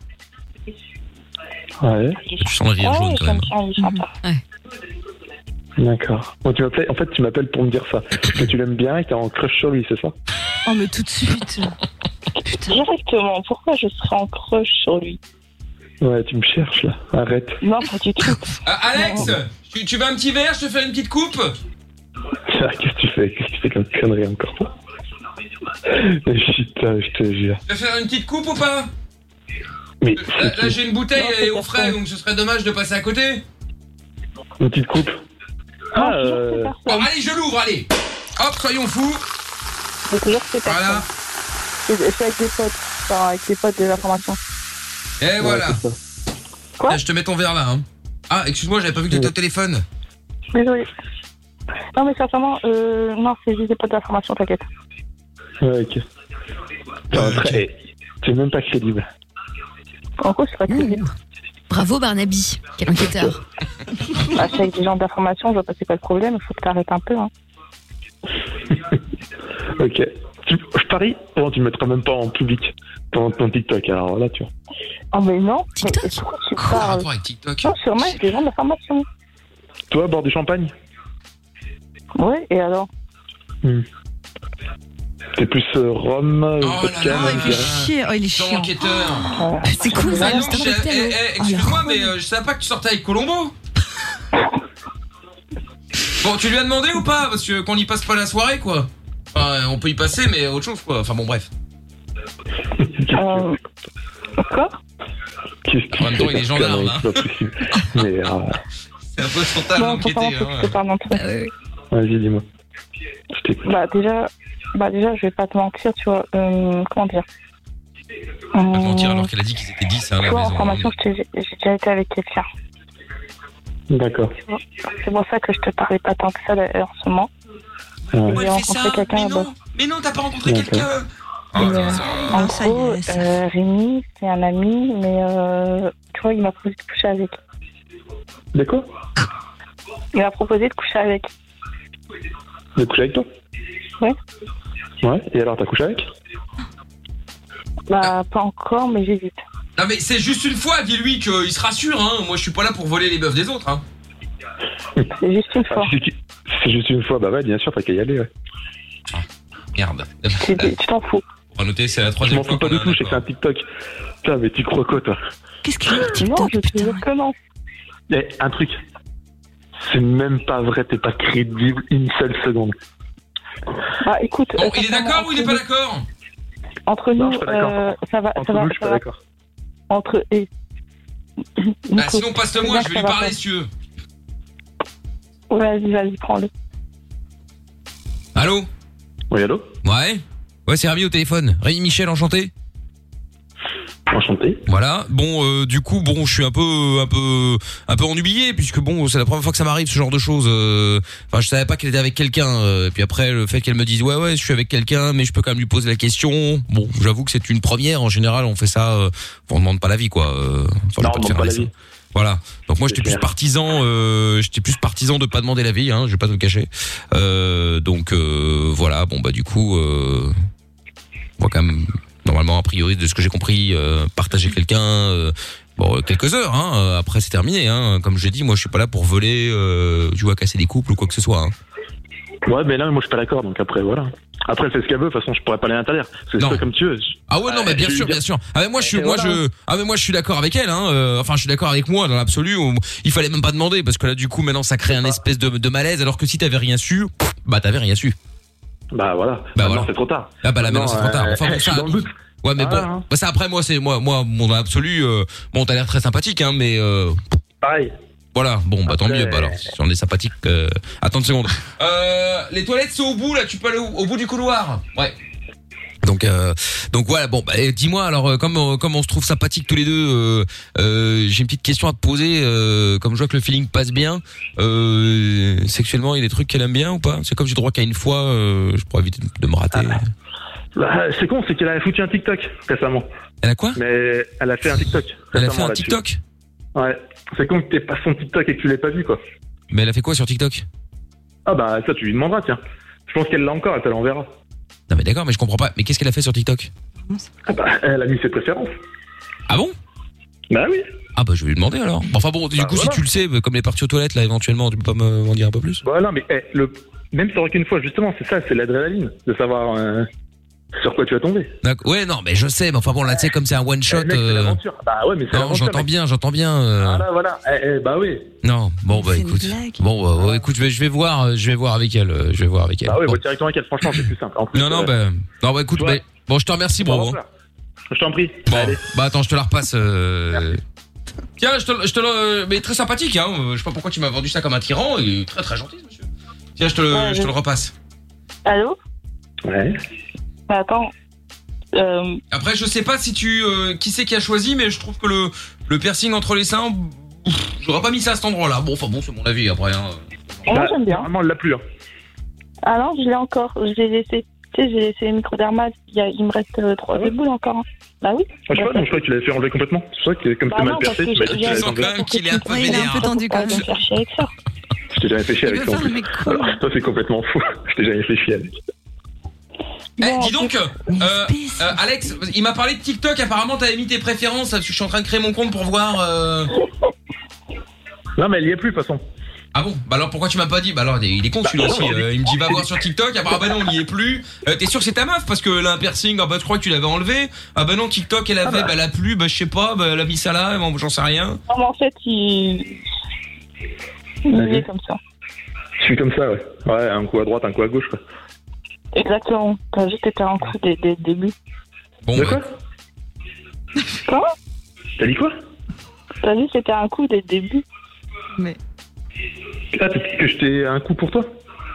Speaker 11: Ouais.
Speaker 2: Tu sens le rire
Speaker 10: Ouais,
Speaker 11: jaune quand même.
Speaker 10: j'aime bien, il est sympa.
Speaker 11: D'accord. Bon, tu m'appelles- en fait, tu m'appelles pour me dire ça. Que tu l'aimes bien et que t'es en crush sur lui, c'est ça
Speaker 5: Oh, mais tout de suite.
Speaker 10: Directement, pourquoi je serais en crush sur lui
Speaker 11: Ouais, tu me cherches là. Arrête.
Speaker 10: Non, pas du tout.
Speaker 2: Euh, Alex, tu, tu veux un petit verre Je te fais une petite coupe
Speaker 11: Qu'est-ce que tu fais Qu'est-ce que tu fais comme connerie encore Putain, je te jure.
Speaker 2: Je te faire une petite coupe ou pas Euh,
Speaker 11: Mais
Speaker 2: Là, là, j'ai une bouteille elle est au frais, donc ce serait dommage de passer à côté.
Speaker 11: une petite coupe. Ah, euh,
Speaker 2: Bon, allez, je l'ouvre, allez. Hop, soyons fous. Voilà.
Speaker 10: Je je suis avec des potes, enfin, avec des potes de la formation.
Speaker 2: Et voilà.
Speaker 10: Quoi
Speaker 2: Je te mets ton verre là. hein. Ah, excuse-moi, j'avais pas vu que t'étais au téléphone.
Speaker 10: Désolé. Non, mais sincèrement, euh, non, c'est juste des potes de la formation, t'inquiète.
Speaker 11: ouais, ok. T'es en train- eh, T'es même pas crédible.
Speaker 10: En gros, je suis pas
Speaker 5: Mmh.
Speaker 10: crédible.
Speaker 3: Bravo Barnaby, quel enquêteur.
Speaker 10: Bah, je suis avec des gens de la formation, je vois pas c'est quoi le problème, il faut que t'arrêtes un peu. Hein.
Speaker 11: Ok. Tu- Je parie. Non, tu le mettras même pas en public ton, ton TikTok. Alors là, tu vois.
Speaker 10: Oh, mais non, mais pourquoi tu parles
Speaker 2: avec TikTok
Speaker 10: Non, sûrement avec des gens de la formation.
Speaker 11: Toi, boire du champagne
Speaker 10: Ouais, et alors
Speaker 11: T'es plus euh, rhum, euh,
Speaker 2: Hmm.
Speaker 11: vodka,
Speaker 2: Oh là,
Speaker 11: je
Speaker 2: il
Speaker 11: dirais.
Speaker 5: Chier, oh, il est
Speaker 2: Ton
Speaker 5: chiant.
Speaker 2: enquêteur.
Speaker 5: C'est cool, ça, hein.
Speaker 2: Ah non,
Speaker 5: c'est un
Speaker 2: je-
Speaker 5: cocktail,
Speaker 2: eh,
Speaker 5: ouais.
Speaker 2: eh, Excuse-moi, mais euh, je savais pas que tu sortais avec Colombo. Bon, tu lui as demandé ou pas Parce que qu'on y passe pas la soirée, quoi. Enfin, on peut y passer, mais autre chose, quoi. Enfin, bon, bref.
Speaker 10: Euh, Quoi
Speaker 11: Qu'est-ce que
Speaker 2: En même temps, il est gendarme,
Speaker 11: Non,
Speaker 2: hein.
Speaker 11: C'est pas possible. Mais, euh,
Speaker 2: C'est un peu son taf
Speaker 10: Non, faut
Speaker 2: d'enquêter.
Speaker 10: pas non plus que je te
Speaker 2: hein.
Speaker 10: parle non
Speaker 5: Bah,
Speaker 10: plus.
Speaker 11: vas-y, dis-moi.
Speaker 10: Bah déjà, bah déjà, je vais pas te mentir, tu vois. Euh, comment dire
Speaker 2: Pas mentir
Speaker 10: Euh,
Speaker 2: alors qu'elle a dit qu'ils étaient 10 hein, à la
Speaker 10: Tu vois, en
Speaker 2: maison.
Speaker 10: formation, je t'ai- j'ai déjà été avec quelqu'un.
Speaker 11: D'accord.
Speaker 10: tu vois. C'est pour ça que je te parlais pas tant que ça euh, en ce moment.
Speaker 11: Ouais.
Speaker 10: J'ai rencontré quelqu'un. bah,
Speaker 2: Mais non, t'as pas rencontré
Speaker 11: D'accord.
Speaker 2: quelqu'un Ah,
Speaker 10: et, euh, en gros, euh, Rémi, c'est un ami, mais euh, tu vois, il m'a proposé de coucher avec.
Speaker 11: De quoi
Speaker 10: Il m'a proposé de coucher avec.
Speaker 11: De coucher avec toi
Speaker 10: Ouais.
Speaker 11: Ouais, et alors t'as couché avec
Speaker 10: Bah pas encore, mais j'hésite.
Speaker 2: Non, mais c'est juste une fois, dis-lui qu'il se rassure, hein. Moi, je suis pas là pour voler les bœufs des autres, hein.
Speaker 10: C'est juste une fois.
Speaker 11: Ah, c'est- C'est juste une fois, bah ouais, bien sûr, t'as qu'à y aller, ouais.
Speaker 2: Ah, Merde.
Speaker 10: Tu tu t'en fous.
Speaker 2: On va noter, c'est la
Speaker 11: Je
Speaker 2: troisième
Speaker 11: m'en
Speaker 2: fois.
Speaker 11: fous pas
Speaker 2: qu'on
Speaker 11: du
Speaker 2: a un
Speaker 11: tout, je sais que c'est
Speaker 2: accord.
Speaker 11: un TikTok. Putain, mais tu crois quoi, toi
Speaker 5: Qu'est-ce qu'il est
Speaker 10: Non,
Speaker 5: TikTok,
Speaker 10: je te
Speaker 5: putain.
Speaker 10: jure que non.
Speaker 11: Eh, un truc. C'est même pas vrai, t'es pas crédible une seule seconde.
Speaker 10: Bah écoute. euh,
Speaker 2: Bon, il est d'accord ou il est pas d'accord
Speaker 10: Entre
Speaker 11: Non,
Speaker 10: nous,
Speaker 11: je suis pas d'accord.
Speaker 10: euh, ça va,
Speaker 11: Entre
Speaker 10: ça va,
Speaker 11: nous, je suis
Speaker 10: ça
Speaker 11: pas
Speaker 10: va.
Speaker 11: d'accord.
Speaker 10: Entre et.
Speaker 2: Bah,
Speaker 10: Nico,
Speaker 2: sinon, passe-le-moi, je vais lui parler, si tu veux.
Speaker 10: Vas-y, vas-y, prends-le.
Speaker 2: Allô
Speaker 11: Oui, allô
Speaker 2: Ouais Ouais, c'est Rémi au téléphone. Rémi Michel, enchanté.
Speaker 11: Enchanté.
Speaker 2: Voilà. Bon, euh, du coup, bon, je suis un peu, un peu, un peu ennuyé puisque bon, c'est la première fois que ça m'arrive ce genre de choses. euh. Enfin, je savais pas qu'elle était avec quelqu'un. euh, Et puis après, le fait qu'elle me dise ouais, ouais, je suis avec quelqu'un, mais je peux quand même lui poser la question. Bon, j'avoue que c'est une première. En général, on fait ça. euh, On demande pas l'avis, quoi. euh, sur le
Speaker 11: Non,
Speaker 2: pot
Speaker 11: on
Speaker 2: de
Speaker 11: demande
Speaker 2: fer,
Speaker 11: pas
Speaker 2: les-
Speaker 11: l'avis.
Speaker 2: Voilà. Donc moi
Speaker 11: C'est
Speaker 2: j'étais plus
Speaker 11: clair.
Speaker 2: partisan, euh, j'étais plus partisan de pas demander la vie, hein, je vais pas te le cacher. Euh, donc euh, voilà, bon bah du coup, euh, on va quand même normalement a priori de ce que j'ai compris, euh, partager quelqu'un, euh, bon euh, quelques heures, hein, euh, après c'est terminé. Hein, comme j'ai dit, moi je suis pas là pour voler, euh, tu vois, casser des couples ou quoi que ce soit. Hein.
Speaker 11: Ouais, mais là, moi, je suis pas d'accord, donc après, voilà. Après, elle fait ce qu'elle veut, de toute façon, je pourrais pas aller à l'intérieur. C'est
Speaker 2: Non.
Speaker 11: ça comme tu veux.
Speaker 2: Ah ouais non
Speaker 11: Ah,
Speaker 2: mais bien
Speaker 11: je
Speaker 2: sûr
Speaker 11: veux dire-
Speaker 2: bien sûr. Ah mais moi je suis
Speaker 11: Et
Speaker 2: moi
Speaker 11: voilà.
Speaker 2: je ah mais moi je suis d'accord avec elle hein. euh, enfin je suis d'accord avec moi dans l'absolu. on- Il fallait même pas demander parce que là du coup maintenant ça crée un espèce de, de malaise alors que si t'avais rien su pff, bah t'avais rien su.
Speaker 11: Bah voilà.
Speaker 2: Bah,
Speaker 11: Maintenant,
Speaker 2: voilà.
Speaker 11: c'est trop tard.
Speaker 2: Ah bah là maintenant c'est trop tard.
Speaker 11: euh,
Speaker 2: Enfin bon
Speaker 11: je suis
Speaker 2: ça
Speaker 11: dans le doute.
Speaker 2: ouais mais
Speaker 11: Voilà,
Speaker 2: bon
Speaker 11: hein.
Speaker 2: bah, ça après moi c'est moi moi mon absolu euh, bon t'as l'air très sympathique hein mais euh,
Speaker 11: Pareil.
Speaker 2: voilà bon bah tant
Speaker 11: Après-
Speaker 2: mieux bah alors si on est sympathique euh, attends une seconde. Euh, les toilettes c'est au bout là tu peux aller au, au bout du couloir. Ouais. Donc euh, donc voilà bon bah, et dis-moi alors euh, comme euh, comme on se trouve sympathique tous les deux euh, euh, j'ai une petite question à te poser euh, comme je vois que le feeling passe bien euh,
Speaker 11: Ah,
Speaker 2: sexuellement il y a des trucs qu'elle aime bien ou pas c'est comme j'ai droit qu'à une fois euh, je pourrais éviter de me rater
Speaker 11: Bah, c'est con, c'est qu'elle a foutu un TikTok récemment.
Speaker 2: Elle a quoi
Speaker 11: Mais elle a fait un TikTok.
Speaker 2: Elle a
Speaker 11: récemment
Speaker 2: fait un
Speaker 11: là-dessus.
Speaker 2: TikTok
Speaker 11: Ouais. C'est con que t'aies pas son TikTok et que tu l'aies pas vu, quoi.
Speaker 2: Mais elle a fait quoi sur TikTok
Speaker 11: Ah bah, ça, tu lui demanderas, tiens. Je pense qu'elle l'a encore, elle te l'enverra.
Speaker 2: Non mais d'accord, mais je comprends pas. Mais qu'est-ce qu'elle a fait sur TikTok
Speaker 11: Ah bah, elle a mis ses préférences.
Speaker 2: Ah bon
Speaker 11: Bah oui.
Speaker 2: Ah bah je vais lui demander alors. Bon, Enfin bon, du
Speaker 11: Bah,
Speaker 2: coup
Speaker 11: voilà.
Speaker 2: si tu le sais, bah, comme les parties aux toilettes là éventuellement, tu peux pas me- m'en dire un peu plus
Speaker 11: Voilà, mais eh, le... même sur aucune fois, justement, c'est ça, c'est l'adrénaline de savoir euh, sur quoi tu vas tomber.
Speaker 2: D'ac- Ouais non mais je sais, mais enfin bon là tu sais comme c'est un one shot.
Speaker 11: Eh, mec, c'est
Speaker 2: euh,
Speaker 11: l'aventure. Bah ouais, mais c'est
Speaker 2: Non
Speaker 11: l'aventure,
Speaker 2: j'entends
Speaker 11: mec.
Speaker 2: bien, j'entends bien. euh,
Speaker 11: Voilà, voilà. Eh, eh, bah oui.
Speaker 2: Non bon bah écoute. Bon bah, ouais, écoute je vais je vais voir, euh, je vais voir avec elle, euh, je vais voir avec elle.
Speaker 11: Bah oui,
Speaker 2: Bon.
Speaker 11: bah, directement avec elle, franchement, c'est plus simple. En plus,
Speaker 2: Non non
Speaker 11: euh,
Speaker 2: bah non bah écoute
Speaker 11: tu vois,
Speaker 2: bah, bon je te remercie
Speaker 11: on va
Speaker 2: bro.
Speaker 11: voir ça. Je t'en prie.
Speaker 2: Bon, bah attends, je te la repasse. euh, Tiens, je te, je te le. Mais très sympathique, hein. euh, Je sais pas pourquoi tu m'as vendu ça comme un tyran. Et très très gentil, ce monsieur. Tiens, je te le,
Speaker 10: Ouais,
Speaker 2: Euh, je te
Speaker 10: ouais.
Speaker 2: le repasse.
Speaker 10: Allô
Speaker 11: Ouais.
Speaker 10: Bah attends. Euh,
Speaker 2: Après, je sais pas si tu. euh, qui c'est qui a choisi, mais je trouve que le, le piercing entre les seins. ouf, J'aurais pas mis ça à cet endroit-là. Bon, enfin bon, c'est mon avis après. Hein.
Speaker 11: Bah,
Speaker 10: moi, j'aime bien.
Speaker 11: Normalement, elle l'a plus. hein.
Speaker 10: Ah non, je l'ai encore. Je l'ai laissé. Tu sais, j'ai laissé les microdermates. Il, y a- il me reste euh, trois boules encore. hein. Bah oui.
Speaker 11: Ah, je sais pas, donc je crois que tu l'avais fait enlever complètement. C'est vrai que comme
Speaker 10: Bah
Speaker 11: t'es mal
Speaker 10: non, parce
Speaker 11: percé,
Speaker 10: que Ah,
Speaker 11: tu m'as dit que tu
Speaker 10: j'ai-
Speaker 11: l'avais
Speaker 10: j'ai-
Speaker 11: enlevé.
Speaker 2: qu'il est un peu hein.
Speaker 10: Ouais, il est un peu tendu quand même. avec ça.
Speaker 11: Je t'ai jamais fait chier
Speaker 10: Il
Speaker 11: avec
Speaker 10: veut
Speaker 11: ça en
Speaker 10: faire un
Speaker 11: plus.
Speaker 10: mec cool.
Speaker 11: Alors, toi, c'est complètement fou. Je t'ai jamais fait chier avec.
Speaker 2: Eh, dis donc, euh, euh, Alex, il m'a parlé de TikTok. Apparemment, t'avais mis tes préférences. parce que Je suis en train de créer mon compte pour voir. euh,
Speaker 11: Non, mais elle y est plus, de toute façon.
Speaker 2: Ah bon Bah alors pourquoi tu m'as pas dit Bah alors il est con
Speaker 11: Bah,
Speaker 2: celui-là
Speaker 11: non,
Speaker 2: aussi.
Speaker 11: non,
Speaker 2: euh,
Speaker 11: mais-
Speaker 2: il me dit va voir sur TikTok. Ah bah, bah non, on n'y est plus. Euh, T'es sûr que c'est ta meuf Parce que là un piercing, ah bah je crois que tu l'avais enlevé. Ah bah non, TikTok elle avait, bah. elle a plu, bah je sais pas, bah elle a mis ça là, bon, j'en sais rien.
Speaker 10: Non, mais en fait, il. Il est comme ça.
Speaker 11: Je suis comme ça, ouais. Ouais, un coup à droite, un coup à gauche, quoi.
Speaker 10: Exactement. T'as juste été un coup dès, dès le début.
Speaker 2: Bon,
Speaker 11: De quoi
Speaker 10: Comment
Speaker 11: T'as dit quoi
Speaker 10: T'as juste été un coup dès le début. Mais.
Speaker 11: Ah, t'as dit que j'étais un coup pour toi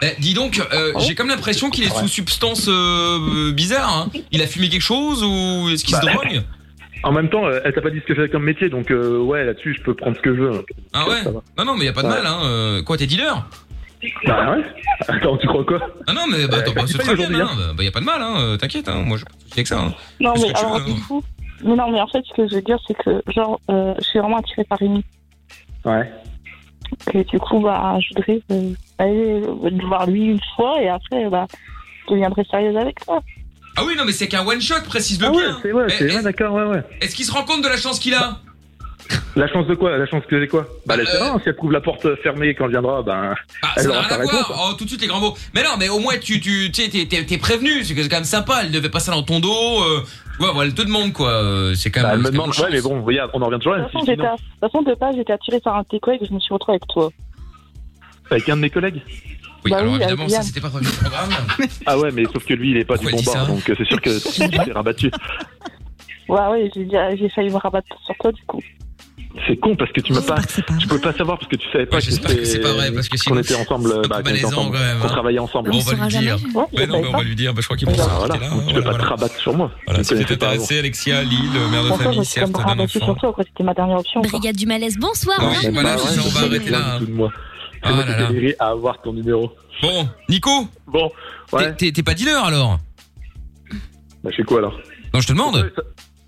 Speaker 11: Ah
Speaker 2: Eh, dis donc, euh, j'ai comme l'impression qu'il est sous substance euh, euh, bizarre. hein. Il a fumé quelque chose ou est-ce qu'il se drogue
Speaker 11: Bah, En même temps, euh, elle t'a pas dit ce que j'avais comme métier, donc euh, ouais, là-dessus, je peux prendre ce que je veux.
Speaker 2: Ah ouais
Speaker 11: Ça va.
Speaker 2: Non non, mais y a pas de
Speaker 11: Ouais.
Speaker 2: mal. Hein. euh, Quoi, t'es dealer
Speaker 11: Bah ouais Attends, tu crois quoi
Speaker 2: Ah non, mais bah, attends,
Speaker 11: Euh,
Speaker 2: bah,
Speaker 11: c'est
Speaker 2: c'est
Speaker 11: pas
Speaker 2: très bien.
Speaker 11: aujourd'hui,
Speaker 2: hein. Bah, bah y a pas de mal. Hein. euh, T'inquiète, hein. moi j'ai pas de soucis avec ça. hein.
Speaker 10: Non,
Speaker 2: Fais ce
Speaker 10: mais
Speaker 2: que tu
Speaker 10: alors,
Speaker 2: veux,
Speaker 10: du
Speaker 2: hein.
Speaker 10: coup. Mais non, mais en fait, ce que je veux dire, c'est que, genre, euh, je suis vraiment attirée par Rémi.
Speaker 11: Ouais.
Speaker 10: Et du coup, bah, je voudrais euh, aller le voir lui une fois et après, bah, je deviendrai sérieuse avec toi.
Speaker 2: Ah oui, non, mais c'est qu'un one shot, précise-le bien.
Speaker 11: C'est Ah ouais, c'est ouais, d'accord, ouais, ouais.
Speaker 2: Est-ce qu'il se rend compte de la chance qu'il a
Speaker 11: La chance de quoi La chance que j'ai quoi Bah, la
Speaker 2: Euh, Ah,
Speaker 11: terrain, si elle trouve la porte fermée quand elle viendra, ben.
Speaker 2: Ça
Speaker 11: elle
Speaker 2: n'a
Speaker 11: aura
Speaker 2: rien
Speaker 11: sa
Speaker 2: à
Speaker 11: réponse.
Speaker 2: voir. Oh, tout de suite les grands mots. Mais non, mais au moins tu tu tu sais, t'es t'es- t'es prévenu. C'est que c'est quand même sympa. Elle devait passer dans ton dos. euh, tu vois, voilà, elle te demande quoi. euh, C'est quand même.
Speaker 11: Bah, elle me
Speaker 2: c'est quand
Speaker 11: demande,
Speaker 2: même
Speaker 11: ouais, mais
Speaker 2: chance.
Speaker 11: bon, regarde, on en revient
Speaker 2: Ah,
Speaker 11: toujours
Speaker 10: De
Speaker 11: là.
Speaker 10: toute façon, j'étais à- de toute façon, de base, j'étais attirée par un de tes collègues et je me suis retrouvée avec toi.
Speaker 11: Avec un de mes collègues
Speaker 2: Oui,
Speaker 10: Bah
Speaker 2: alors
Speaker 10: oui,
Speaker 2: évidemment,
Speaker 10: avec
Speaker 2: ça
Speaker 10: Yann.
Speaker 2: c'était pas prévu au programme.
Speaker 11: Ah ouais, mais sauf que lui, il est pas
Speaker 2: Pourquoi
Speaker 11: du
Speaker 2: il
Speaker 11: bon
Speaker 2: dit
Speaker 11: bord,
Speaker 2: ça
Speaker 11: donc euh, c'est sûr que tu t'es rabattu.
Speaker 10: Ouais, ouais, j'ai dit- ah, j'ai failli me rabattre sur toi, du coup.
Speaker 11: C'est con parce que tu m'as pas. Tu pouvais pas savoir parce que tu savais pas
Speaker 2: Ouais,
Speaker 11: que
Speaker 2: j'espère que c'est pas vrai, parce que
Speaker 11: qu'on
Speaker 2: sinon,
Speaker 11: était ensemble, euh, bah, qu'on était
Speaker 2: malaisant,
Speaker 11: ensemble,
Speaker 2: quand même,
Speaker 11: qu'on
Speaker 2: hein.
Speaker 11: travaillait ensemble.
Speaker 2: Bon, on va lui dire. Mais non, mais on va lui dire. Bah, je crois qu'il pense
Speaker 11: Bah,
Speaker 2: que
Speaker 11: voilà,
Speaker 2: t'es là.
Speaker 11: donc
Speaker 2: hein,
Speaker 11: tu peux
Speaker 2: voilà,
Speaker 11: pas te
Speaker 2: voilà.
Speaker 11: rabattre sur moi.
Speaker 2: Voilà,
Speaker 11: Je
Speaker 2: si
Speaker 11: connaissais
Speaker 2: t'es
Speaker 11: pas avant.
Speaker 2: intéressé, Alexia, Lille, mère de
Speaker 10: Pour ça, je
Speaker 2: famille,
Speaker 10: me suis comme
Speaker 2: certes, d'un
Speaker 10: rabattue
Speaker 2: enfant.
Speaker 10: sur toi, quoi. C'était ma dernière option. quoi.
Speaker 8: Brigade du malaise, bonsoir.
Speaker 3: hein.
Speaker 2: Ah oui,
Speaker 8: bienvenue.
Speaker 2: voilà, c'est ça, on va
Speaker 11: J'ai
Speaker 2: arrêter là,
Speaker 11: rien du
Speaker 2: hein.
Speaker 11: tout de moi.
Speaker 2: Ah
Speaker 11: C'est moi qui
Speaker 2: là
Speaker 11: ai
Speaker 2: là.
Speaker 11: déliré à avoir ton numéro.
Speaker 2: Bon, Nico.
Speaker 11: Bon, ouais.
Speaker 2: t'es- t'es- T'es pas dealer alors
Speaker 11: Bah, je fais quoi alors
Speaker 2: Non, je te demande.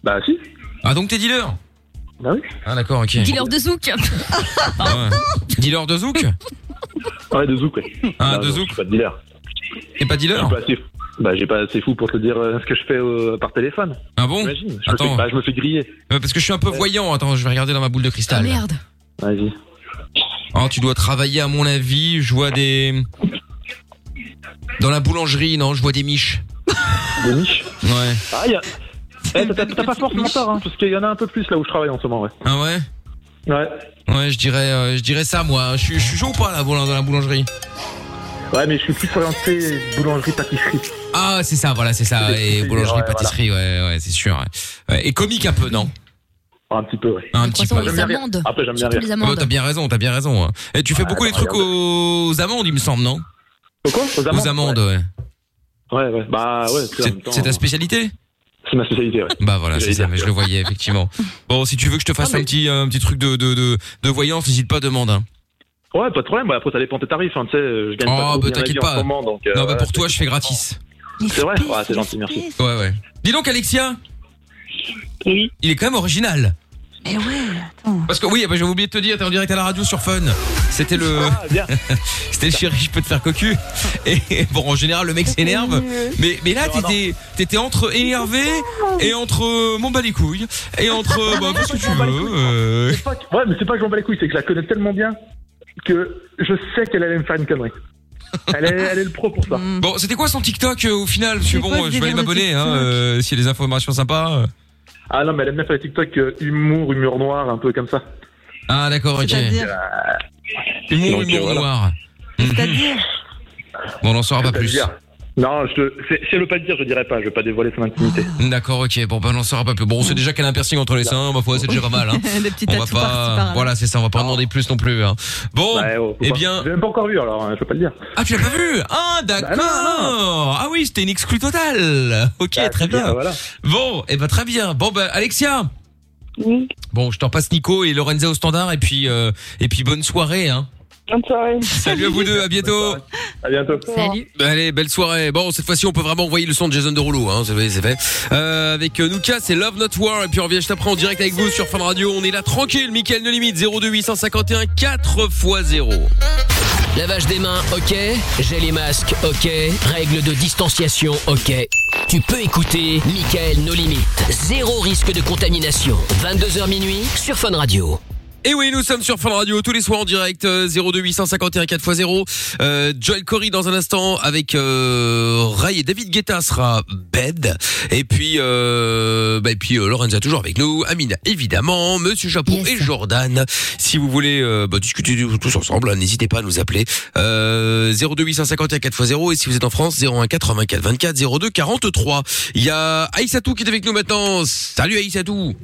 Speaker 11: Bah, si.
Speaker 2: Ah donc t'es dealer
Speaker 11: Bah oui.
Speaker 2: Ah d'accord, ok.
Speaker 3: Dealer de zouk.
Speaker 2: Ah ouais. Dealer de zouk
Speaker 11: Ouais, de Zouk, ouais. Bah,
Speaker 2: Ah, de
Speaker 11: non,
Speaker 2: Zouk.
Speaker 11: Je suis pas de dealer.
Speaker 2: T'es pas dealer
Speaker 11: Je suis pas assez fou. Bah, j'ai pas assez fou pour te dire euh, ce que je fais euh, par téléphone.
Speaker 2: Ah bon
Speaker 11: Imagine. Je me,
Speaker 2: Attends.
Speaker 11: fais, bah, je me fais griller.
Speaker 2: Euh, Parce que je suis un peu voyant. Attends, je vais regarder dans ma boule de cristal.
Speaker 3: Merde.
Speaker 11: Vas-y.
Speaker 2: Ah, tu dois travailler, à mon avis. Je vois des. Dans la boulangerie, non, je vois des miches.
Speaker 11: Des niches
Speaker 2: Ouais.
Speaker 11: Ah, y a... Eh, t'as- t'as t'as pas forcément tort, hein, parce qu'il y en a un peu plus là où je travaille en ce moment, ouais.
Speaker 2: Ah ouais
Speaker 11: Ouais.
Speaker 2: Ouais, je dirais, euh, je dirais ça, moi. Je suis, je suis chaud ou pas, là, dans la boulangerie
Speaker 11: Ouais, mais je suis plus orienté boulangerie-pâtisserie.
Speaker 2: Ah, c'est ça, voilà, c'est ça. Et boulangerie, pâtisserie, ouais, ouais, c'est sûr. ouais. Ouais, Et comique un peu, non
Speaker 11: Un petit peu, ouais.
Speaker 2: Un petit peu.
Speaker 3: croissant et les
Speaker 11: bien rire.
Speaker 3: amandes.
Speaker 11: Après, j'aime bien
Speaker 3: Surtout
Speaker 11: rire.
Speaker 3: les
Speaker 2: Ah bah,
Speaker 3: amandes.
Speaker 2: t'as bien raison, t'as bien raison. hein. Et tu fais
Speaker 11: Ouais,
Speaker 2: beaucoup les
Speaker 11: attends,
Speaker 2: trucs
Speaker 11: regarde.
Speaker 2: aux amandes, il me semble, non
Speaker 11: Au quoi Aux amandes
Speaker 2: Aux amandes, ouais.
Speaker 11: Ouais, ouais. Bah, ouais, c'est en même temps,
Speaker 2: C'est ta
Speaker 11: euh,
Speaker 2: spécialité
Speaker 11: c'est ma spécialité, ouais.
Speaker 2: Bah voilà, c'est
Speaker 11: J'allais
Speaker 2: ça,
Speaker 11: dire
Speaker 2: mais je le voyais effectivement. Bon, si tu veux que je te fasse
Speaker 3: Ah,
Speaker 2: un petit un petit truc de de de, de voyance, n'hésite pas, demande. hein.
Speaker 11: Ouais, pas de problème. Bah, après, ça dépend de tes tarifs. Hein, tu sais, je gagne pas
Speaker 2: Oh,
Speaker 11: trop
Speaker 2: bah
Speaker 11: bien la
Speaker 2: t'inquiète
Speaker 11: vie en
Speaker 2: pas.
Speaker 11: ce moment, donc. euh,
Speaker 2: non, bah
Speaker 11: voilà,
Speaker 2: pour
Speaker 11: c'est-
Speaker 2: toi, je fais gratis.
Speaker 11: C'est vrai Ouais, c'est gentil, merci.
Speaker 2: Ouais, ouais. Dis donc, Alexia. Oui. Il est quand même original.
Speaker 11: Eh
Speaker 5: Mais ouais.
Speaker 2: Parce que oui, bah, j'avais oublié de te dire, t'es en direct à la radio sur Fun. C'était le.
Speaker 11: Ah,
Speaker 2: C'était le chéri, je peux te faire cocu. Et bon, en général, le mec s'énerve. Mais, mais là, t'étais, t'étais entre énervé et entre euh, mon bas les couilles. Et entre. euh, Bah, qu'est-ce que tu veux euh,
Speaker 11: C'est pas que- Ouais, mais c'est pas que j'en bats les couilles, c'est que je la connais tellement bien que je sais qu'elle allait me faire une connerie. Elle est, elle est le pro pour ça.
Speaker 2: Bon, c'était quoi son TikTok euh, au final Parce que
Speaker 11: C'est
Speaker 2: bon,
Speaker 11: quoi ce
Speaker 2: euh, je vais aller
Speaker 11: délire de
Speaker 2: m'abonner hein,
Speaker 11: TikTok
Speaker 2: euh, s'il y a des informations sympas. euh.
Speaker 11: Ah non, mais elle aime bien faire les TikTok euh, humour, humour noir, un peu comme ça.
Speaker 2: Ah, d'accord, ok.
Speaker 11: C'est-à-dire
Speaker 2: Humour,
Speaker 11: Donc, euh,
Speaker 2: humour
Speaker 11: voilà.
Speaker 2: noir.
Speaker 5: C'est-à-dire
Speaker 2: Bon, on en saura pas plus.
Speaker 11: Non, je te... c'est- si elle veut pas le dire, je dirais pas, je vais pas dévoiler son intimité.
Speaker 2: D'accord, ok. Bon, ben, on en saura pas plus. Bon, on sait déjà qu'elle a un piercing entre les seins. Ma foi, c'est déjà pas mal. Hein.
Speaker 5: Des petits
Speaker 2: on va
Speaker 5: tatous par-ci,
Speaker 2: pas.
Speaker 5: par-là.
Speaker 2: Voilà, c'est ça. On va pas en demander plus non plus. hein. Bon, eh bien.
Speaker 11: J'ai même Oh, pas encore vu alors, hein, je peux pas le dire.
Speaker 2: Ah, tu l'as pas vu Ah, d'accord. ah oui, c'était une exclue totale. Ok, très Bah, bien. Bon, et eh ben très bien. Bon, ben Alexia. Bon, je t'en passe Nico et Lorenza au standard et puis euh, et puis bonne soirée. Hein.
Speaker 10: Bonne soirée.
Speaker 2: Salut à vous deux, à bientôt.
Speaker 11: À bientôt.
Speaker 10: Salut.
Speaker 2: Bah, allez, belle soirée. Bon, cette fois-ci, on peut vraiment envoyer le son de Jason Derulo. Hein, c'est c'est fait. Euh, avec euh, Nuka, c'est Love Not War. Et puis on revient juste après en direct avec vous sur Fun Radio. On est là tranquille. Michael No Limite 02851 4 x 0.
Speaker 1: Lavage des mains, ok. J'ai les masques, ok. Règles de distanciation, ok. Tu peux écouter Michael No Limites. Zéro risque de contamination. 22h minuit sur Fun Radio.
Speaker 2: Et oui, nous sommes sur Fun Radio tous les soirs en direct euh, 02851 4x0. Euh, Joel Corey dans un instant avec euh, Ray et David Guetta sera bed. Et puis euh, bah, et puis euh, Lorenza toujours avec nous, Amina évidemment, Monsieur Chapeau et Jordan. Si vous voulez euh, bah, discuter du- tous ensemble, hein, n'hésitez pas à nous appeler euh, 02851 4x0 et si vous êtes en France 01 84 24 02 43. Il y a Aïssatou qui est avec nous maintenant. Salut Aïssatou.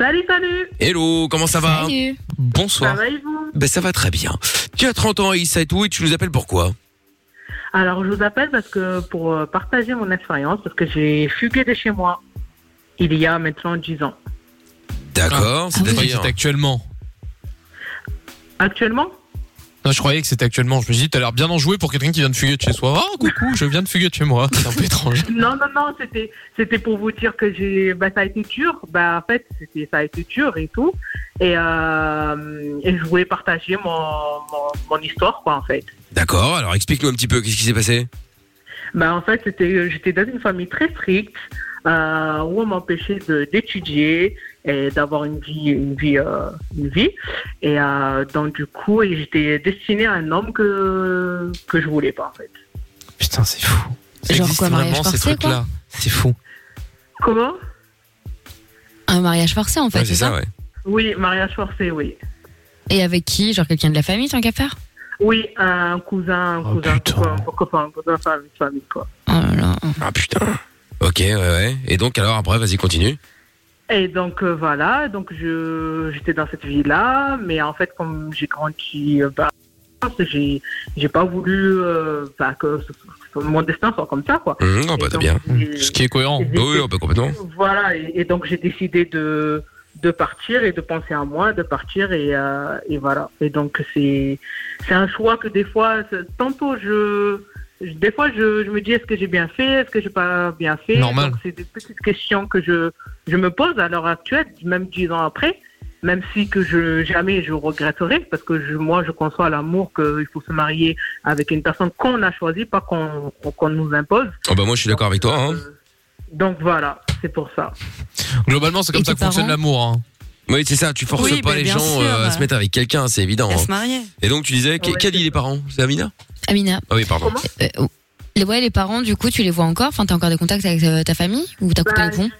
Speaker 12: Salut, salut
Speaker 2: Hello, comment ça va Bonsoir.
Speaker 12: Ça va et vous
Speaker 2: Ben ça va très bien. Tu as 30 ans Aïssa et tout et tu nous appelles pourquoi
Speaker 12: Alors, je vous appelle parce que pour euh, partager mon expérience, parce que j'ai fugué de chez moi il y a maintenant 10 ans.
Speaker 2: D'accord,
Speaker 4: c'est actuellement.
Speaker 12: Actuellement
Speaker 4: Non, je croyais que c'était actuellement. Je me suis dit, t'as l'air bien en joué pour quelqu'un qui vient de fuguer de chez soi. Ah, coucou, je viens de fuguer de chez moi. C'est un peu étrange.
Speaker 12: Non, non, non, c'était, c'était pour vous dire que j'ai, bah, ça a été dur. Bah, en fait, c'était, ça a été dur et tout. Et, euh, et je voulais partager mon, mon, mon histoire, quoi, en fait.
Speaker 2: D'accord, alors explique-nous un petit peu qu'est-ce qui s'est passé
Speaker 12: Bah, en fait, c'était, j'étais dans une famille très stricte euh, où on m'empêchait de, d'étudier et d'avoir une vie, une vie, euh, une vie. Et euh, donc, du coup, et j'étais destinée à un homme que, que je voulais pas, en fait.
Speaker 4: Putain, c'est fou. Ça
Speaker 3: Genre
Speaker 4: existe
Speaker 3: quoi, mariage
Speaker 4: vraiment ces
Speaker 3: forcé, quoi
Speaker 4: trucs-là. C'est fou.
Speaker 12: Comment
Speaker 3: Un mariage forcé, en fait. c'est ça,
Speaker 12: Oui, mariage forcé, oui.
Speaker 3: Et avec qui Genre quelqu'un de la famille, tant qu'à faire
Speaker 12: Oui, un cousin, un
Speaker 2: Oh,
Speaker 12: cousin, un copain, un copain, un cousin, famille, famille, quoi.
Speaker 2: Ah putain. Ok, ouais, ouais. Et donc alors après, vas-y, continue.
Speaker 12: Et donc euh, voilà, donc je j'étais dans cette vie-là, mais en fait comme j'ai grandi, euh, bah, j'ai j'ai pas voulu euh, bah, que ce- ce- mon destin soit comme ça quoi.
Speaker 2: Mmh, non, bah t'as bien. Ce qui est cohérent.
Speaker 12: Et-
Speaker 2: Bah oui, oh, bah, complètement.
Speaker 12: Voilà, et, et donc j'ai décidé de de partir et de penser à moi, de partir et, euh, et voilà. Et donc c'est c'est un choix que des fois, c'est- tantôt je je- des fois je, je me dis est-ce que j'ai bien fait, est-ce que j'ai pas bien fait.
Speaker 4: Normal.
Speaker 12: Donc, C'est des petites questions que je je me pose à l'heure actuelle, même dix ans après. Même si que je jamais je regretterai parce que je, moi je conçois l'amour qu'il faut se marier avec une personne qu'on a choisie, pas qu'on qu'on nous impose.
Speaker 2: Oh bah moi je suis d'accord avec toi. Hein.
Speaker 12: Donc voilà, c'est pour ça.
Speaker 4: Globalement, c'est comme
Speaker 12: Et
Speaker 4: ça
Speaker 12: tes
Speaker 4: que fonctionne
Speaker 12: parents
Speaker 4: l'amour. hein.
Speaker 2: Oui, c'est ça, tu forces
Speaker 12: Oui,
Speaker 2: pas
Speaker 12: bah,
Speaker 2: les
Speaker 12: bien
Speaker 2: gens
Speaker 12: sûr,
Speaker 2: euh, à
Speaker 12: ouais.
Speaker 2: se mettre avec quelqu'un, c'est évident.
Speaker 3: À se
Speaker 2: hein.
Speaker 3: marier.
Speaker 2: Et donc tu disais, qu'a qu'a dit les parents C'est Amina
Speaker 3: Amina.
Speaker 2: Ah oui, pardon.
Speaker 3: Euh, euh, les- ouais, les parents, du coup, tu les vois encore Enfin, t'as encore des contacts avec euh, ta famille Ou t'as coupé
Speaker 12: Bah,
Speaker 3: le pont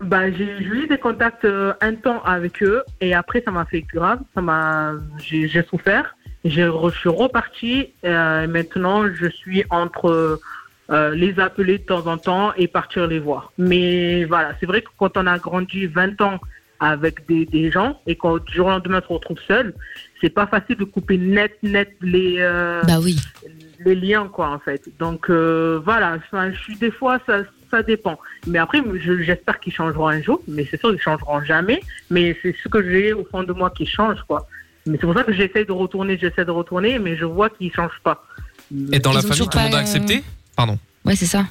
Speaker 12: Bah, j'ai eu des contacts euh, un temps avec eux et après ça m'a fait grave, ça m'a, j'ai j'ai souffert, j'ai re- je suis reparti. euh, et maintenant je suis entre euh, les appeler de temps en temps et partir les voir. Mais voilà, c'est vrai que quand on a grandi 20 ans avec des, des gens et quand du jour au lendemain on se retrouve seul, c'est pas facile de couper net net les. euh,
Speaker 3: Bah oui.
Speaker 12: les liens quoi en fait. Donc euh, voilà, enfin, je suis des fois ça, ça dépend. Mais après je- j'espère qu'ils changeront un jour, mais c'est sûr qu'ils changeront jamais. Mais c'est ce que j'ai au fond de moi qui change quoi. Mais c'est pour ça que j'essaie de retourner, j'essaie de retourner, mais je vois qu'ils changent pas.
Speaker 4: Et dans
Speaker 12: Ils
Speaker 4: la
Speaker 12: ont
Speaker 4: famille,
Speaker 12: toujours
Speaker 4: tout le monde a
Speaker 12: pas, euh,
Speaker 4: accepté Pardon.
Speaker 3: Ouais, c'est ça.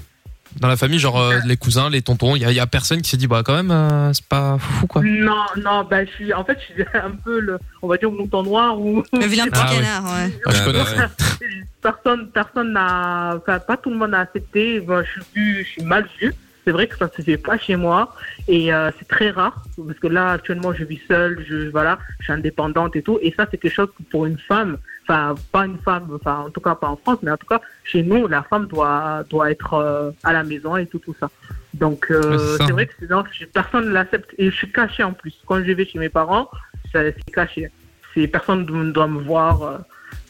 Speaker 4: Dans la famille, genre euh, les cousins, les tontons, il y, a- il y a personne qui s'est dit bah quand même euh, c'est pas fou quoi.
Speaker 12: Non, non, bah, je suis, en fait, je suis un peu le, on va dire, le mouton noir ou. Le
Speaker 5: vilain
Speaker 4: petit Ah, ouais. canard,
Speaker 12: ouais.
Speaker 4: Ah, je connais.
Speaker 13: bah
Speaker 12: personne, personne n'a, enfin, pas tout le monde a accepté. Moi, je suis vu, je suis mal vu. C'est vrai que ça se fait pas chez moi et euh, c'est très rare parce que là actuellement je vis seule, je voilà, je suis indépendante et tout et ça c'est quelque chose que pour une femme, enfin pas une femme, enfin en tout cas pas en France mais en tout cas chez nous la femme doit doit être euh, à la maison et tout tout ça. Donc euh,
Speaker 13: Ouais, c'est ça.
Speaker 12: c'est vrai que c'est- non, je- personne ne l'accepte et je suis caché en plus. Quand je vais chez mes parents, ça- c'est caché. C'est personne ne doit me voir. euh,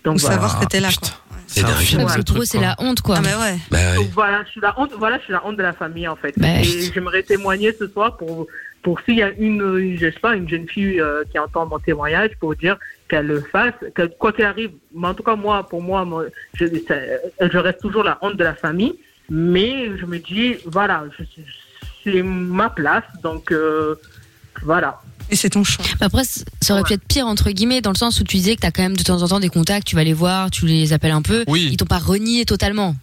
Speaker 12: donc
Speaker 5: Ou
Speaker 12: voilà.
Speaker 5: savoir que t'es là. Ah,
Speaker 2: C'est dingue.
Speaker 3: Ouais, parce que pour eux, c'est la honte, quoi.
Speaker 2: Bah ouais.
Speaker 12: Voilà, je suis la honte, voilà, je suis la honte de la famille en fait.
Speaker 3: Bah,
Speaker 12: et j'aimerais témoigner ce soir pour pour s'il y a une, euh, je sais pas, une jeune fille euh, qui entend mon témoignage pour dire qu'elle le fasse, qu'elle- quoi qu'il arrive. Mais en tout cas moi, pour moi, moi, je, ça- je reste toujours la honte de la famille. Mais je me dis, voilà, je suis- c'est ma place, donc euh, voilà.
Speaker 5: Et c'est ton choix.
Speaker 3: Mais Bah, après, c- ça aurait pu être pire, entre guillemets, dans le sens où tu disais que t'as quand même de temps en temps des contacts, tu vas les voir, tu les appelles un peu. Ils t'ont pas renié totalement.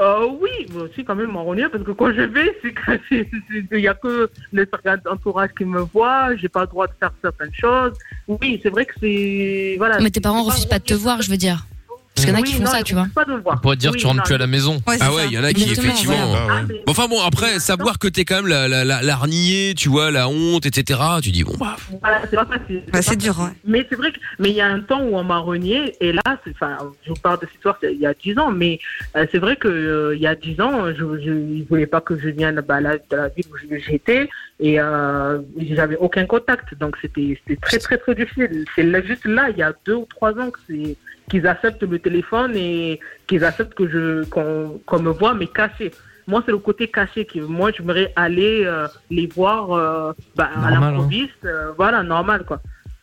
Speaker 12: Euh, oui, mais aussi quand même m'en renier parce que quand je vais, c'est que- c'est- c'est- il n'y a que le cercle d'entourage qui me voit, j'ai pas le droit de faire certaines choses. Oui, c'est vrai que c'est voilà.
Speaker 3: Mais tes parents
Speaker 12: Bah, c'est
Speaker 3: refusent pas de te voir, je veux dire. Parce qu'il y en a qui
Speaker 12: Oui,
Speaker 3: font
Speaker 12: non,
Speaker 3: ça,
Speaker 12: ils
Speaker 3: tu vois.
Speaker 12: refusent Pas de me voir.
Speaker 2: On pourrait dire,
Speaker 12: Oui,
Speaker 2: tu rentres
Speaker 12: non,
Speaker 2: plus à la maison.
Speaker 12: Ouais, c'est
Speaker 2: ah ouais,
Speaker 12: ça.
Speaker 2: il y en a qui,
Speaker 12: Exactement,
Speaker 2: effectivement.
Speaker 12: voilà.
Speaker 2: Ah ouais. Bon, enfin bon, après, savoir que t'es quand même la, la, la, la reniée, tu vois, la honte, etc. Tu dis, bon, bah.
Speaker 12: Voilà, c'est pas facile.
Speaker 5: Bah,
Speaker 12: pas
Speaker 5: c'est
Speaker 12: facile.
Speaker 5: dur, ouais.
Speaker 12: Mais c'est vrai que, mais il y a un temps où on m'a renié, et là, c'est- enfin, je vous parle de cette histoire c'est- il y a 10 ans, mais euh, c'est vrai que euh, il y a 10 ans, je, je, ils voulaient pas que je vienne bah, là, de la ville où je- j'étais, et euh, j'avais aucun contact, donc c'était c'était très très très difficile. C'est là- juste là, il y a deux ou trois ans que c'est qu'ils acceptent le téléphone et qu'ils acceptent que je qu'on qu'on me voit mais caché. Moi, c'est le côté caché qui, moi, j'aimerais aller euh, les voir euh, bah, à
Speaker 7: Normal, hein.
Speaker 12: l'improviste, euh, voilà, normal quoi.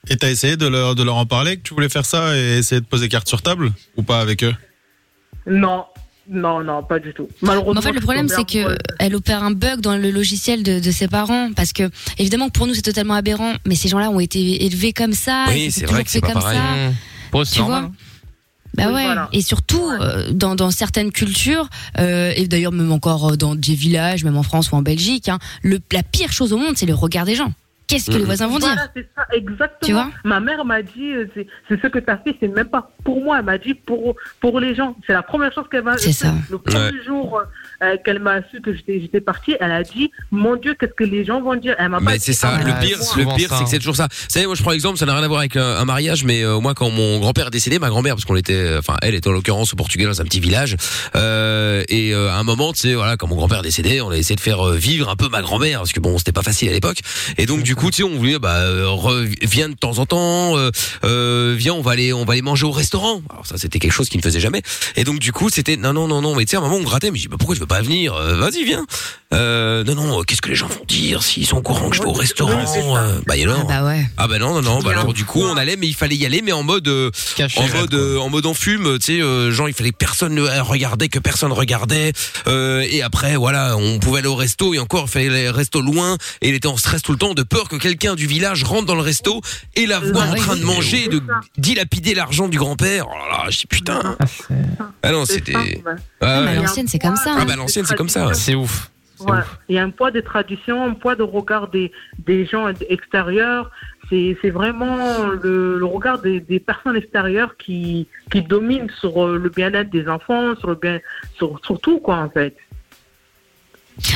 Speaker 7: Et t'as essayé de leur, de leur en parler que tu voulais faire ça et essayer de poser carte sur table ou pas avec eux
Speaker 12: Non, non, non, pas du tout.
Speaker 3: Mais
Speaker 12: Malheureusement.
Speaker 3: en fait, le
Speaker 12: je suis
Speaker 3: problème,
Speaker 12: tombée
Speaker 3: c'est que
Speaker 12: amoureuse.
Speaker 3: elle opère un bug dans le logiciel de, de ses parents, parce que évidemment, que pour nous, c'est totalement aberrant, mais ces gens-là ont été élevés comme ça.
Speaker 2: Oui,
Speaker 3: ils
Speaker 2: c'est
Speaker 3: étaient
Speaker 2: vrai
Speaker 3: toujours
Speaker 2: que c'est pas
Speaker 3: faits comme
Speaker 2: pareil. Mmh.
Speaker 3: ça.
Speaker 4: Bon, c'est
Speaker 3: Tu
Speaker 4: normal.
Speaker 3: vois Bah ouais, et surtout euh, dans, dans certaines cultures, euh, et d'ailleurs même encore euh, dans des villages, même en France ou en Belgique, hein, le, la pire chose au monde, c'est le regard des gens. Qu'est-ce que
Speaker 2: Mmh.
Speaker 3: les voisins vont
Speaker 12: Voilà,
Speaker 3: dire
Speaker 12: c'est ça, exactement.
Speaker 3: Tu vois
Speaker 12: Ma mère m'a dit, euh, c'est c'est ce que tu as fait, c'est même pas pour moi. Elle m'a dit pour, pour les gens. C'est la première chose qu'elle m'a
Speaker 3: C'est ça.
Speaker 12: Le premier
Speaker 2: Ouais.
Speaker 12: jour euh, qu'elle m'a su que j'étais j'étais partie, elle a dit Mon Dieu, qu'est-ce que les gens vont dire Elle m'a pas
Speaker 2: Mais
Speaker 12: dit,
Speaker 2: c'est ça.
Speaker 12: Ah,
Speaker 2: le
Speaker 12: mais
Speaker 2: pire,
Speaker 12: moi,
Speaker 2: le pire, c'est que c'est toujours ça. Vous savez, moi, je prends l'exemple, ça n'a rien à voir avec euh, un mariage, mais euh, moi, quand mon grand-père est décédé, ma grand-mère, parce qu'on était, euh, enfin, elle était en l'occurrence au Portugal dans un petit village, euh, et euh, à un moment, tu sais, voilà, quand mon grand-père est décédé, on a essayé de faire euh, vivre un peu ma grand-mère, parce que bon, c'était pas facile à l'époque, et donc du coup, tu sais, on voulait, bah, euh, reviens de temps en temps, euh, euh, viens, on va aller, on va aller manger au restaurant. Alors ça, c'était quelque chose qu'il ne faisait jamais, et donc du coup, c'était, non, non, non, non, mais tu sais, à un moment, on grattait, mais je dis, bah, pourquoi je veux pas venir Euh, Vas-y, viens. Euh, non, non, euh, qu'est-ce que les gens vont dire s'ils sont au courant que je vais au restaurant euh, Bah et alors
Speaker 3: Ah bah ouais.
Speaker 2: Ah bah non, non, non. Bah alors du coup, on allait, mais il fallait y aller, mais en mode, euh, en mode, euh, en mode en fume. Tu sais, euh, genre, il fallait que personne ne regardait, que personne regardait. Euh, et après, voilà, on pouvait aller au resto et encore, il fallait aller au resto loin. Et il était en stress tout le temps de peur que quelqu'un du village rentre dans le resto et la voit
Speaker 3: Ah
Speaker 2: en train de manger, et de dilapider l'argent du grand-père. Oh là là, je dis putain. Ah non, c'était. Ah,
Speaker 3: Mais à
Speaker 2: ouais.
Speaker 3: l'ancienne, c'est comme ça.
Speaker 2: Ah
Speaker 3: hein.
Speaker 2: bah à l'ancienne, c'est comme ça. ouais.
Speaker 4: C'est ouf.
Speaker 12: Voilà. Il y a un poids des traditions, un poids de regard des, des gens extérieurs. C'est c'est vraiment le, le regard des, des personnes extérieures qui, qui domine sur euh, le bien-être des enfants, sur, le bien, sur, sur tout, quoi, en fait.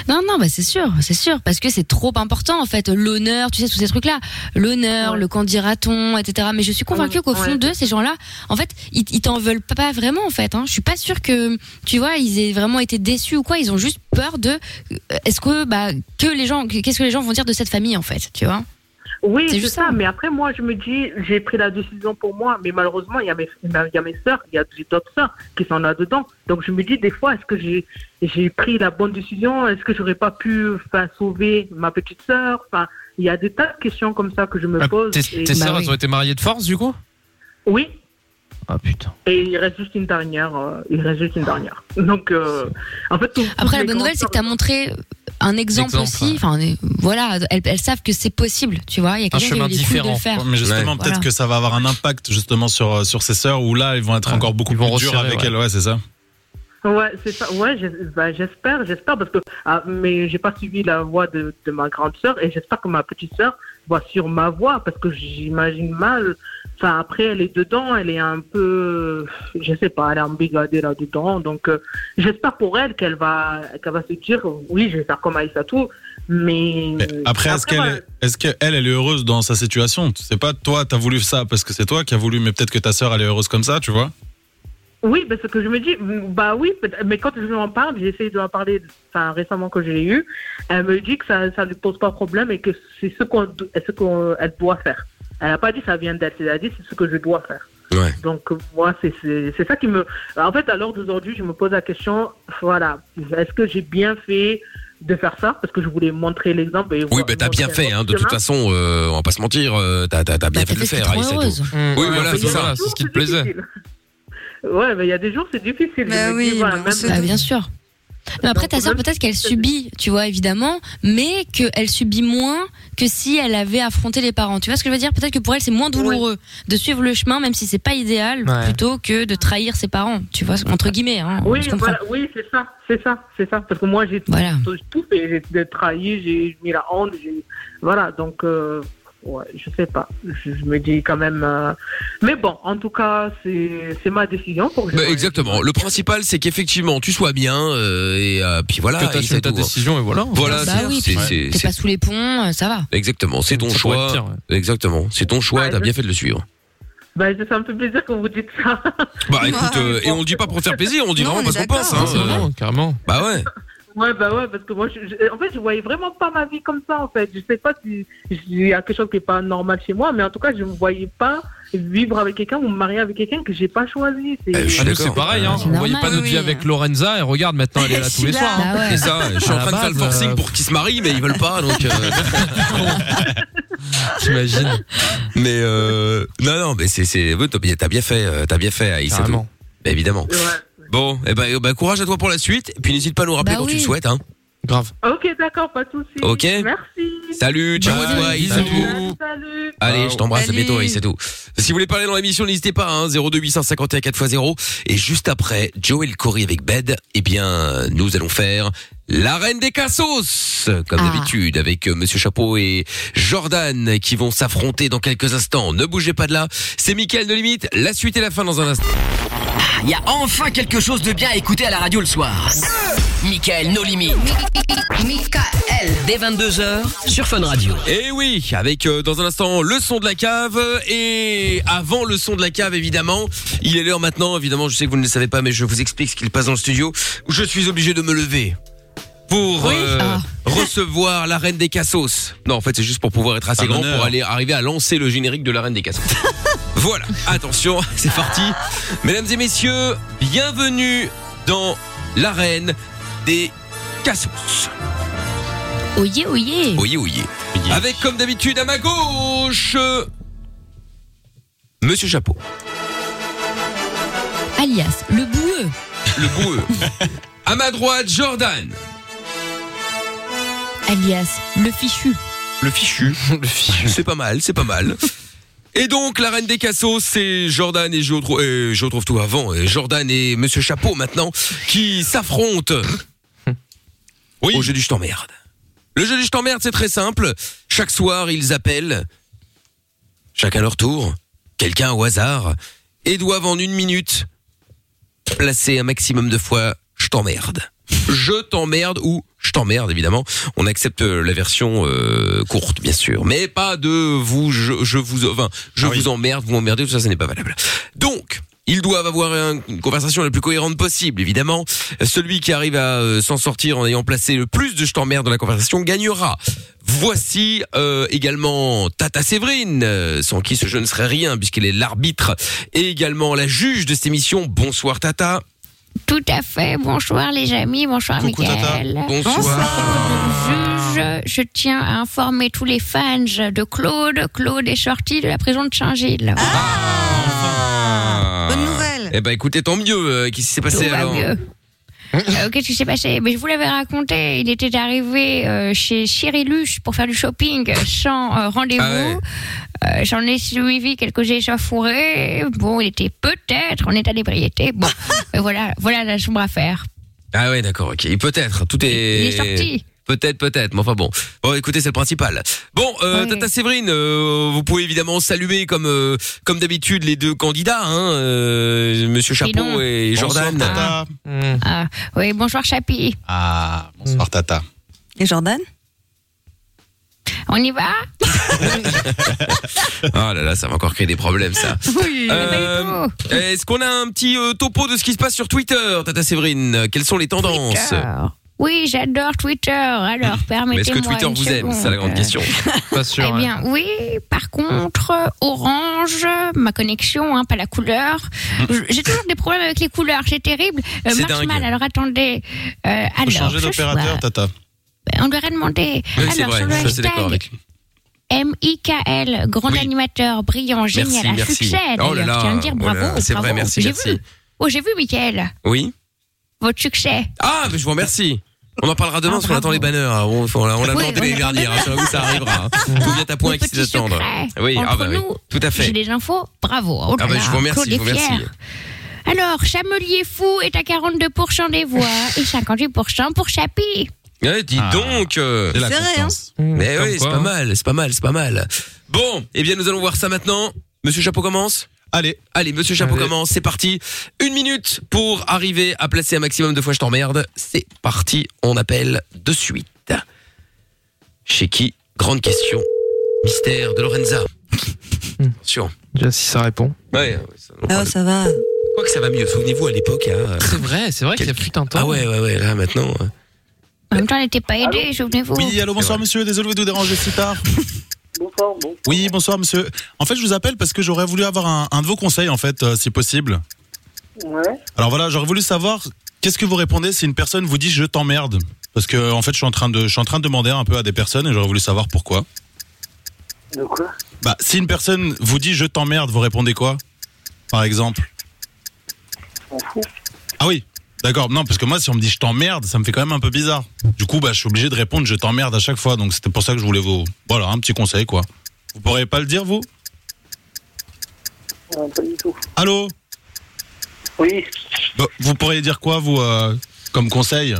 Speaker 3: Non, non, bah c'est sûr, c'est sûr, parce que c'est trop important en fait, l'honneur, tu sais, tous ces trucs-là, l'honneur, le qu'en dira-t-on, etc. Mais je suis convaincue qu'au fond
Speaker 12: ouais.
Speaker 3: d'eux, ces gens-là, en fait, ils, ils t'en veulent pas vraiment en fait. Hein. Je suis pas sûre que, tu vois, ils aient vraiment été déçus ou quoi. Ils ont juste peur de, euh, est-ce que, bah, que les gens, qu'est-ce que les gens vont dire de cette famille en fait, tu vois
Speaker 12: Oui,
Speaker 3: C'est
Speaker 12: c'est
Speaker 3: juste
Speaker 12: ça. Mais après, moi, je me dis, j'ai pris la décision pour moi. Mais malheureusement, il y a mes, il y a mes sœurs, il y a d'autres sœurs qui sont là-dedans. Donc, je me dis, des fois, est-ce que j'ai, j'ai pris la bonne décision Est-ce que j'aurais pas pu enfin, sauver ma petite sœur enfin, Il y a des tas de questions comme ça que je me pose.
Speaker 4: Ah, Tes,
Speaker 12: Et-
Speaker 3: Bah
Speaker 4: tes sœurs, elles ont été mariées de force du coup
Speaker 12: Oui.
Speaker 4: Ah putain.
Speaker 12: Et il reste juste une dernière. euh, il reste juste une dernière. Donc, euh, en fait, tout- toutes
Speaker 3: Après, la
Speaker 12: mes
Speaker 3: bonne nouvelle,
Speaker 12: grandes
Speaker 3: c'est que t'as montré un exemple,
Speaker 12: Exemple,
Speaker 3: aussi. Enfin, on est- voilà, elles, elles savent que c'est possible, tu vois. Il y a quelqu'un qui a eu les couilles de le faire.
Speaker 7: Mais justement,
Speaker 3: Voilà.
Speaker 7: peut-être que ça va avoir un impact justement sur, euh, sur ses sœurs où là, ils vont être encore beaucoup plus durs
Speaker 4: resserrer,
Speaker 7: avec
Speaker 4: ouais.
Speaker 7: elles. Ouais, c'est ça.
Speaker 12: Ouais, c'est ça. Ouais, je- bah, j'espère, j'espère parce que ah, mais j'ai pas suivi la voie de, de ma grande sœur et j'espère que ma petite sœur va sur ma voie parce que j'imagine mal. Enfin après, elle est dedans, elle est un peu, je sais pas, elle est embigadée là dedans. Donc euh, j'espère pour elle qu'elle va, qu'elle va se dire oui, je vais faire comme Aïssatou, mais
Speaker 7: Après, est-ce qu'elle
Speaker 12: voilà.
Speaker 7: est, est-ce que elle, elle est heureuse dans sa situation Tu sais pas, toi, t'as voulu ça parce que c'est toi qui as voulu, mais peut-être que ta sœur, elle est heureuse comme ça, tu vois
Speaker 12: Oui, parce que je me dis, bah oui, peut-être- mais quand je lui en parle, j'ai essayé de lui en parler enfin, récemment que je l'ai eu, elle me dit que ça ne lui pose pas problème et que c'est ce qu'on ce qu'on elle doit faire. Elle n'a pas dit ça vient d'elle, elle a dit c'est ce que je dois faire. Donc euh, moi, c'est- c'est c'est ça qui me... En fait, à l'heure d'aujourd'hui, je me pose la question, voilà, est-ce que j'ai bien fait de faire ça Parce que je voulais montrer l'exemple. et
Speaker 2: Oui,
Speaker 12: voir-
Speaker 2: bah t'as bien fait, hein, de toute façon, euh, on va pas se mentir, euh, t'as t'as- t'as bien fait de le faire, Aïssa, et tout.
Speaker 12: Mmh.
Speaker 2: Oui, voilà, c'est ça.
Speaker 12: c'est ce qui te plaisait. Ouais, mais il y a des jours, c'est difficile.
Speaker 3: Bah
Speaker 12: Je me dis,
Speaker 3: oui,
Speaker 12: voilà,
Speaker 3: bah, on
Speaker 12: même-
Speaker 3: se doute. Bah, bien sûr. Non, après, ta sœur, peut-être qu'elle subit, tu vois, évidemment, mais qu'elle subit moins que si elle avait affronté les parents. Tu vois ce que je veux dire Peut-être que pour elle, c'est moins douloureux de suivre le chemin, même si c'est pas idéal,
Speaker 12: Ouais.
Speaker 3: plutôt que de trahir ses parents. Tu vois, entre guillemets. Hein,
Speaker 12: Oui,
Speaker 3: je comprends.
Speaker 12: voilà, oui, c'est ça, c'est ça, c'est ça. Parce que moi, j'ai tout, tout fait, j'ai été trahi, j'ai mis la honte, j'ai- voilà. Donc, euh, ouais, je sais pas. Je, je me dis quand même. euh, Mais bon, en tout cas, c'est c'est ma décision pour que je-
Speaker 2: Bah, exactement. Le principal, c'est qu'effectivement, tu sois bien, euh, et euh, puis voilà.
Speaker 4: Que t'assumes
Speaker 2: et c'est
Speaker 4: ta
Speaker 2: tout, hein.
Speaker 4: décision, et voilà.
Speaker 2: Voilà,
Speaker 3: Bah oui,
Speaker 2: c'est-
Speaker 3: puis
Speaker 2: c'est-
Speaker 3: t'es
Speaker 2: c'est-
Speaker 3: pas sous les ponts, euh, ça va.
Speaker 2: Exactement, c'est ton
Speaker 4: Ça pourrait
Speaker 2: choix.
Speaker 4: être pire,
Speaker 2: Exactement, c'est ton choix, t'as bien fait de le suivre.
Speaker 12: Bah, ça me fait plaisir quand vous dites ça.
Speaker 2: Bah écoute, euh, et on le dit pas pour faire plaisir, on le dit
Speaker 12: Non,
Speaker 2: vraiment
Speaker 12: on
Speaker 2: parce
Speaker 12: est
Speaker 2: qu'on pense. Hein,
Speaker 12: d'accord. Non, non,
Speaker 2: carrément. Bah ouais.
Speaker 12: Ouais, bah ouais, parce que moi, je- je- en fait, je voyais vraiment pas ma vie comme ça, en fait. Je sais pas si il y a quelque chose qui est pas normal chez moi, mais en tout cas, je me voyais pas vivre avec quelqu'un ou me marier avec quelqu'un que j'ai pas choisi. C'est-
Speaker 2: Eh,
Speaker 4: Ah, nous, c'est pareil, hein.
Speaker 2: C'est
Speaker 4: on voyait
Speaker 2: normal,
Speaker 4: pas
Speaker 3: Ah
Speaker 4: notre vie
Speaker 2: oui.
Speaker 4: avec Lorenza et regarde maintenant elle est là
Speaker 2: Je
Speaker 4: tous les
Speaker 2: suis là.
Speaker 4: soirs. hein. Ah,
Speaker 2: Bah ouais. C'est ça, je suis en train de faire le forcing pour qu'ils se marient mais ils veulent pas
Speaker 4: euh,
Speaker 2: donc. euh, J'imagine. Mais euh, non non mais c'est c'est ouais, t'as bien- t'as bien fait euh, t'as bien fait Aïe, c'est tout. Bah, évidemment. Bon et ben eh ben, courage à toi pour la suite et puis n'hésite pas à nous rappeler
Speaker 12: Bah
Speaker 2: quand tu
Speaker 12: oui.
Speaker 2: le souhaites hein. Grave.
Speaker 12: Ok, d'accord, pas de soucis.
Speaker 2: Ok.
Speaker 12: Merci.
Speaker 2: Salut ciao à toi Aïe, salut.
Speaker 12: Bah Salut.
Speaker 2: Allez, je t'embrasse, à
Speaker 12: Salut.
Speaker 2: bientôt, et c'est tout. Si vous voulez parler dans l'émission, n'hésitez pas, hein, 02851 4x0. Et juste après, Joel Corey avec Bed, eh bien, nous allons faire la reine des cassos, comme
Speaker 12: Ah.
Speaker 2: d'habitude, avec euh, Monsieur Chapeau et Jordan qui vont s'affronter dans quelques instants. Ne bougez pas de là. C'est Mickaël de Limite. La suite et la fin dans un instant.
Speaker 1: Il y a enfin quelque chose de bien à écouter à la radio le soir. Michael No Limit. Michael. Dès 22h sur Fun Radio.
Speaker 2: Et Eh oui, avec euh, dans un instant le son de la cave et avant le son de la cave évidemment, il est l'heure maintenant, évidemment je sais que vous ne le savez pas mais je vous explique ce qu'il passe dans le studio. Je suis obligé de me lever pour euh, recevoir la reine des cassos. Non en fait c'est juste pour pouvoir être assez
Speaker 7: Un
Speaker 2: grand
Speaker 7: honneur.
Speaker 2: pour aller arriver à lancer le générique de la reine des cassos. voilà, attention, c'est parti. Mesdames et messieurs, bienvenue dans la reine des cassos.
Speaker 3: Oyez, oyez.
Speaker 2: Oyez, oyez. Avec comme d'habitude à ma gauche, euh, Monsieur Chapeau,
Speaker 3: Alias, le boueux.
Speaker 2: le boueux. à ma droite, Jordan,
Speaker 3: Alias, le fichu.
Speaker 2: le fichu. Le fichu. C'est pas mal, c'est pas mal. Et donc la reine des cassos, c'est Jordan et je trouve, je trouve tout avant. Et Jordan et Monsieur Chapeau maintenant qui s'affrontent au jeu du je t'emmerde. Le jeu du je t'emmerde, c'est très simple. Chaque soir, ils appellent, chacun leur tour, quelqu'un au hasard, et doivent en une minute placer un maximum de fois je t'emmerde. Je t'emmerde ou je t'emmerde évidemment. On accepte euh, la version euh, courte bien sûr, mais pas de vous je, je vous enfin, je vous emmerde, vous m'emmerdez, tout ça, ça n'est pas valable. Donc ils doivent avoir un- une conversation la plus cohérente possible, évidemment. Celui qui arrive à euh, s'en sortir en ayant placé le plus de je t'emmerde dans la conversation gagnera. Voici euh, également Tata Séverine, euh, sans qui ce jeu ne serait rien puisqu'elle est l'arbitre et également la juge de cette émission. Bonsoir Tata.
Speaker 13: Tout à fait. Bonsoir les amis, bonsoir Mickaël.
Speaker 2: Bonsoir.
Speaker 13: Je, je tiens à informer tous les fans de Claude. Claude est sorti de la prison de Saint-Gilles.
Speaker 2: Bonne nouvelle. Eh ben écoutez, tant mieux. euh, Qu'est-ce qui s'est passé
Speaker 13: Tout va
Speaker 2: alors
Speaker 13: mieux. Euh, Qu'est-ce qui s'est passé Mais je vous l'avais raconté. Il était arrivé euh, chez Chiriluche pour faire du shopping sans euh, rendez-vous.
Speaker 2: Ah
Speaker 13: Euh, J'en ai suivi quelques échauffourés. Bon, il était peut-être en état d'ébriété. Bon, mais voilà, voilà la sombre affaire.
Speaker 2: Ah ouais, d'accord, ok. Et Peut-être, tout est...
Speaker 13: Il est sorti.
Speaker 2: Peut-être, peut-être, mais enfin bon. Bon, écoutez, c'est le principal. Bon, euh, Tata Séverine, euh, vous pouvez évidemment saluer comme euh, comme d'habitude les deux candidats, hein, euh, Monsieur Chapeau et
Speaker 7: Bonsoir,
Speaker 2: Jordan.
Speaker 7: Tata.
Speaker 13: Ah, oui, bonsoir Chapi.
Speaker 7: Ah, bonsoir Tata.
Speaker 5: Et Jordan
Speaker 13: On y va
Speaker 2: Ah là là, ça va encore créer des problèmes, ça.
Speaker 13: Oui,
Speaker 2: Euh, Est-ce qu'on a un petit euh, topo de ce qui se passe sur Twitter, Tata Séverine Quelles sont les tendances
Speaker 13: Oui, j'adore Twitter. Alors,
Speaker 2: Mais
Speaker 13: permettez-moi.
Speaker 2: est-ce que Twitter
Speaker 13: Ah, une
Speaker 2: vous aime
Speaker 13: seconde.
Speaker 2: C'est la grande question. Pas
Speaker 13: Eh
Speaker 7: hein.
Speaker 13: bien,
Speaker 2: hein.
Speaker 13: oui. Par contre, orange, ma connexion, hein, pas la couleur.
Speaker 2: Hum.
Speaker 13: Je- J'ai toujours des problèmes avec les couleurs, c'est terrible. Euh,
Speaker 7: C'est
Speaker 13: Marshman,
Speaker 7: dingue.
Speaker 13: alors attendez. Euh,
Speaker 7: Faut
Speaker 13: alors,
Speaker 7: changer
Speaker 13: ce
Speaker 7: d'opérateur,
Speaker 13: soir,
Speaker 7: Tata.
Speaker 13: ben, on lui aurait demandé.
Speaker 7: Oui,
Speaker 13: alors, sur le hashtag
Speaker 7: avec.
Speaker 13: MIKL, grand animateur, brillant, génial, à succès.
Speaker 2: Oh là
Speaker 13: d'ailleurs,
Speaker 2: là.
Speaker 13: Je tiens à le dire
Speaker 2: oh là
Speaker 13: bravo.
Speaker 2: là, C'est vrai,
Speaker 13: bravo.
Speaker 2: merci,
Speaker 13: J'ai
Speaker 2: merci.
Speaker 13: vu. Oh, j'ai vu, Michael,
Speaker 2: Oui.
Speaker 13: votre succès.
Speaker 2: Ah, mais je vous remercie. On en parlera
Speaker 13: Ah,
Speaker 2: demain parce qu'on attend les banners. hein. On, on l'a on l'a demandé
Speaker 13: Oui, on
Speaker 2: l'année
Speaker 13: attend les
Speaker 2: dernière. hein. Sur le coup, ça arrivera. hein. Il faut bien t'apprendre qui s'attendre. Oui, ah bah oui. Tout à
Speaker 13: J'ai
Speaker 2: fait.
Speaker 13: des infos, bravo. Oh là
Speaker 2: Ah bah,
Speaker 13: là,
Speaker 2: je vous remercie,
Speaker 13: Claude
Speaker 2: je vous
Speaker 13: est fier.
Speaker 2: remercie.
Speaker 13: Alors, Chamelier Fou est à 42% des voix et 58% pour Chapi.
Speaker 2: Ouais,
Speaker 4: Ah.
Speaker 2: dis donc. euh,
Speaker 13: C'est la C'est vrai, confiance. hein.
Speaker 2: Mais
Speaker 7: Comme
Speaker 2: oui, c'est
Speaker 7: quoi,
Speaker 2: pas
Speaker 7: hein.
Speaker 2: mal, c'est pas mal, c'est pas mal. Bon, eh bien, nous allons voir ça maintenant. Monsieur Chapeau commence
Speaker 7: Allez.
Speaker 2: Allez, Monsieur Chapeau
Speaker 7: Allez.
Speaker 2: commence, c'est parti. Une minute pour arriver à placer un maximum de fois je t'emmerde. C'est parti, on appelle de suite. Chez qui Grande question. Mystère de Lorenza. Attention.
Speaker 4: Déjà, si ça répond.
Speaker 2: Ouais, Ah,
Speaker 5: Oh, ça va.
Speaker 2: Quoi que ça va mieux, souvenez-vous à l'époque. hein.
Speaker 4: C'est vrai, c'est vrai qu'il y a putain de temps.
Speaker 2: Ah ouais, ouais, ouais, là maintenant. euh,
Speaker 13: En même temps, elle n'était pas aidée, souvenez-vous.
Speaker 7: Oui, allô, bonsoir monsieur, désolé de vous déranger si tard.
Speaker 11: Bonsoir, bon.
Speaker 7: Oui, bonsoir monsieur. En fait, je vous appelle parce que j'aurais voulu avoir un, un de vos conseils, en fait, euh, si possible.
Speaker 11: Ouais.
Speaker 7: Alors voilà, j'aurais voulu savoir qu'est-ce que vous répondez si une personne vous dit je t'emmerde. Parce que en fait, je suis en train de, je suis en train de demander un peu à des personnes et j'aurais voulu savoir pourquoi.
Speaker 11: De quoi
Speaker 7: Bah, si une personne vous dit je t'emmerde, vous répondez quoi, par exemple
Speaker 11: On fout.
Speaker 7: Ah oui, d'accord. Non, parce que moi, si on me dit je t'emmerde, ça me fait quand même un peu bizarre. Du coup, bah, je suis obligé de répondre je t'emmerde à chaque fois. Donc c'était pour ça que je voulais vous, voilà, un petit conseil quoi. Vous pourriez pas le dire vous
Speaker 11: Non, pas du tout.
Speaker 7: Allô
Speaker 11: Oui.
Speaker 7: Bah, vous pourriez dire quoi, vous, euh, comme conseil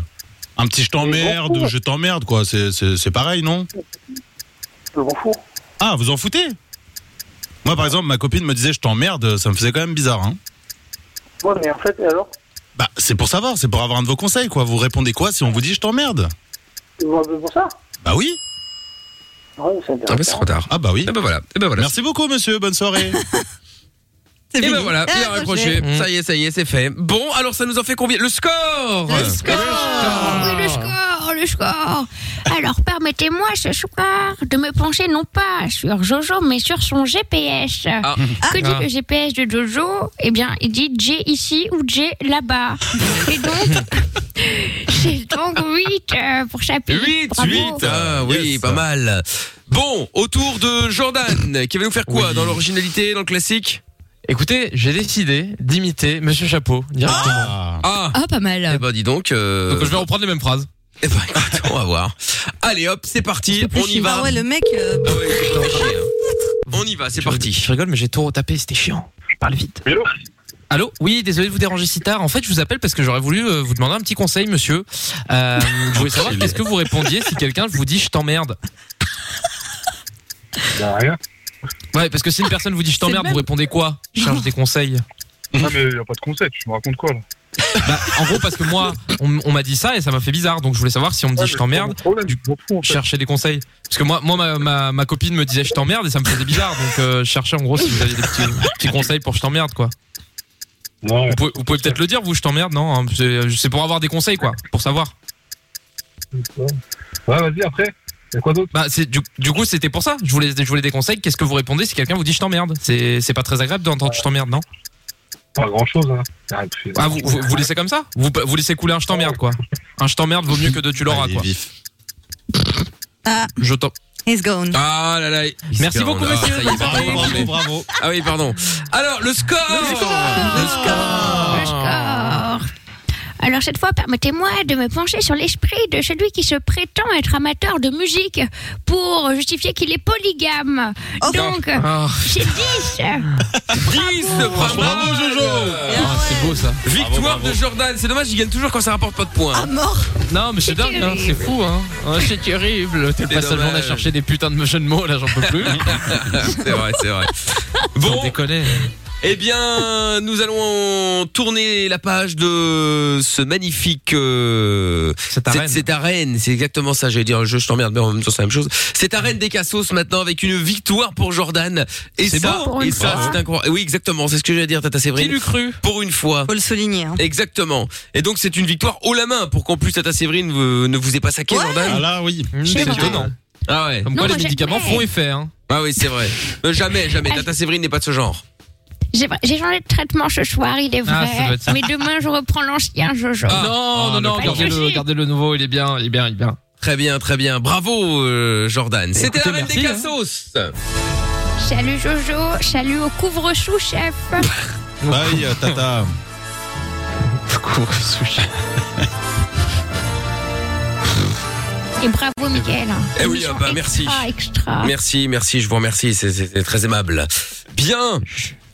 Speaker 7: Un petit je t'emmerde ou je t'emmerde, quoi. C'est- C'est c'est pareil, non
Speaker 11: Je m'en fous.
Speaker 7: Ah, vous en foutez Moi, par exemple, ma copine me disait je t'emmerde, ça me faisait quand même bizarre, hein.
Speaker 11: Ouais, mais en fait, alors,
Speaker 7: Bah, c'est pour savoir, c'est pour avoir un de vos conseils, quoi. Vous répondez quoi si on vous dit je t'emmerde
Speaker 11: tu vois un peu pour ça
Speaker 7: Bah oui
Speaker 11: Ouais, c'est
Speaker 7: Ah,
Speaker 11: intéressant.
Speaker 7: bah c'est trop tard. Ah, bah oui.
Speaker 2: Ah, bah voilà.
Speaker 7: Merci beaucoup, monsieur. Bonne soirée.
Speaker 2: Et
Speaker 7: fini.
Speaker 2: ben voilà, il a
Speaker 7: Ah,
Speaker 2: raccroché.
Speaker 7: raccroché.
Speaker 2: Ça y est, ça y est, c'est fait. Bon, alors ça nous en fait combien Le score Ah, Le score
Speaker 13: Ah Oui, le score, le score. Alors, permettez-moi ce soir de me pencher non pas sur Jojo, mais sur son GPS. Que dit
Speaker 3: Ah.
Speaker 13: le GPS de Jojo Eh bien, il dit J ici ou J là-bas. Et donc, c'est donc 8 pour chapitre.
Speaker 2: 8,
Speaker 13: Bravo.
Speaker 2: 8 Ah oui, pas mal. Bon, autour de Jordan, qui va nous faire quoi dans l'originalité, dans le classique
Speaker 4: Écoutez, j'ai décidé d'imiter Monsieur Chapeau directement.
Speaker 7: Ah,
Speaker 3: pas mal.
Speaker 2: Eh ben dis donc.
Speaker 4: Donc je vais reprendre les mêmes phrases.
Speaker 2: Eh ben écoute, on va voir. Allez hop, c'est parti, on y va.
Speaker 5: Ah ouais, le mec. euh,
Speaker 2: Ah ouais, il fait chier, hein. On y va, c'est parti.
Speaker 4: Je rigole, mais j'ai tout retapé, c'était chiant. Je parle vite.
Speaker 11: Hello
Speaker 4: Allô Oui, désolé de vous déranger si tard. En fait, je vous appelle parce que j'aurais voulu euh, vous demander un petit conseil, monsieur. Euh, je voulais savoir qu'est-ce que vous répondiez si quelqu'un vous dit je t'emmerde.
Speaker 11: Bah, rien.
Speaker 4: Ouais, parce que si une personne vous dit je t'emmerde, vous répondez quoi Je cherche des conseils.
Speaker 11: Non, mais y a pas de concept, tu me racontes quoi, là
Speaker 4: Bah, en gros, parce que moi, on, on m'a dit ça et ça m'a fait bizarre. Donc, je voulais savoir si on me dit je t'emmerde,
Speaker 11: du
Speaker 4: chercher des conseils. Parce que moi, moi ma, ma, ma copine me disait je t'emmerde et ça me faisait bizarre. Donc, euh, je cherchais en gros si vous aviez des petits, petits conseils pour je t'emmerde, quoi. Vous pouvez, vous pouvez peut-être le dire, vous, je t'emmerde, non hein, C'est c'est pour avoir des conseils, quoi, pour savoir.
Speaker 11: Ouais, vas-y, après. Y'a quoi d'autre
Speaker 4: Bah, c'est- du, du coup, c'était pour ça. Je voulais, je voulais des conseils. Qu'est-ce que vous répondez si quelqu'un vous dit je t'emmerde C'est c'est pas très agréable d'entendre je t'emmerde, non
Speaker 11: Pas grand-chose, hein. Arrête,
Speaker 4: Ah, vous, vous, vous laissez comme ça vous, vous laissez couler un je t'emmerde, quoi. Un je t'emmerde vaut mieux que de tu l'auras, quoi.
Speaker 5: Ah,
Speaker 4: Je t'emmerde.
Speaker 5: he's gone.
Speaker 2: Ah là là.
Speaker 4: Merci
Speaker 2: Putain,
Speaker 4: beaucoup,
Speaker 2: ah,
Speaker 4: monsieur.
Speaker 2: ça y est, pardon,
Speaker 4: Bravo,
Speaker 2: pardon.
Speaker 4: bravo.
Speaker 2: Ah oui,
Speaker 13: Ah.
Speaker 2: pardon. Alors, le score Le score,
Speaker 13: Le score. Alors cette fois, permettez-moi de me pencher sur l'esprit de celui qui se prétend être amateur de musique pour justifier qu'il est polygame.
Speaker 2: Oh.
Speaker 13: Donc,
Speaker 4: Ah.
Speaker 13: c'est 10.
Speaker 2: 10 Bravo Jojo
Speaker 4: Ah, c'est beau ça.
Speaker 2: Victoire de Jordan, c'est dommage, il gagne toujours quand ça rapporte pas de points. Ah
Speaker 5: mort
Speaker 4: Non, mais c'est dingue, hein, c'est fou, hein. Ouais, c'est terrible. T'es
Speaker 2: C'est
Speaker 4: pas seulement à
Speaker 2: dommage.
Speaker 4: chercher des putains de jeux de mots, là, j'en peux plus.
Speaker 2: c'est vrai, c'est vrai. Bon,
Speaker 4: hein.
Speaker 2: Eh bien, nous allons tourner la page de ce magnifique. euh, cette
Speaker 4: arène.
Speaker 2: Cette arène, c'est exactement ça. J'allais dire, je, je t'emmerde, mais en même temps, c'est la même chose. Cette arène des Cassos maintenant avec une victoire pour Jordan. Et
Speaker 4: C'est
Speaker 2: ça,
Speaker 4: beau pour
Speaker 2: et
Speaker 4: une
Speaker 2: ça,
Speaker 4: fois.
Speaker 2: c'est incroyable. Oui, exactement. C'est ce que j'allais dire, Tata Séverine.
Speaker 4: Qui l'eût cru
Speaker 2: Pour une fois.
Speaker 5: Faut le souligner. hein.
Speaker 2: Exactement. Et donc c'est une victoire haut la main pour qu'en plus Tata Séverine euh, ne vous ait pas saqué Jordan.
Speaker 7: Ah là oui.
Speaker 2: C'est
Speaker 4: C'est étonnant.
Speaker 2: Ah ouais.
Speaker 4: Comme quoi, les médicaments font effet, hein.
Speaker 2: Ah oui, c'est vrai. Euh, jamais, jamais. Tata Séverine n'est pas de ce genre.
Speaker 13: J'ai j'ai changé de traitement ce soir, il est
Speaker 2: Ah, ça doit
Speaker 13: vrai.
Speaker 2: être ça. Ah. Oh,
Speaker 13: Mais demain, je reprends l'ancien Jojo.
Speaker 4: Oh, non, non, non, gardez-le, gardez-le nouveau, il est bien, il est bien, il est bien.
Speaker 2: Très bien, très bien. Bravo euh, Jordan. C'était
Speaker 4: écoutez,
Speaker 2: la reine des
Speaker 4: merci, hein.
Speaker 2: cassos.
Speaker 13: Salut Jojo, salut au couvre-sous, chef.
Speaker 7: Bye, euh, tata.
Speaker 13: Et bravo, Miguel.
Speaker 2: Eh oui, ah bah, merci.
Speaker 13: Extra, extra.
Speaker 2: Merci, merci, je vous remercie, c'est- c'est c'est très aimable. Bien.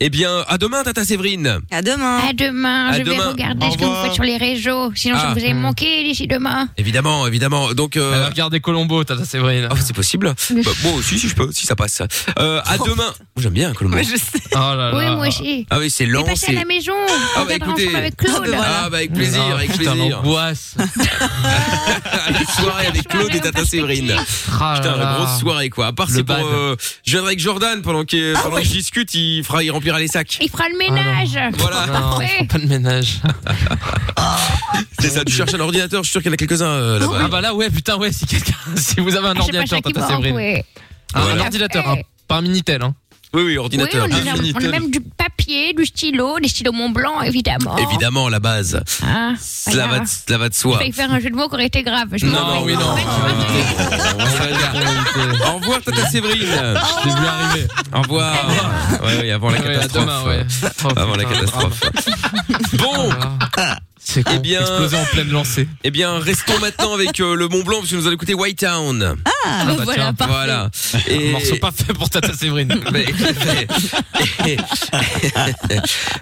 Speaker 2: Eh bien, à demain Tata Séverine.
Speaker 5: À demain.
Speaker 13: À demain.
Speaker 2: À
Speaker 13: je
Speaker 2: demain.
Speaker 13: vais regarder
Speaker 2: Au
Speaker 13: ce que vous
Speaker 2: revoir.
Speaker 13: faites sur les réseaux. Sinon,
Speaker 2: Ah.
Speaker 13: je vous ai manqué d'ici demain.
Speaker 2: Évidemment, évidemment. Donc euh...
Speaker 4: Regardez Colombo, Tata Séverine.
Speaker 2: Oh, c'est possible. Bah, moi aussi, si je peux, si ça passe. Euh,
Speaker 13: Oh.
Speaker 2: à demain. J'aime bien Colombo.
Speaker 4: Mais je
Speaker 5: sais.
Speaker 4: Oh là là.
Speaker 13: Oui, moi aussi.
Speaker 2: Ah oui, c'est lent,
Speaker 13: Passez à
Speaker 2: c'est-
Speaker 13: la maison.
Speaker 2: Ah
Speaker 13: on
Speaker 2: bah
Speaker 13: regardera
Speaker 2: écoutez.
Speaker 13: ensemble avec Claude.
Speaker 2: Ah bah avec plaisir,
Speaker 4: Ah,
Speaker 2: avec
Speaker 4: putain,
Speaker 2: plaisir.
Speaker 4: l'angoisse.
Speaker 2: Allez, soirée avec Claude et Tata Séverine.
Speaker 4: Ah
Speaker 2: Putain,
Speaker 4: là là.
Speaker 2: la grosse soirée quoi. À part
Speaker 4: Le
Speaker 2: c'est pour
Speaker 4: bad.
Speaker 2: euh, je viendrai avec Jordan pendant que
Speaker 13: Ah
Speaker 2: pendant que je discute, il fera il remplira les sacs.
Speaker 13: Il fera le ménage.
Speaker 2: Voilà.
Speaker 4: Ah Non,
Speaker 13: Ouais.
Speaker 4: pas de ménage.
Speaker 2: Ah, C'est ça, tu cherches un ordinateur, je suis sûr qu'il y en a quelques-uns euh, là-bas.
Speaker 4: Ah bah là, ouais, putain, ouais, si quelqu'un, si vous avez un
Speaker 13: Je sais pas,
Speaker 4: ordinateur,
Speaker 13: Jackie
Speaker 4: Tata
Speaker 13: Morin,
Speaker 4: hein, Séverine.
Speaker 13: ouais.
Speaker 4: Ah,
Speaker 13: Ouais.
Speaker 4: Un ordinateur, hein, pas un Minitel, hein.
Speaker 2: Oui, oui,
Speaker 13: Oui,
Speaker 2: ordinateur.
Speaker 13: on, a, on a même du papier, du stylo, des stylos Mont Blanc, évidemment.
Speaker 2: Évidemment, la base.
Speaker 13: Hein,
Speaker 2: Cela
Speaker 13: voilà.
Speaker 2: va, de- cela va de
Speaker 13: Je
Speaker 2: soi.
Speaker 13: vais faire un jeu de mots qui aurait été grave. Je
Speaker 2: Non, non, oui, non. Au revoir, Tata Séverine.
Speaker 4: C'est bien arrivé.
Speaker 2: Au revoir. Oui, oui, avant la
Speaker 4: Ouais, à
Speaker 2: catastrophe.
Speaker 4: demain, ouais.
Speaker 2: Avant la catastrophe. Bon.
Speaker 4: C'est
Speaker 2: eh bien,
Speaker 4: Explosé en pleine lancée.
Speaker 2: eh bien, restons maintenant avec euh, le Mont Blanc, parce que nous allons écouter White Town.
Speaker 4: Ah, bah, voilà, tiens. parfait.
Speaker 2: Voilà.
Speaker 4: Un morceau parfait pour Tata Séverine.
Speaker 2: Mais- mais-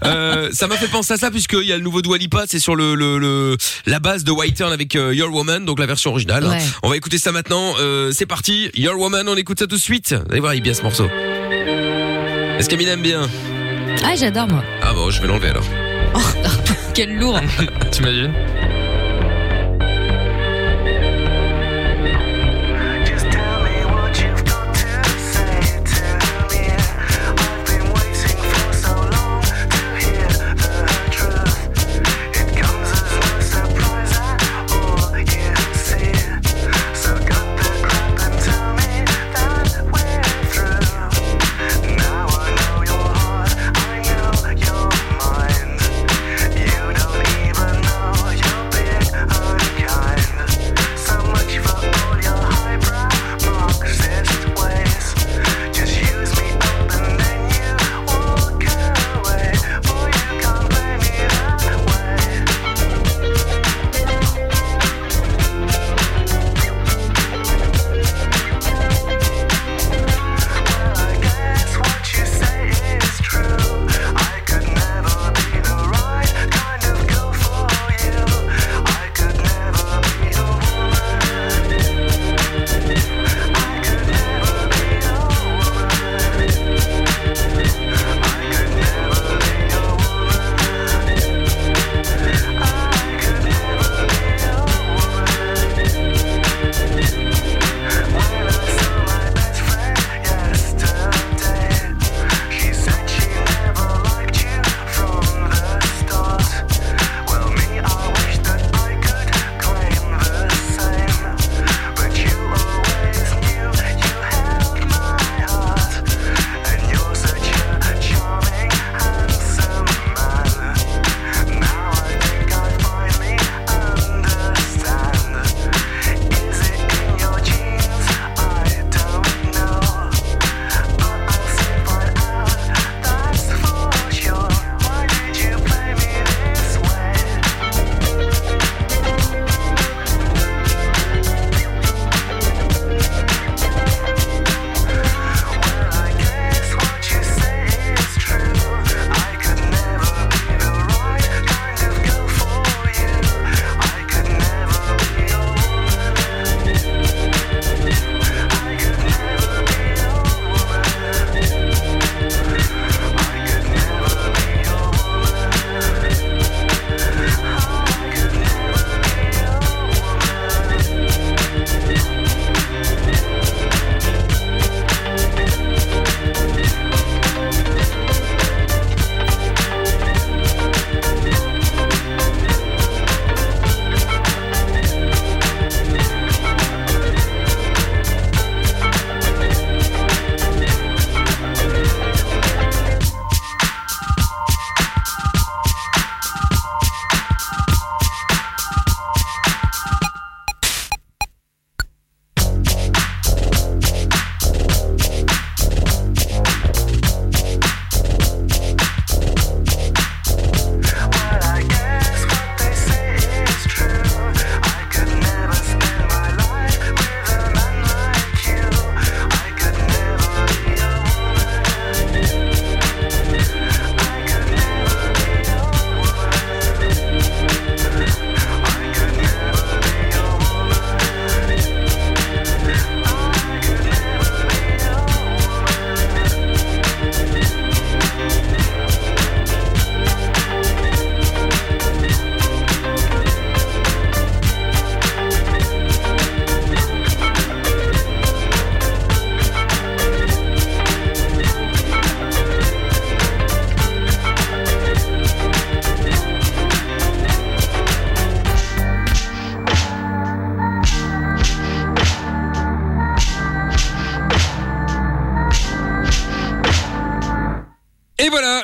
Speaker 2: Euh, ça m'a fait penser à ça puisqu'il y a le nouveau Dua Lipa, c'est sur le, le- le- la base de White Turn avec euh, Your Woman, donc la version originale. hein.
Speaker 14: Ouais.
Speaker 2: On va écouter ça maintenant. Euh, c'est parti, Your Woman, on écoute ça tout de suite. Vous allez voir, il est bien ce morceau. Est-ce qu'Amine aime bien
Speaker 5: Ah, j'adore moi.
Speaker 2: Ah bon, je vais l'enlever alors.
Speaker 5: Quel lourd.
Speaker 4: T'imagines
Speaker 14: Mind. You don't even know you're being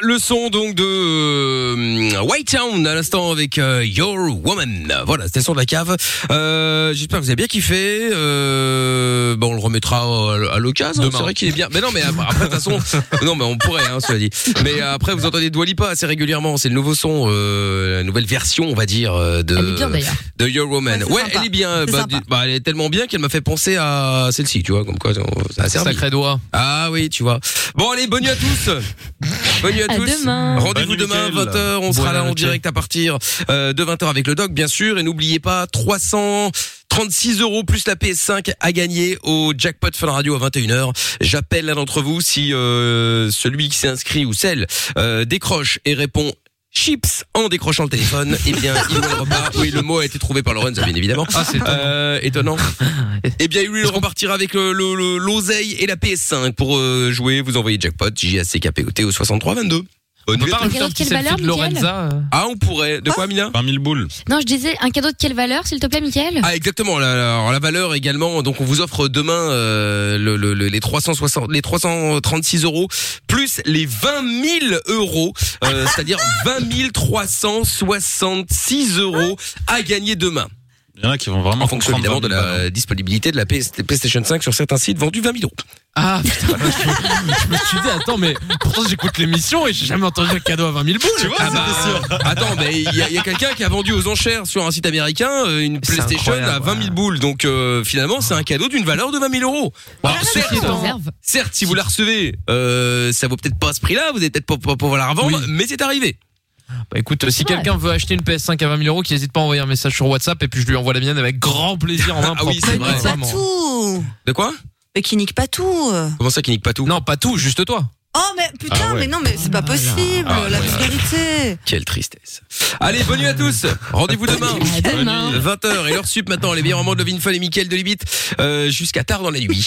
Speaker 2: le son donc de euh, White Town à l'instant avec euh, Your Woman. Voilà, c'était le son de la cave. Euh, J'espère que vous avez bien kiffé. Euh, bon, on le remettra à, à l'occasion.
Speaker 4: Demain.
Speaker 2: C'est vrai qu'il est bien. Mais non, mais après, après, de toute façon, non, mais on pourrait, hein, cela dit. Mais après, vous entendez Dwalipa assez régulièrement. C'est le nouveau son, euh, la nouvelle version, on va dire, euh, de
Speaker 1: Elle est bien, d'ailleurs.
Speaker 2: de Your Woman.
Speaker 1: Ouais,
Speaker 2: Ouais,
Speaker 1: c'est sympa.
Speaker 2: elle est bien.
Speaker 1: C'est
Speaker 2: Bah,
Speaker 1: sympa.
Speaker 2: du- bah, elle est tellement bien qu'elle m'a fait penser à celle-ci, tu vois, comme quoi, ça a servi.
Speaker 4: Sacré doigt.
Speaker 2: Ah oui, tu vois. Bon, allez, bonne nuit à tous. bonne nuit à,
Speaker 4: À
Speaker 2: tous.
Speaker 4: demain.
Speaker 2: Rendez-vous
Speaker 4: Bonne nuit,
Speaker 2: demain,
Speaker 4: Mickaël.
Speaker 2: 20h. euh, On sera
Speaker 4: Buona
Speaker 2: là en
Speaker 4: notte.
Speaker 2: direct à partir euh, de 20h avec le doc, bien sûr. Et n'oubliez pas, 336 euros plus la PS5 à gagner au Jackpot Fun Radio à 21h. J'appelle l'un d'entre vous si euh, celui qui s'est inscrit ou celle euh, décroche et répond chips en décrochant le téléphone, eh bien, il voit le repas. Oui, le mot a été trouvé par Lorenzo, bien évidemment.
Speaker 4: Ah, c'est étonnant.
Speaker 2: Euh, étonnant. Eh bien, lui, il repartira avec le- le- le- l'oseille et la PS5 pour euh, jouer. Vous envoyez jackpot, JACKPOT au 6322. On
Speaker 3: pas rajouter un petit Quelle selfie valeur, de Mickaël Lorenza, euh
Speaker 2: Ah, on pourrait. De quoi, Mina
Speaker 7: 20 000 boules.
Speaker 3: Non, je disais un cadeau de quelle valeur, s'il te plaît, Mickaël
Speaker 2: Ah exactement la, la- alors, la valeur également donc on vous offre demain euh, le, le- le- les 360 les 336 euros plus les 20 000 euros euh, c'est-à-dire 20 366 euros à gagner demain
Speaker 7: il y en a qui vont vraiment
Speaker 2: en fonction
Speaker 7: comprendre
Speaker 2: évidemment de
Speaker 7: 20
Speaker 2: la
Speaker 7: 000
Speaker 2: euh, disponibilité de la PS PlayStation 5 sur certains sites vendus 20 000 euros
Speaker 4: Ah putain, moi, je, je me suis dit, attends, mais pourtant j'écoute l'émission et j'ai jamais entendu un cadeau à 20 000 boules. Ah, bah, euh, Tu vois,
Speaker 2: Attends, mais il y a, il y a quelqu'un qui a vendu aux enchères sur un site américain euh, une
Speaker 4: C'est
Speaker 2: PlayStation à
Speaker 4: incroyable,
Speaker 2: 20 000 boules. Donc euh, finalement, c'est un cadeau d'une valeur de 20 000 euros.
Speaker 4: Ah,
Speaker 2: Alors, certes, certes, si vous la recevez, euh, ça vaut peut-être pas ce prix-là, vous allez peut-être pas, pas pouvoir la revendre, mais c'est arrivé.
Speaker 4: Bah écoute, si quelqu'un veut acheter une PS5 à 20 000 euros, qu'il n'hésite pas à envoyer un message sur WhatsApp et puis je lui envoie la mienne avec grand plaisir en main.
Speaker 2: Ah oui,
Speaker 4: propre.
Speaker 2: c'est vrai.
Speaker 5: Pas
Speaker 10: Bah,
Speaker 5: tout.
Speaker 2: De quoi
Speaker 5: Mais Euh, qui nique pas tout.
Speaker 2: Comment ça qui nique pas tout
Speaker 4: Non, pas tout, juste toi.
Speaker 5: Oh, mais putain,
Speaker 2: Ah ouais.
Speaker 5: mais non, mais c'est pas possible,
Speaker 2: Ah
Speaker 5: la
Speaker 2: ouais.
Speaker 5: vérité.
Speaker 2: Quelle tristesse. Allez, bonne nuit à tous. Rendez-vous demain. 20h et l'heure sup maintenant, les meilleurs moments de Levin Fun et Mickaël de Limite euh, jusqu'à tard dans la nuit.